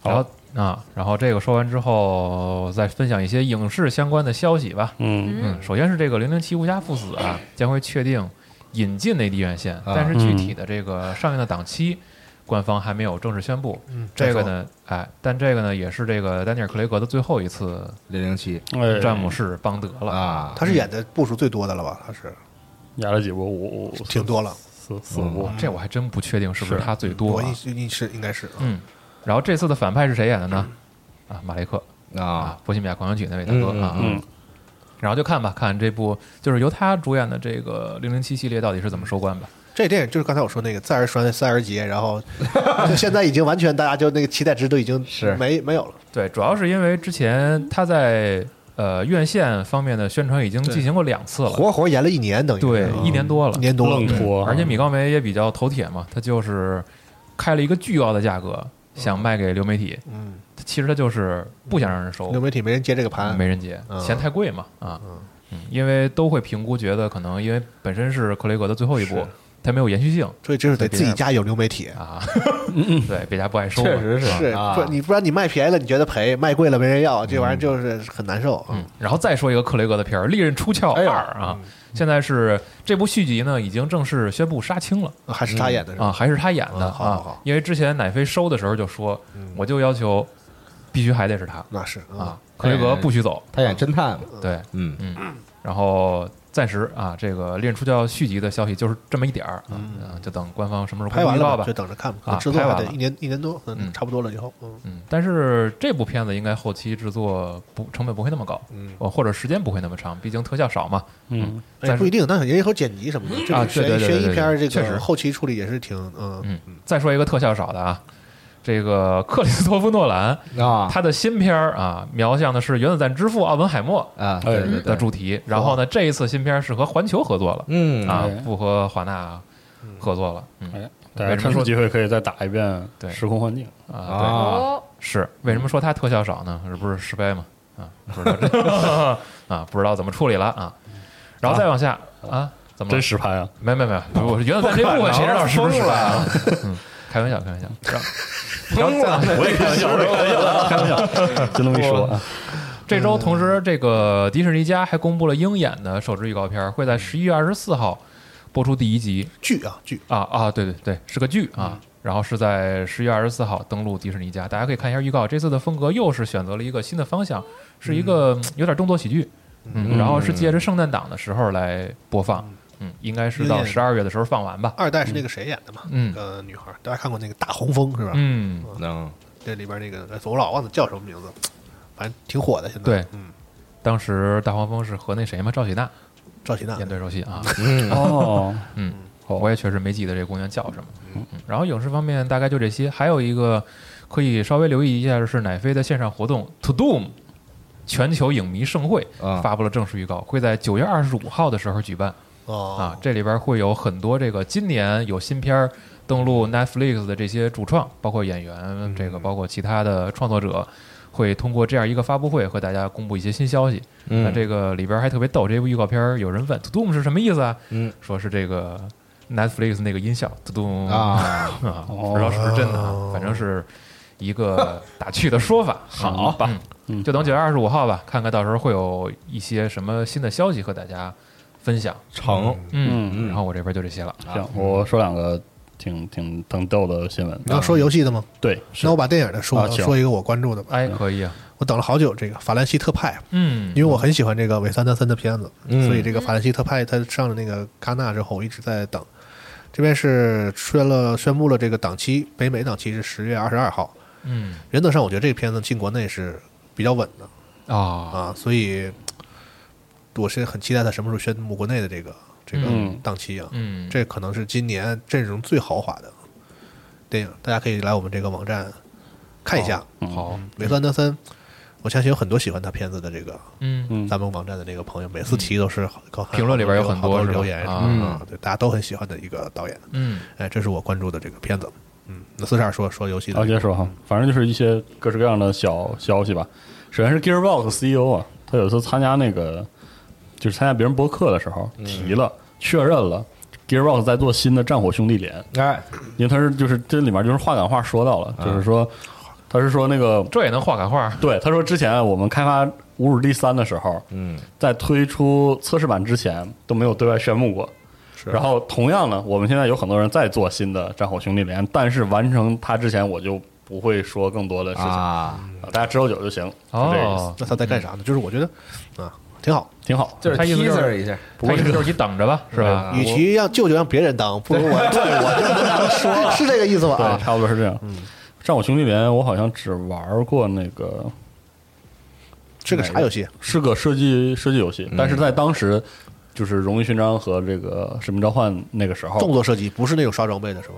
Speaker 5: 好
Speaker 2: 然后啊，然后这个说完之后，再分享一些影视相关的消息吧。
Speaker 5: 嗯，
Speaker 2: 嗯，首先是这个《零零七：无暇赴死》啊，将会确定引进内地院线，但是
Speaker 5: 嗯
Speaker 2: 具体的这个上映的档期，官方还没有正式宣布。
Speaker 3: 嗯
Speaker 2: 这个，呢，哎，但这个呢，也是这个丹尼尔·克雷格的最后一次
Speaker 1: 零零七
Speaker 5: 哎，
Speaker 2: 詹姆士·邦德了。
Speaker 1: 啊，
Speaker 3: 他是演的部数最多的了吧？他是
Speaker 5: 压了几波，五五
Speaker 3: 挺多了，
Speaker 5: 四四波，
Speaker 2: 这我还真不确定是不是
Speaker 5: 是
Speaker 2: 他最多、
Speaker 3: 我
Speaker 2: 啊。
Speaker 3: 印印是应该是啊
Speaker 2: 嗯，然后这次的反派是谁演的呢？啊，马雷克
Speaker 1: 啊
Speaker 2: 啊，，《波西米亚狂想曲》那位大哥
Speaker 1: 嗯
Speaker 2: 啊。
Speaker 1: 嗯
Speaker 5: 嗯
Speaker 2: 然后就看吧，看这部就是由他主演的这个《零零七》系列到底是怎么收官吧。
Speaker 3: 这电影就是刚才我说那个再而衰再而竭，然后就现在已经完全大家就那个期待值都 已经
Speaker 1: 是
Speaker 3: 没没有了。
Speaker 2: 对，主要是因为之前他在呃院线方面的宣传已经进行过两次了，
Speaker 3: 活活演了一年，等于
Speaker 2: 对
Speaker 3: 是，啊
Speaker 2: 一年多了
Speaker 1: 嗯
Speaker 3: 一。年多
Speaker 5: 愣
Speaker 3: 了，
Speaker 5: 拖，
Speaker 2: 而且米高梅也比较头铁嘛，他就是开了一个巨高的价格想卖给流媒体，
Speaker 3: 嗯，
Speaker 2: 其实他就是不想让人收
Speaker 3: 流，嗯媒体没人接这个盘，
Speaker 2: 没人接，
Speaker 3: 嗯
Speaker 2: 嫌太贵嘛啊，嗯，因为都会评估觉得可能因为本身是克雷格的最后一部
Speaker 3: 是，
Speaker 2: 他没有延续性
Speaker 3: 所以就是得自
Speaker 2: 别
Speaker 3: 己
Speaker 2: 人
Speaker 3: 家有流媒体。
Speaker 2: 啊，
Speaker 3: 嗯
Speaker 2: 对，别家不爱收嘛，
Speaker 1: 确实
Speaker 3: 是，
Speaker 1: 啊
Speaker 3: 不，你不然你卖便宜了，你觉得赔；卖贵了没人要，这玩意儿就是很难受。
Speaker 2: 嗯，然后再说一个克雷格的片儿《利刃出鞘
Speaker 1: 哎
Speaker 2: 二
Speaker 1: 呦》
Speaker 2: 啊，
Speaker 3: 嗯
Speaker 2: 现在是这部续集呢已经正式宣布杀青了
Speaker 3: 啊还是他演的是吧？
Speaker 2: 啊，还是他演的
Speaker 3: 嗯好好嗯
Speaker 2: 啊
Speaker 3: 好，
Speaker 2: 因为之前奶飞收的时候就说，我就要求必须还得是他
Speaker 3: 那是啊，
Speaker 2: 啊，克雷格不许走，
Speaker 1: 他演侦探嘛，
Speaker 2: 对，
Speaker 1: 嗯
Speaker 2: 然后暂时啊，这个《利刃出鞘》续集的消息就是这么一点儿啊，嗯就等官方什么时候
Speaker 3: 拍完
Speaker 2: 公布
Speaker 3: 了
Speaker 2: 到
Speaker 3: 吧
Speaker 2: 吧
Speaker 3: 就。等着看吧。可
Speaker 2: 啊
Speaker 3: 能制作
Speaker 2: 拍
Speaker 3: 还
Speaker 2: 完
Speaker 3: 得
Speaker 2: 了
Speaker 3: 一年一年多，嗯
Speaker 2: 嗯，
Speaker 3: 差不多了以后，嗯，
Speaker 2: 嗯，但是这部片子应该后期制作不成本不会那么高，
Speaker 3: 嗯
Speaker 2: 呃，或者时间不会那么长，毕竟特效少嘛。
Speaker 5: 嗯，
Speaker 3: 哎，
Speaker 2: 但
Speaker 3: 不
Speaker 2: 是
Speaker 3: 一定，但是也有剪辑什么的，
Speaker 2: 啊
Speaker 3: 这
Speaker 2: 对对对
Speaker 3: 悬悬
Speaker 2: 对
Speaker 3: 疑
Speaker 2: 对
Speaker 3: 片儿这
Speaker 2: 确实
Speaker 3: 个后期处理也是挺嗯，
Speaker 2: 嗯，再说一个特效少的啊，这个克里斯托夫·诺兰，
Speaker 1: 啊
Speaker 2: 他的新片儿啊，描向的是原子弹之父奥本海默
Speaker 1: 啊，
Speaker 5: 哎
Speaker 1: 对对
Speaker 2: 的
Speaker 1: 对，
Speaker 2: 主题。然后呢，这一次新片儿是和环球合作了
Speaker 1: 嗯
Speaker 2: 啊
Speaker 5: 哎，
Speaker 2: 不和华纳合作了。嗯
Speaker 5: 哎，大家趁此机会可以再打一遍《时空幻境》，
Speaker 2: 啊，
Speaker 1: 啊，
Speaker 4: 哦
Speaker 2: 对，是为什么说它特效少呢？这不是失败吗？啊，不知道这啊，不知道怎么处理了啊。然后再往下啊，怎么了
Speaker 5: 真实拍啊！
Speaker 2: 没没没，我原子弹这部分谁知道是不是失败啊？ 嗯，开玩笑，开玩笑。然后然后再往下
Speaker 5: 我也开玩笑，我也开玩笑，开玩笑，就那么一说啊。
Speaker 2: 这周，同时这个迪士尼家还公布了鹰眼的首支预告片儿，会在十一月二十四号播出第一集
Speaker 3: 剧啊剧，
Speaker 2: 啊啊，对对对，是个剧啊。然后是在十月二十四号登陆迪士尼家，大家可以看一下预告。这次的风格又是选择了一个新的方向，是一个嗯有点动作喜剧，嗯，然后是借着圣诞档的时候来播放，嗯，应该是
Speaker 3: 鹰
Speaker 2: 到
Speaker 3: 眼
Speaker 2: 十二月的时候放完吧，
Speaker 3: 二代是那个谁演的嘛？
Speaker 2: 嗯
Speaker 3: 那个女孩儿，大家看过那个大红枫是吧？
Speaker 2: 嗯，
Speaker 1: 能
Speaker 3: 这里边那个，哎我老忘了叫什么名字，反正挺火的。现在
Speaker 2: 对
Speaker 3: 嗯，
Speaker 2: 当时大黄蜂是和那谁嘛赵喜娜
Speaker 3: 赵喜娜
Speaker 2: 演对手戏啊，
Speaker 5: 哦，
Speaker 2: 嗯，我也确实没记得这姑娘叫什么。嗯，然后影视方面大概就这些，还有一个可以稍微留意一下的是奶飞的线上活动 To Doom 全球影迷盛会
Speaker 1: 啊
Speaker 2: 发布了正式预告，会在九月二十五号的时候举办啊
Speaker 3: 哦。，
Speaker 2: 这里边会有很多这个今年有新片儿登陆 Netflix 的这些主创，包括演
Speaker 1: 嗯
Speaker 2: 员，这个包括其他的创作者。会通过这样一个发布会和大家公布一些新消息。
Speaker 1: 嗯
Speaker 2: 那这个里边还特别逗，这部预告片儿有人问 “To Doom” 是什么意思啊？
Speaker 1: 嗯
Speaker 2: 说是这个 Netflix 那个音效，嘟嘟
Speaker 1: 啊，
Speaker 2: 啊，不知道是不是真的啊，反正是一个打趣的说法。好吧，嗯
Speaker 5: 嗯
Speaker 2: 就等九月二十五号吧，看看到时候会有一些什么新的消息和大家分享。
Speaker 1: 成
Speaker 2: 嗯，
Speaker 1: 嗯
Speaker 2: 然后我这边就这些了。
Speaker 5: 行，我说两个挺挺挺逗的新闻
Speaker 3: 你。要说游戏的吗？
Speaker 5: 对，
Speaker 3: 那我把电影的说呃
Speaker 5: 啊行
Speaker 3: 说一个我关注的吧。
Speaker 2: 哎，可以啊，
Speaker 3: 我等了好久，这个《法兰西特派》，
Speaker 2: 嗯，
Speaker 3: 因为我很喜欢这个韦三丹森的片子，
Speaker 1: 嗯
Speaker 3: 所以这个《法兰西特派》他上了那个戛纳之后，我一直在等。这边是宣了宣布了这个档期，北美档期是十月二十二号。
Speaker 2: 嗯
Speaker 3: 原则上，我觉得这个片子进国内是比较稳的
Speaker 2: 啊，
Speaker 3: 啊，所以我是很期待它什么时候宣布国内的这个这个
Speaker 5: 嗯
Speaker 3: 档期啊。
Speaker 2: 嗯，
Speaker 3: 这可能是今年阵容最豪华的电影，大家可以来我们这个网站看一下。
Speaker 2: 好，
Speaker 3: 韦斯安德森，我相信有很多喜欢他片子的这个
Speaker 2: 嗯
Speaker 5: 嗯
Speaker 3: 咱们网站的这个朋友，每次提都是好好看
Speaker 2: 评论里边有
Speaker 3: 好
Speaker 2: 很多
Speaker 3: 好
Speaker 2: 是吧
Speaker 3: 留言什
Speaker 2: 啊
Speaker 3: 么的啊，对，大家都很喜欢的一个导演。
Speaker 2: 嗯
Speaker 3: 哎，这是我关注的这个片子。嗯，那四十二说说游戏
Speaker 5: 啊，接
Speaker 3: 的
Speaker 5: 着说哈，反正就是一些各式各样的小消息吧。首先是 Gearbox CEO 啊，他有一次参加那个就是参加别人播客的时候提了，确认了 Gearbox 在做新的《战火兄弟连》，
Speaker 1: 哎，
Speaker 5: 因为他是就是这里面就是话赶话说到了，就是说他是说那个
Speaker 2: 这也能画感画，
Speaker 5: 对他说之前我们开发《侮辱第三》的时候，
Speaker 1: 嗯，
Speaker 5: 在推出测试版之前都没有对外宣布过。
Speaker 3: 是
Speaker 5: 然后同样呢，我们现在有很多人在做新的《战火兄弟连》，但是完成它之前我就不会说更多的事情，
Speaker 1: 啊，
Speaker 5: 啊大家知道酒就行，就这个意思
Speaker 2: 哦，
Speaker 3: 那他在干啥呢？就是我觉得啊，挺好。
Speaker 5: 挺好。
Speaker 1: 就是
Speaker 2: 他意思就是
Speaker 1: teaser 一下，
Speaker 2: 他意思就是你等着吧，是吧？
Speaker 3: 与其让舅舅让别人当，不如我对我说，是这个意思吧？
Speaker 5: 对，
Speaker 3: 啊，
Speaker 5: 差不多是这样。战火兄弟连，我好像只玩过那个
Speaker 3: 是个啥游戏？
Speaker 5: 是个设计设计游戏，
Speaker 1: 嗯
Speaker 5: 但是在当时就是《荣誉勋章》和这个《使命召唤》那个时候，
Speaker 3: 动作射击，不是那种刷装备的是吗？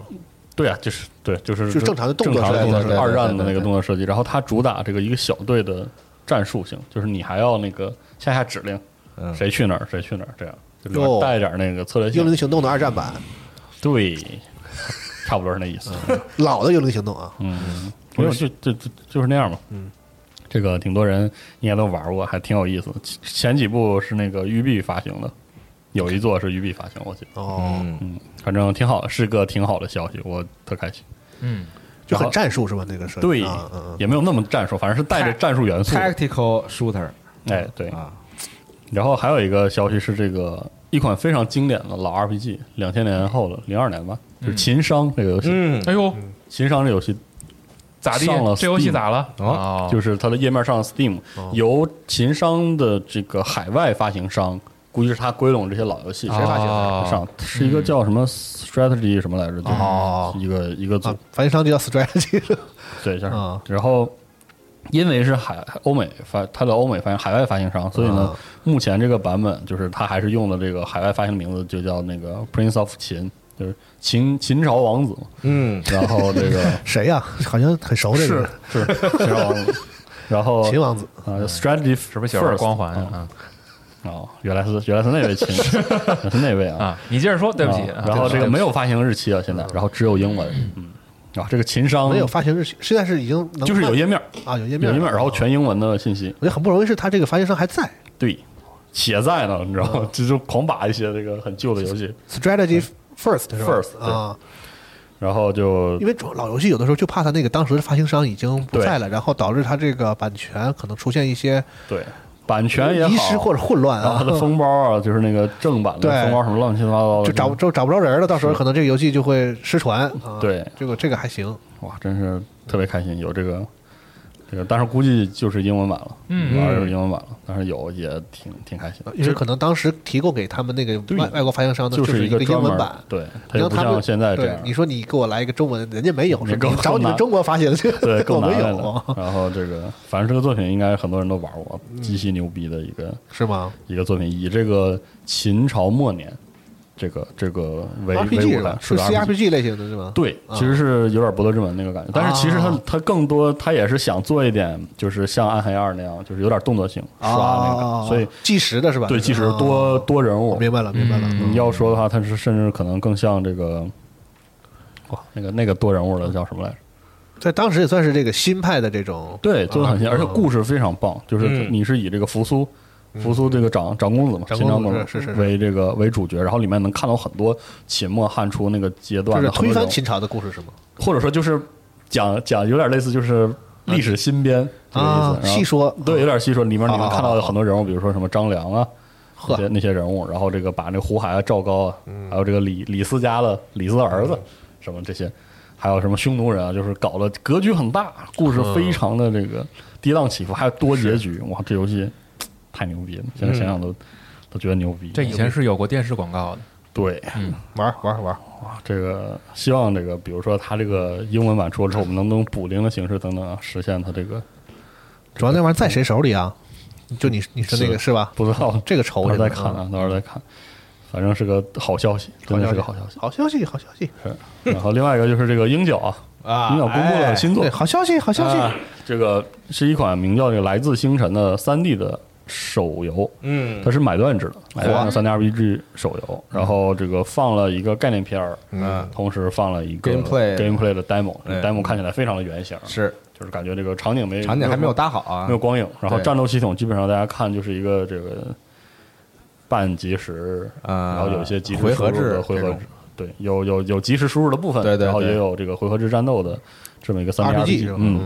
Speaker 5: 对啊，就是对，就是
Speaker 3: 就是正常的动
Speaker 5: 正
Speaker 3: 作
Speaker 5: 常的
Speaker 3: 设计
Speaker 5: 动作
Speaker 1: 对
Speaker 5: 设
Speaker 1: 对
Speaker 5: 计，
Speaker 1: 对
Speaker 5: 二战
Speaker 1: 对
Speaker 5: 的
Speaker 1: 对
Speaker 5: 那个动作设计。然后它主打这个一个小队的战术性，就是你还要那个下下指令，
Speaker 1: 嗯，
Speaker 5: 谁去哪儿谁去哪儿，这样就里
Speaker 3: 哟
Speaker 5: 面带点那个策略
Speaker 3: 《幽灵
Speaker 5: 性。
Speaker 3: 行动》的二战版，
Speaker 5: 对， 差不多是那意思。
Speaker 3: 老的《幽灵行动》啊，
Speaker 5: 嗯，没有，就就就就是那样嘛。
Speaker 3: 嗯，
Speaker 5: 这个挺多人应该都玩过，还挺有意思的。前前几部是那个育碧发行的，有一座是育碧发行，我记得。
Speaker 3: 哦，
Speaker 1: 嗯，
Speaker 5: 嗯，反正挺好的，是个挺好的消息，我特开心。
Speaker 2: 嗯，
Speaker 3: 就
Speaker 5: 然
Speaker 3: 很
Speaker 5: 后
Speaker 3: 战术是吧？那个设计，
Speaker 5: 对
Speaker 3: 啊嗯，嗯
Speaker 5: 也没有那么战术，反正是带着战术元素。
Speaker 1: tactical shooter
Speaker 5: 哎，对。
Speaker 1: 啊，
Speaker 5: 然后还有一个消息是，这个一款非常经典的老 RPG，两千年后了，零二年吧，就是《秦商》这个游戏。
Speaker 1: 嗯，
Speaker 2: 哎呦，
Speaker 5: 秦商》这游戏
Speaker 2: 咋地
Speaker 5: 上了？
Speaker 2: 这游戏
Speaker 5: Steam
Speaker 2: 咋了？
Speaker 1: 哦
Speaker 2: 哦
Speaker 5: 就是它的页面上 Steam、由秦商的这个海外发行商，估计是他归拢这些老游戏，
Speaker 2: 谁发行的哦
Speaker 5: 上是一个叫什么 Strategy 什么来着？
Speaker 3: 哦
Speaker 5: 就是一个一个组
Speaker 3: 啊，反正商就叫 strategy
Speaker 5: 对，就是
Speaker 3: 啊
Speaker 5: 然后因为是海欧美发，它的欧美发行海外发行商，所以呢
Speaker 3: 啊，
Speaker 5: 目前这个版本就是它还是用的这个海外发行的名字，就叫那个 Prince of 秦，就是秦秦朝王子嘛。
Speaker 1: 嗯，
Speaker 5: 然后这 个
Speaker 3: 谁呀？好像很熟哦这个
Speaker 5: 是秦朝王子，然后
Speaker 3: 秦王子，
Speaker 5: 啊，Strategy 是
Speaker 2: 是不是小时候光环
Speaker 5: 啊？
Speaker 2: 啊
Speaker 5: 哦，原来是原来是那位 秦，是那位啊。
Speaker 2: 啊？你接着说，对不起。
Speaker 5: 啊
Speaker 2: 啊
Speaker 5: 然后这个没，
Speaker 2: 对
Speaker 5: 有发行日期啊，现在，然后只有英文，嗯，啊，这个秦商
Speaker 3: 没有发行日期，现在是已经能
Speaker 5: 就是有页面，
Speaker 3: 啊，有页面
Speaker 5: 有
Speaker 3: 了，
Speaker 5: 页面，然后
Speaker 3: 啊。
Speaker 5: 全英文的信息，
Speaker 3: 我觉得很不容易，是他这个发行商还在
Speaker 5: 对，且在呢，你知
Speaker 3: 嗯
Speaker 5: 道吗？这就狂把一些这个很旧的游戏，
Speaker 3: strategy first 是吧
Speaker 5: 嗯 First，对
Speaker 3: 啊，
Speaker 5: 然后就
Speaker 3: 因为主要老游戏有的时候就怕他那个当时的发行商已经不在了，然后导致他这个版权可能出现一些
Speaker 5: 对版权也好，
Speaker 3: 遗失或者混乱
Speaker 5: 然后
Speaker 3: 啊
Speaker 5: 它，的
Speaker 3: 嗯
Speaker 5: 封包啊，就是那个正版的
Speaker 3: 对
Speaker 5: 封包什么乱七八糟的，
Speaker 3: 就找不就找不着人了，到时候可能这个游戏就会失传。啊
Speaker 5: 对
Speaker 3: 这个这个还行，
Speaker 5: 哇，真是特别开心，有这个这个，但是估计就是英文版了，
Speaker 2: 嗯
Speaker 5: 玩就是英文版了，但是有也挺挺开心的，
Speaker 3: 因为可能当时提供给他们那个
Speaker 5: 对
Speaker 3: 外外国发行商的
Speaker 5: 就是是
Speaker 3: 一
Speaker 5: 个
Speaker 3: 英
Speaker 5: 专门
Speaker 3: 文版，
Speaker 5: 对，它
Speaker 3: 你
Speaker 5: 就
Speaker 3: 让
Speaker 5: 不
Speaker 3: 他们
Speaker 5: 像现在这
Speaker 3: 对
Speaker 5: 样，
Speaker 3: 你说你给我来一个中文，人家没有，
Speaker 5: 那
Speaker 3: 是吧
Speaker 5: 更
Speaker 3: 你找你们
Speaker 5: 难
Speaker 3: 中国发行去，
Speaker 5: 对，
Speaker 3: 我
Speaker 5: 更
Speaker 3: 们
Speaker 5: 难
Speaker 3: 有啊
Speaker 5: 了。然后这个，反正这个作品应该很多人都玩过，
Speaker 3: 嗯
Speaker 5: 极其牛逼的一个
Speaker 3: 是吗？
Speaker 5: 一个作品，以这个秦朝末年这个这个为
Speaker 3: RPG
Speaker 5: 为
Speaker 3: 是
Speaker 5: 舞台
Speaker 3: 吧，？是
Speaker 5: 的
Speaker 3: CRPG 类型的是吗？
Speaker 5: 对，其实是有点《博德之门》那个感觉，但是其实它
Speaker 3: 啊
Speaker 5: 它更多，它也是想做一点，就是像《暗黑二》那样，就是有点动作性刷那
Speaker 3: 哦
Speaker 5: 个，所以
Speaker 3: 计时的是吧？
Speaker 5: 对，即使是
Speaker 3: 哦
Speaker 5: 多嗯多人物，
Speaker 3: 明白了，明白了。
Speaker 5: 你要说的话，它是甚至可能更像这个，哇，那个那个多人物的叫什么来着？
Speaker 3: 在当时也算是这个新派的这种，
Speaker 5: 对，做的很像，
Speaker 3: 啊
Speaker 5: 而且故事非常棒。就是
Speaker 1: 嗯
Speaker 5: 你是以这个扶苏，扶苏这个长长公子嘛，
Speaker 3: 嗯长
Speaker 5: 秦
Speaker 3: 公
Speaker 5: 长
Speaker 3: 子
Speaker 5: 公
Speaker 3: 是是
Speaker 5: 子
Speaker 3: 是
Speaker 5: 为这个为主角，然后里面能看到很多秦末汉初那个阶
Speaker 3: 就
Speaker 5: 段
Speaker 3: 是
Speaker 5: 的很
Speaker 3: 推
Speaker 5: 多
Speaker 3: 翻
Speaker 5: 人物
Speaker 3: 秦朝的故事是吗？
Speaker 5: 或者说就是讲讲有点类似就是历史新编这个意
Speaker 3: 啊
Speaker 5: 思，，然后
Speaker 3: 细说
Speaker 5: 对，有点细说。里面你能
Speaker 3: 啊啊
Speaker 5: 看
Speaker 3: 啊
Speaker 5: 到
Speaker 3: 啊
Speaker 5: 有很多人物，比如说什么张良啊，
Speaker 3: 呵
Speaker 5: 那些那些人物，然后这个把那个胡亥啊、赵高啊，还有这个李李斯家的李斯的儿子，什么这些，还有什么匈奴人啊，就是搞得格局很大，故事非常的这个跌宕起伏，还有多结局，哇，这游戏嘖太牛逼了！现在想想都都觉得牛逼。
Speaker 2: 这以前是有过电视广告的，
Speaker 5: 对，
Speaker 3: 玩玩玩，
Speaker 5: 哇，这个希望这个，比如说它这个英文版出了之后，我们能不能补丁的形式等等啊，实现它这个
Speaker 3: 主要那玩意儿在谁手里啊？就你你说那个是吧？
Speaker 5: 不知道
Speaker 3: 这个愁
Speaker 5: 到时
Speaker 3: 着
Speaker 5: 候再看啊，
Speaker 1: 嗯
Speaker 5: 到时候再看，反正是个好消息，真的是个好消息。
Speaker 3: 好消息，好消息，
Speaker 5: 是，然后另外一个就是这个鹰角啊，
Speaker 1: 啊哎
Speaker 5: 鹰角公布了新作
Speaker 3: 对，，好消息，好消
Speaker 5: 啊
Speaker 3: 息，
Speaker 5: 这个是一款名叫《这个来自星辰》的三 D 的手游，
Speaker 1: 嗯
Speaker 5: 它是买断制的，买断
Speaker 3: 火
Speaker 5: 制三 D RPG 手游，然后这个放了一个概念片儿，
Speaker 1: 嗯，
Speaker 5: 同时放了一个
Speaker 1: Gameplay
Speaker 5: gameplay 的 demo，
Speaker 1: 哎
Speaker 5: demo 看起来非常的原型，
Speaker 1: 是
Speaker 5: 就是感觉这个场景没
Speaker 1: 场景还没有搭好
Speaker 5: 没
Speaker 1: 啊
Speaker 5: 有，光影，然后
Speaker 1: 对
Speaker 5: 战斗系统基本上大家看就是一个这个半即时，
Speaker 1: 啊
Speaker 5: 然后有一些即时
Speaker 1: 回合
Speaker 5: 输入的
Speaker 1: 制
Speaker 5: 回
Speaker 1: 这
Speaker 5: 合
Speaker 1: 种
Speaker 5: 制，对，有有有即时输入的部分，
Speaker 1: 对对
Speaker 5: 然后
Speaker 1: 对
Speaker 5: 也有这个回合制战斗的这么一个三 D
Speaker 3: RPG 是吧
Speaker 5: 嗯，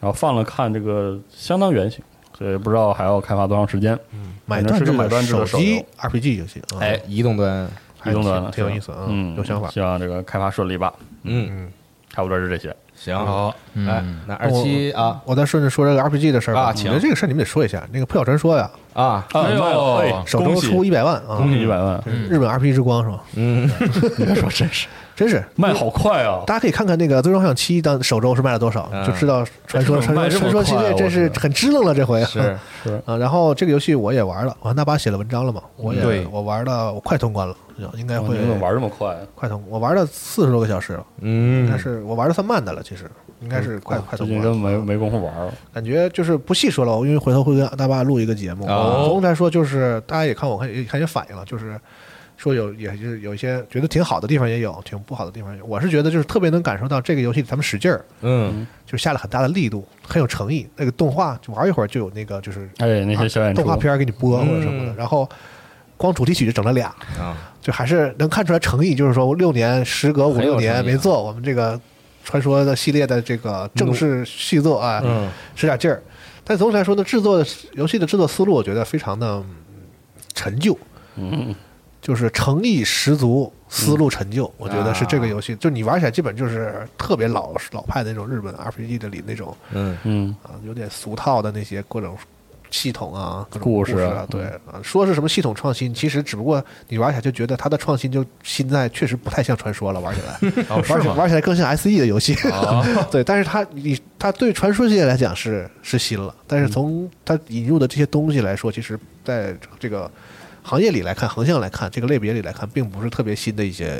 Speaker 5: 然后放了看这个相当原型，所以不知道还要开发多长时间。
Speaker 3: 嗯买
Speaker 5: 反正
Speaker 3: 断
Speaker 5: 是
Speaker 3: 制
Speaker 5: 个买
Speaker 3: 的
Speaker 5: 断制
Speaker 3: 手
Speaker 5: 的手
Speaker 3: 机
Speaker 5: 游，
Speaker 3: RPG 游戏，嗯
Speaker 1: 哎，，移动端，
Speaker 5: 移动端
Speaker 3: 挺
Speaker 5: 的
Speaker 3: 挺有
Speaker 5: 是吧
Speaker 3: 意思啊
Speaker 5: 嗯，
Speaker 3: 有想法
Speaker 5: 希望这个开发顺利吧。
Speaker 1: 嗯，
Speaker 5: 差不多是这些，
Speaker 1: 行，
Speaker 2: 好，
Speaker 1: 哎
Speaker 2: 嗯，，
Speaker 1: 那二七啊
Speaker 3: 我再顺着说这个 RPG 的事儿吧
Speaker 1: 啊
Speaker 3: 你
Speaker 1: 请
Speaker 3: 们这个事儿你们得说一下。那个《破晓传说》呀，
Speaker 1: 啊，
Speaker 2: 哎呦
Speaker 5: 哎
Speaker 3: 首周
Speaker 5: 恭喜
Speaker 3: 出一百万啊，
Speaker 5: 恭喜一百万！
Speaker 2: 嗯
Speaker 3: 日本 RPG 之光是吧？
Speaker 1: 嗯，
Speaker 5: 别说真是
Speaker 3: 真是，
Speaker 5: 卖好快啊！
Speaker 3: 大家可以看看那个《最终幻想七》当首周是卖了多少，
Speaker 1: 嗯
Speaker 3: 就知道传说
Speaker 5: 哎这
Speaker 3: 传
Speaker 5: 种卖
Speaker 3: 说
Speaker 5: 这
Speaker 3: 传
Speaker 5: 么
Speaker 3: 说系
Speaker 5: 快
Speaker 3: 列
Speaker 5: 啊
Speaker 3: 真是
Speaker 5: 我觉得
Speaker 3: 很支棱了这回啊。
Speaker 1: 是
Speaker 3: 啊，然后这个游戏我也玩了，我看大巴写了文章了嘛，我也
Speaker 2: 对
Speaker 3: 我玩了，我快通关了，应该
Speaker 5: 哇
Speaker 3: 会
Speaker 5: 你们怎么玩这么快啊？
Speaker 3: 快通，我玩了四十多个小时了，应该
Speaker 1: 嗯，
Speaker 3: 是我玩的算慢的了，其实应该是快快
Speaker 5: 哦最
Speaker 3: 通
Speaker 5: 近
Speaker 3: 关
Speaker 5: 根本
Speaker 3: 了。
Speaker 5: 没没工夫玩了。
Speaker 3: 感觉就是不细说了，因为回头会跟大巴录一个节目。
Speaker 1: 哦
Speaker 3: 总的来说，就是大家也看我看也看也反映了，就是说有也就是有一些觉得挺好的地方也有，挺不好的地方也有。我是觉得就是特别能感受到这个游戏他们使劲儿，
Speaker 1: 嗯，
Speaker 3: 就下了很大的力度，很有诚意。那个动画就玩一会儿就有那个就是
Speaker 5: 哎，那些小演出，
Speaker 3: 啊动画片儿给你播或者什么的，
Speaker 1: 嗯
Speaker 3: 然后光主题曲就整了俩，
Speaker 1: 啊，
Speaker 3: 就还是能看出来诚意，就是说六年时隔五
Speaker 1: 很有
Speaker 3: 六
Speaker 1: 诚
Speaker 3: 年
Speaker 1: 意啊
Speaker 3: 没做我们这个传说的系列的这个正式续作啊，
Speaker 1: 嗯，
Speaker 3: 使点劲儿。但总体来说呢，制作游戏的制作思路，我觉得非常的嗯陈旧，
Speaker 5: 嗯，
Speaker 3: 就是诚意十足，思路陈旧。我觉得是
Speaker 5: 啊
Speaker 3: 这个游戏，就你玩起来基本就是特别老老派的那种日本 RPG 的里那种
Speaker 1: 嗯，
Speaker 5: 嗯，
Speaker 3: 啊，有点俗套的那些各种系统啊，各种
Speaker 5: 故事嗯
Speaker 3: 事啊，对啊，说是什么系统创新，其实只不过你玩起来就觉得它的创新就新在确实不太像传说了，玩起来，
Speaker 2: 哦，是
Speaker 3: 玩起
Speaker 2: 吗？
Speaker 3: 玩起来更像 SE 的游戏，
Speaker 2: 啊，
Speaker 3: 对，但是它你它对传说系列来讲是是新了，但
Speaker 2: 嗯
Speaker 3: 是从它引入的这些东西来说，其实在这个行业里来看，横向来看，这个类别里来看，并不是特别新的一些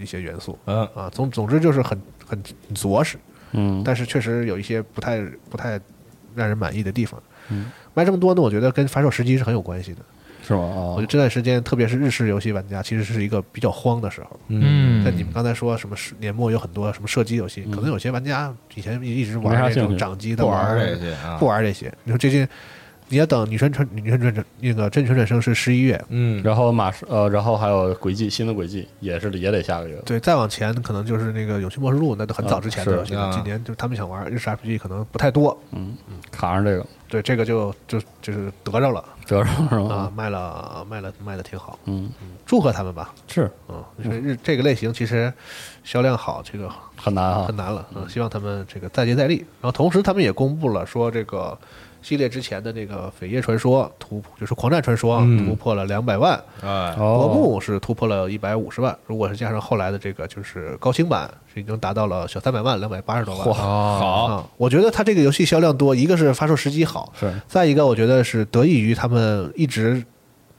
Speaker 3: 一些元素
Speaker 1: 嗯，
Speaker 3: 啊。总总之就是很很很着实，
Speaker 5: 嗯，
Speaker 3: 但是确实有一些不太不太让人满意的地方。
Speaker 2: 嗯
Speaker 3: 卖这么多呢，我觉得跟发售时机是很有关系的。
Speaker 5: 是吗？
Speaker 2: 哦
Speaker 3: 我觉
Speaker 5: 啊
Speaker 3: 得，这段时间，特别是日式游戏玩家，其实是一个比较慌的时候。
Speaker 2: 嗯，
Speaker 3: 但你们刚才说什么是年末有很多什么射击游戏，可能有些玩家以前一直
Speaker 5: 嗯没啥
Speaker 3: 玩这
Speaker 5: 兴
Speaker 3: 种
Speaker 5: 趣
Speaker 3: 掌机的，
Speaker 1: 不玩
Speaker 3: 玩
Speaker 1: 这些啊
Speaker 3: 不，玩这些。你说最近你要等女神传女神传那个真拳转生是十一月，
Speaker 1: 嗯，
Speaker 5: 然后马上呃，然后还有轨迹，新的轨迹也是也得下个月了。
Speaker 3: 对，再往前可能就是那个永续末世录，那都很早之前的
Speaker 5: 啊是
Speaker 3: 游戏了。
Speaker 1: 啊
Speaker 3: 今年就是他们想玩日式 RPG 可能不太多，
Speaker 5: 卡上这个
Speaker 3: 对这个就就就是得着了
Speaker 5: 责任是
Speaker 3: 啊
Speaker 5: 吧？，
Speaker 3: 卖了卖了卖的挺好，
Speaker 5: 嗯，
Speaker 3: 祝贺他们吧。
Speaker 5: 是
Speaker 3: 嗯，你说日这个类型其实销量好，这个
Speaker 5: 很难啊
Speaker 3: 很。难了。嗯，希望他们这个再接再厉。然后同时他们也公布了说，这个系列之前的那个《扉页传说》突破就是《狂战传说》啊
Speaker 1: 嗯
Speaker 3: 突破了两百万，
Speaker 1: 哎，
Speaker 3: 罗
Speaker 5: 哦，
Speaker 3: 木是突破了一百五十万。如果是加上后来的这个就是高清版，是已经达到了小三百万，两百八十多万。
Speaker 2: 哦，
Speaker 1: 好，
Speaker 3: 啊，我觉得它这个游戏销量多，一个是发售时机好，
Speaker 5: 是
Speaker 3: 再一个我觉得是得益于他们一直。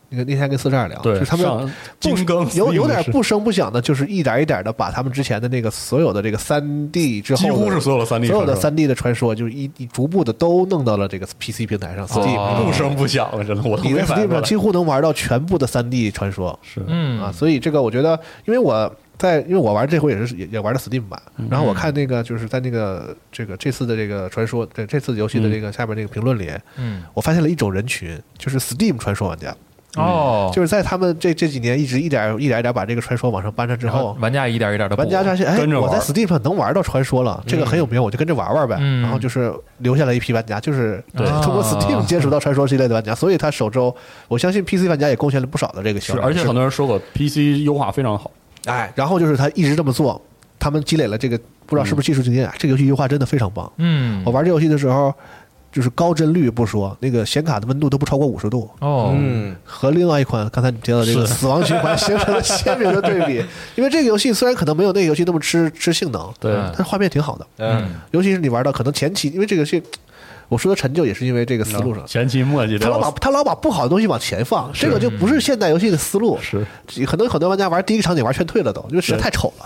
Speaker 3: 那个那天还跟四十二聊，
Speaker 5: 对，
Speaker 3: 就是他们
Speaker 5: 上
Speaker 3: 不
Speaker 5: 精耕
Speaker 3: 有有点
Speaker 5: 是
Speaker 3: 不声不响的，就是一点一点的把他们之前的那个所有的这个三 D 之后的，
Speaker 5: 几乎是所有的三 D
Speaker 3: 所有的
Speaker 5: 传
Speaker 3: 三 D 的传说，就是一一逐步的都弄到了这个 PC 平台上
Speaker 5: 说
Speaker 3: Steam，
Speaker 5: 不声不响了，真的我都
Speaker 3: 你
Speaker 5: 没
Speaker 3: 在
Speaker 5: 反应
Speaker 3: Steam
Speaker 5: 过
Speaker 3: 上
Speaker 5: 来。
Speaker 3: 几乎能玩到全部的三 D 传说
Speaker 5: 是
Speaker 2: 嗯
Speaker 3: 啊，所以这个我觉得，因为我在因为我玩这回也是也也玩的 Steam 版，然后我看那个就是在那个这个这次的这个传说这这次游戏的这个下面这个评论里，
Speaker 2: 嗯，
Speaker 3: 我发现了一种人群，就是 Steam 传说玩家，
Speaker 2: 哦，
Speaker 3: 就是在他们这这几年一直一点儿一点儿一点儿把这个传说往上搬上之
Speaker 2: 然后
Speaker 3: 后，
Speaker 2: 玩家一点一点的
Speaker 3: 玩家发现，哎，
Speaker 5: 跟着
Speaker 3: 我
Speaker 5: 玩
Speaker 3: 在 Steam 上能玩到传说了，这个很有名，我就跟着玩玩呗。
Speaker 2: 嗯
Speaker 3: 然后就是留下来一批玩家，就是
Speaker 2: 对
Speaker 3: 通过 Steam 接触到传说系列的玩家，所以他首周，我相信 PC 玩家也贡献了不少的这个销
Speaker 5: 是，
Speaker 3: 量。
Speaker 5: 而且很多人说过 PC 优化非常好，
Speaker 3: 哎，然后就是他一直这么做，
Speaker 5: 嗯
Speaker 3: 他们积累了这个不知道是不是技术经验，这个游戏优化真的非常棒。
Speaker 2: 嗯
Speaker 3: 我玩这游戏的时候，就是高帧率不说，那个显卡的温度都不超过五十度，
Speaker 2: 哦，
Speaker 1: 嗯，
Speaker 3: 和另外一款刚才你提到的这个《死亡循环》形成了鲜明的对比。因为这个游戏虽然可能没有那个游戏那么吃吃性能，
Speaker 5: 对，
Speaker 2: 嗯
Speaker 3: 但是画面挺好的，
Speaker 1: 嗯，
Speaker 3: 尤其是你玩到可能前期，因为这个游戏我说的陈旧也是因为这个思路上。
Speaker 5: 前期墨迹
Speaker 3: 他
Speaker 5: 嗯的
Speaker 3: 老把他老把不好的东西往前放，这个就不是现代游戏的思路。
Speaker 5: 是
Speaker 3: 很多很多玩家玩第一个场景玩全退了都，因为实在太丑了。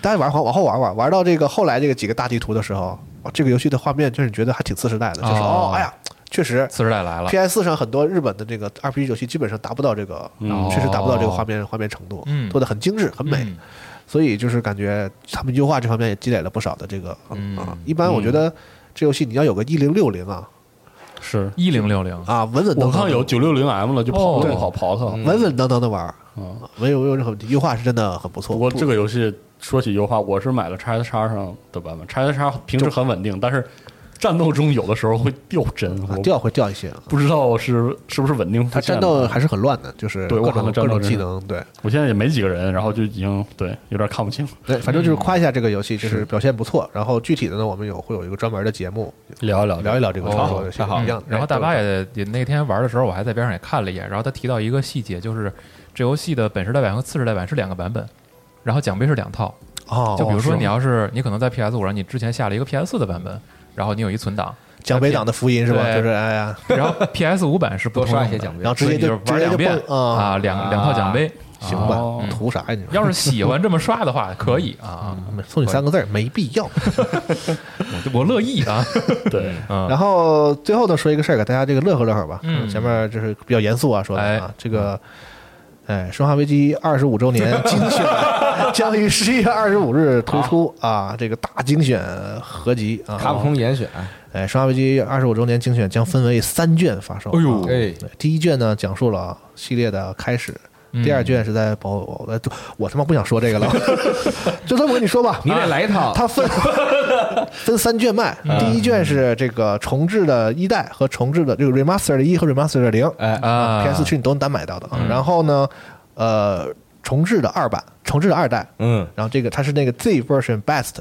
Speaker 3: 大家玩往往后玩玩，玩到这个后来这个几个大地图的时候，哦这个游戏的画面真是觉得还挺次时代的，就是
Speaker 2: 哦
Speaker 3: 哦，哎呀，确实
Speaker 2: 次时代来了，
Speaker 3: PS 上很多日本的这个 RPG 游戏基本上达不到这个，
Speaker 2: 哦
Speaker 3: 确实达不到这个画面画面程度
Speaker 2: 嗯，
Speaker 3: 做的很精致很美，
Speaker 2: 嗯
Speaker 3: 所以就是感觉他们优化这方面也积累了不少的这个
Speaker 2: 嗯
Speaker 3: 啊。一般我觉得这游戏你要有个一零六零啊
Speaker 5: 是，
Speaker 2: 一零六零，
Speaker 3: 啊稳稳
Speaker 5: 我
Speaker 3: 当当
Speaker 5: 看
Speaker 3: 地
Speaker 5: 有九六零 M 了，就跑
Speaker 2: 哦
Speaker 5: 更好跑腾。
Speaker 3: 稳稳当当的玩儿，啊
Speaker 5: 嗯
Speaker 3: 没有没有任何问题，优化是真的很不错。
Speaker 5: 不过
Speaker 3: 不
Speaker 5: 这个游戏说起优化，我是买了 x S 叉上的版本，x S 叉平时很稳定，但是战斗中有的时候会掉帧，
Speaker 3: 啊
Speaker 5: 我
Speaker 3: 掉会掉一些，
Speaker 5: 不知道是是不是稳定复
Speaker 3: 它
Speaker 5: 现
Speaker 3: 战
Speaker 5: 的。
Speaker 3: 斗
Speaker 2: 嗯
Speaker 3: 还是很乱的，就是
Speaker 5: 对
Speaker 3: 各
Speaker 5: 我可
Speaker 3: 种
Speaker 5: 能
Speaker 3: 各
Speaker 5: 战斗
Speaker 3: 种
Speaker 5: 真
Speaker 3: 技
Speaker 5: 是
Speaker 3: 能，对
Speaker 5: 我现在也没几个人，然后就已经对有点看不清了。
Speaker 3: 对，反正
Speaker 2: 嗯
Speaker 3: 就是夸一下这个游戏，就是表现不错。然后具体的呢，我们有会有一个专门的节目
Speaker 5: 聊一聊，
Speaker 3: 聊一聊这个
Speaker 2: 哦
Speaker 3: 传说游戏
Speaker 1: 太好了
Speaker 3: 一样的。哎
Speaker 2: 然后大巴也也那天玩的时候，我还在边上也看了一眼，然后他提到一个细节，就是这游戏的本时代版和次时代版是两个版本，然后奖杯是两套，
Speaker 3: 哦，
Speaker 2: 就比如说
Speaker 3: 是
Speaker 2: 你要是你可能在 PS 五上，你之前下了一个 PS 四的版本，然后你有一存档，
Speaker 3: 奖杯党的福音是吧？
Speaker 2: 对
Speaker 3: 就是哎呀，
Speaker 2: 然后 PS 五版是不
Speaker 1: 多
Speaker 2: 通
Speaker 1: 刷
Speaker 2: 用的
Speaker 1: 一些奖杯
Speaker 3: 然后直
Speaker 2: 所以
Speaker 3: 接
Speaker 2: 你就
Speaker 3: 就直
Speaker 2: 玩
Speaker 3: 接
Speaker 2: 两
Speaker 3: 就
Speaker 2: 遍
Speaker 3: 蹦啊，
Speaker 2: 啊，两两套奖杯。
Speaker 3: 行
Speaker 5: 哦
Speaker 3: 吧，图啥呀你？
Speaker 2: 要是喜欢这么刷的话，可以
Speaker 5: 嗯
Speaker 2: 啊，
Speaker 3: 送你三个字儿，没必要。
Speaker 2: 我我乐意 啊。
Speaker 5: 对，
Speaker 2: 嗯
Speaker 3: 然后最后呢，说一个事儿，给大家这个乐呵乐呵吧。
Speaker 2: 嗯
Speaker 3: 前面就是比较严肃啊，说的
Speaker 2: 哎
Speaker 3: 啊，这个，哎，《生化危机》二十五周年精选将于十一月二十五日推出啊，这个大精选合集啊。
Speaker 1: 卡普空严选，
Speaker 3: 哎，《生化危机》二十五周年精选将分为三卷发售。
Speaker 2: 哎呦
Speaker 3: 啊
Speaker 1: 哎
Speaker 3: 对第一卷呢讲述了系列的开始，
Speaker 2: 嗯
Speaker 3: 第二卷是在保我我我他妈不想说这个了， 就这么跟你说吧，
Speaker 1: 你得来一
Speaker 2: 啊
Speaker 1: 套，
Speaker 3: 它分分三卷卖，
Speaker 2: 嗯
Speaker 3: 第一卷是这个重置的一代和重置的这个 remaster 的一和 remaster 的零
Speaker 1: 哎，
Speaker 2: 啊嗯
Speaker 3: ，PS 区你都能单买到的啊。然后呢，呃，重置的二版，重置的二代，
Speaker 1: 嗯，
Speaker 3: 然后这个它是那个 Z version best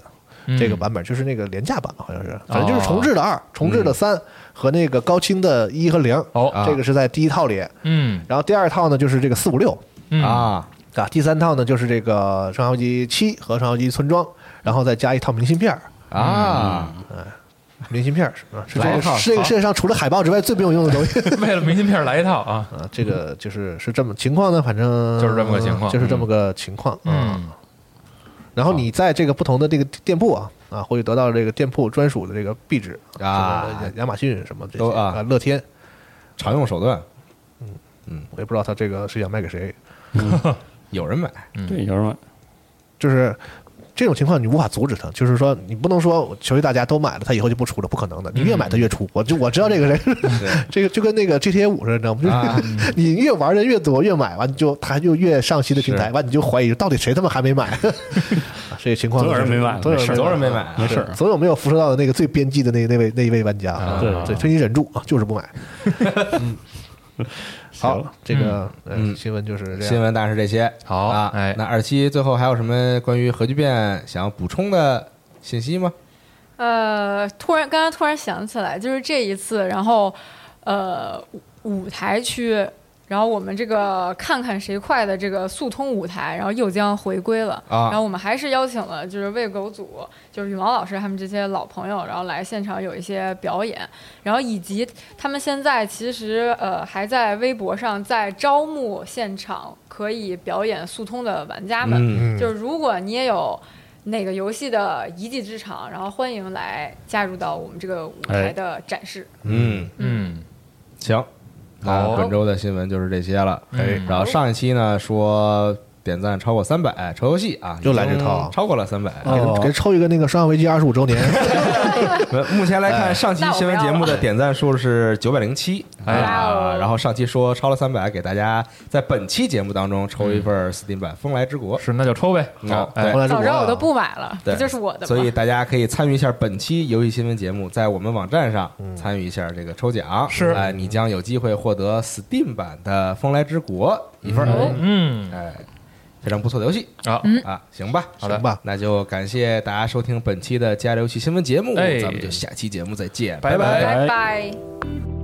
Speaker 2: 嗯哦
Speaker 3: 这个版本，就是那个廉价版，好像是，反正就是重置的二、重置的三和那个高清的一和零。
Speaker 2: 哦
Speaker 3: 这个是在第一套里，
Speaker 2: 嗯
Speaker 3: 然后第二套呢就是这个四五六。
Speaker 2: 嗯
Speaker 1: 啊，
Speaker 3: 啊，第三套呢就是这个《生化危机七》和《生化危机村庄》，然后再加一套明信片儿，
Speaker 1: 啊，
Speaker 2: 嗯
Speaker 3: 明信片儿是吧？是
Speaker 1: 来
Speaker 3: 这
Speaker 1: 一
Speaker 3: 个
Speaker 1: 套
Speaker 3: 是这个世界上除了海报之外最没有用的东西
Speaker 2: 为了明信片来一套啊。
Speaker 3: 啊！这个就是是这么情况呢，反 正
Speaker 2: 就是这么个情况
Speaker 3: 就是这么个情况啊。
Speaker 2: 嗯，
Speaker 3: 然后你在这个不同的这个店铺啊啊，会得到这个店铺专属的这个壁纸
Speaker 1: 啊
Speaker 3: 什么亚亚马逊什么这
Speaker 1: 都
Speaker 3: 些
Speaker 1: 啊
Speaker 3: 乐天，
Speaker 1: 常用手段，
Speaker 3: 我也不知道他这个是想卖给谁，
Speaker 1: 有人买，
Speaker 5: 对，有人问
Speaker 3: 就是。这种情况你无法阻止他，就是说你不能说我求求大家都买了，他以后就不出了，不可能的。你越买他越出，我就我知道这个人， 这个就跟那个 GTA 五似的，你知道吗？就是、
Speaker 1: 啊
Speaker 3: 你越玩的越多，越买完你就他就越上新的平台，完你就怀疑到底谁他妈还没买， 这情况
Speaker 5: 总有人
Speaker 3: 就是
Speaker 5: 没买
Speaker 3: 总有
Speaker 5: 没事啊
Speaker 1: 总有人没
Speaker 3: 买，啊
Speaker 1: 买，
Speaker 5: 没事儿，
Speaker 3: 总有没有辐射到的那个最边际的那那位那一位玩家，
Speaker 1: 啊
Speaker 5: 对
Speaker 3: 对，推你忍住啊，就是不买。好
Speaker 5: 行，
Speaker 3: 这个呃
Speaker 1: 嗯
Speaker 3: 新闻就是这
Speaker 1: 新
Speaker 3: 样。
Speaker 1: 闻大概是这些。
Speaker 2: 好
Speaker 1: 啊，
Speaker 2: 哎
Speaker 1: 那二期最后还有什么关于核聚变想要补充的信息吗？
Speaker 4: 呃，突然刚刚突然想起来，就是这一次，然后呃舞舞台区，然后我们这个看看谁快的这个速通舞台，然后又将回归了。
Speaker 1: 啊
Speaker 4: 然后我们还是邀请了就是喂狗组，就是羽毛老师他们这些老朋友，然后来现场有一些表演，然后以及他们现在其实呃还在微博上在招募现场可以表演速通的玩家们。
Speaker 1: 嗯，
Speaker 4: 就是如果你也有哪个游戏的一技之长，然后欢迎来加入到我们这个舞
Speaker 1: 哎
Speaker 4: 台的展示。
Speaker 1: 嗯，
Speaker 2: 嗯
Speaker 1: 行，那
Speaker 2: 好
Speaker 1: 本周的新闻就是这些了。
Speaker 2: 哎
Speaker 1: 然后上一期呢说点赞超过三百抽游戏啊，
Speaker 3: 又来这套啊
Speaker 1: 已经超过了三百。
Speaker 3: 给他
Speaker 5: 哦
Speaker 3: 给他抽一个那个《生化危机》二十五周年，
Speaker 1: 呃目前来看，上期新闻节目的点赞数是九百零七
Speaker 2: 哎
Speaker 1: 啊，然后上期说超了三百，给大家在本期节目当中抽一份 Steam 版《风来之国》。
Speaker 2: 是那就抽呗。
Speaker 1: 嗯
Speaker 2: 好，哎
Speaker 1: 对
Speaker 3: 后来是
Speaker 4: 早知道
Speaker 3: 我
Speaker 4: 我都不买了，不
Speaker 1: 啊对，
Speaker 4: 就是我的吗？
Speaker 1: 所以大家可以参与一下本期游戏新闻节目，在我们网站上参与一下这个抽奖，
Speaker 2: 是
Speaker 1: 哎，你将
Speaker 2: 哦
Speaker 1: 有机会获得 Steam 版的《风来之国》一份儿。
Speaker 2: 嗯，
Speaker 1: 哎，非常不错的游戏
Speaker 2: 啊，
Speaker 3: 嗯
Speaker 1: 啊，行吧，
Speaker 2: 好的
Speaker 3: 行吧，
Speaker 1: 那就感谢大家收听本期的《加流游戏新闻》节目，
Speaker 2: 哎
Speaker 1: 咱们就下期节目再见，
Speaker 2: 拜拜
Speaker 4: 拜拜。